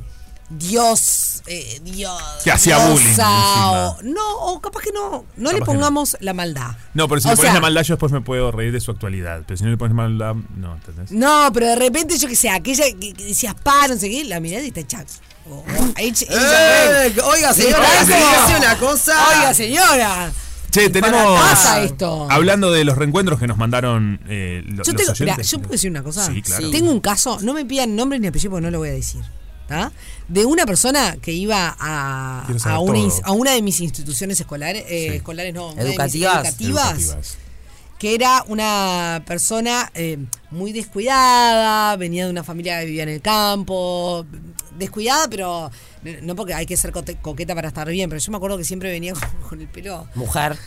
D: Dios. eh, Dios.
E: Que hacía
D: diosa,
E: bullying encima.
D: o- no, o capaz que no. No le
E: Capaz que no.
D: pongamos la maldad.
E: No, pero si
D: O
E: le pones
D: sea-
E: la maldad, yo después me puedo reír de su actualidad. Pero si no le pones maldad, no, ¿entendés?
D: No, pero de repente yo que sé, aquella que, que decías pa, no sé qué, la mirada y está hecha. o- o- hecha-
Q: Eh,
D: hecha-
Q: oiga,
D: Sí,
Q: señora,
D: está
Q: se
D: como-
Q: hace una cosa.
D: Oiga, señora.
E: Che, tenemos.
D: pasa esto.
E: Hablando de los reencuentros que nos mandaron eh, lo-
D: Yo,
E: los
D: tengo, mirá,
E: oyentes.
D: yo puedo decir una cosa.
E: Sí, claro.
D: Tengo un caso, no me pidan nombres ni apellidos porque no lo voy a decir. ¿tá? De una persona que iba a,
Q: Quiero saber
D: a, una,
Q: todo.
D: ins- a una de mis instituciones escolares, eh,
Q: Sí.
D: escolares no, una de mis
Q: Educativas.
D: educativas, que era una persona eh, muy descuidada, venía de una familia que vivía en el campo, descuidada, pero no porque hay que ser cote- coqueta para estar bien, pero yo me acuerdo que siempre venía con, con el pelo...
Q: Mujer.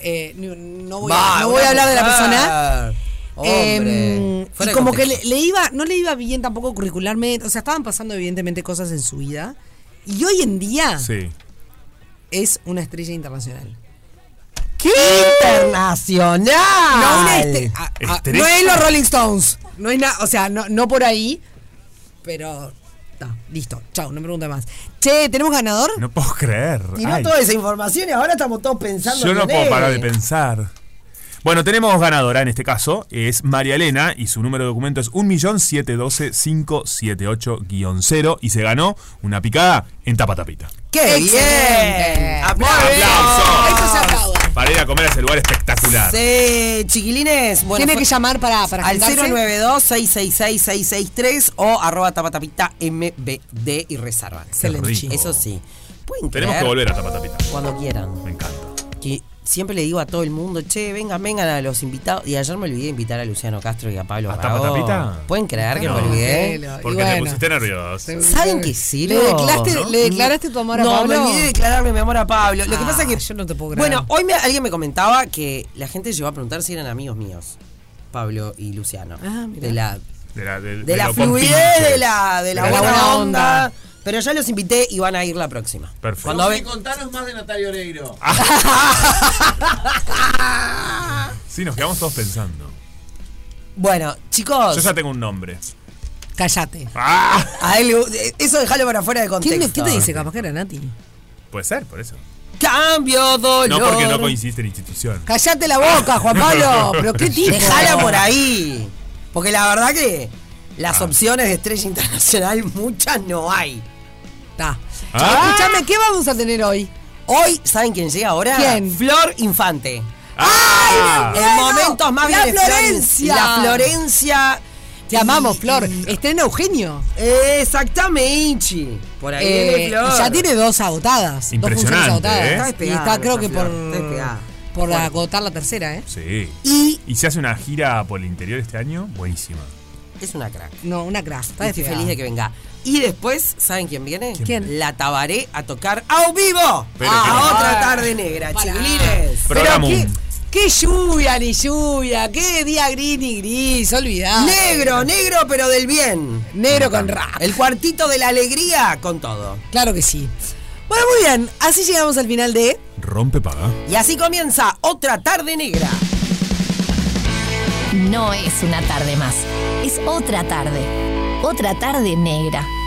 D: Eh, no, no voy, a, no voy a hablar de la persona.
Q: Hombre.
D: Eh, y
Q: Fuera de
D: como que
Q: contexto.
D: le, le iba, no le iba bien tampoco curricularmente, o sea, estaban pasando evidentemente cosas en su vida. Y hoy en día
E: Sí.
D: es una estrella internacional.
Q: ¿Qué? Internacional.
D: No, una este- a- a-
Q: Estrella.
D: no es los Rolling Stones. No es nada, o sea, no, no por ahí. Pero está, listo. Chao, no me pregunta más. Che, ¿tenemos ganador?
E: No puedo creer.
Q: Tiró
E: Ay,
Q: toda esa información y ahora estamos todos pensando
E: yo no
Q: en
E: puedo
Q: él.
E: parar de pensar. Bueno, tenemos ganadora en este caso. Es María Elena y su número de documento es 1.712.578-0 y se ganó una picada en tapa tapita.
Q: ¡Qué bien! ¡Aplausos!
D: Esto se aplaude.
E: Para ir a comer a ese lugar espectacular.
Q: Sí, chiquilines. Bueno,
D: Tiene
Q: fue-
D: que llamar para, para
Q: al
D: juntarse.
Q: 092-666-663 o arroba tapatapita mbd y reserva.
E: Excelente. rico.
Q: Eso sí. Pueden
E: Tenemos
Q: creer
E: que volver a tapa tapita.
Q: Cuando quieran.
E: Me encanta.
Q: Que siempre le digo a todo el mundo, che, vengan, vengan a los invitados. Y ayer me olvidé de invitar a Luciano Castro y a Pablo
E: ¿A
Q: Bravo.
E: Tapatapita?
Q: ¿Pueden creer que me olvidé?
E: Porque te pusiste nervioso.
Q: ¿Saben qué sí?
D: ¿Le, declaraste, ¿Le declaraste tu amor a
Q: no,
D: Pablo?
Q: me olvidé de declararme mi amor a Pablo. Lo que
D: Ah,
Q: pasa es que
D: yo no te puedo creer.
Q: Bueno, hoy me- alguien me comentaba que la gente llegó a preguntar si eran amigos míos, Pablo y Luciano.
D: Ah, mirá.
Q: de la,
E: De la, de-
Q: de
E: de
Q: la
E: lo
Q: fluidez,
E: compinche.
Q: de la,
E: De
Q: de la
E: la
Q: buena,
E: buena
Q: onda.
E: onda.
Q: Pero ya los invité y van a ir la próxima.
E: Perfecto.
Q: Cuando ve-
F: contanos más de Natalia Oreiro.
E: Sí, nos quedamos todos pensando.
Q: Bueno, chicos.
E: Yo ya tengo un nombre.
D: Cállate.
E: Ah.
Q: a él le- eh, eso dejalo para fuera de
D: ¿Quién,
Q: contexto.
D: le- ¿Qué te dice? Capaz que era Nati.
E: Puede ser, por eso.
Q: Cambio dolor.
E: No porque no coincide en institución.
D: Cállate la boca, Juan Pablo. Pero qué tipo.
Q: Dejala por ahí. Porque la verdad que las opciones de estrella internacional muchas no hay.
D: Está.
Q: Ah.
D: Escúchame, ¿qué vamos a tener hoy?
Q: Hoy, ¿saben quién llega ahora?
D: ¿Quién?
Q: Flor Infante.
E: ¡Ay,
Q: En momentos más
D: La
Q: viene Flor Inf-
D: Florencia.
Q: La Florencia.
D: Te amamos, Flor. Estrena Eugenio.
Q: Exactamente. Por ahí
D: Eh,
Q: viene Flor.
D: y ya tiene dos agotadas.
E: Impresionante,
D: Dos funciones
E: ¿eh?
D: agotadas.
Q: Está
D: Y
Q: despegada
D: está, creo que
Q: nuestra
D: por,
Q: Flor, está despegada.
D: por agotar la tercera, ¿eh?
E: Sí.
Q: Y,
E: se hace una gira por el interior este año. Buenísima.
Q: Es una crack.
D: No, una crash. Está
Q: Estoy
D: despegada.
Q: feliz de que venga. Y después, ¿saben quién viene?
D: ¿Quién? Ah.
Q: La Tabaré a tocar a un vivo.
E: Pero
Q: a
E: que-
Q: otra tarde negra, chiquilines.
E: Programa
D: qué-
E: un-
D: Qué lluvia ni lluvia, qué día gris ni gris, olvidado.
Q: Negro, negro, pero del bien.
D: Negro con rap.
Q: El cuartito de la alegría con todo.
D: Claro que sí. Bueno, muy bien, así llegamos al final de
E: Rompe paga.
Q: Y así comienza otra tarde negra.
A: No es una tarde más, es otra tarde. Otra tarde negra.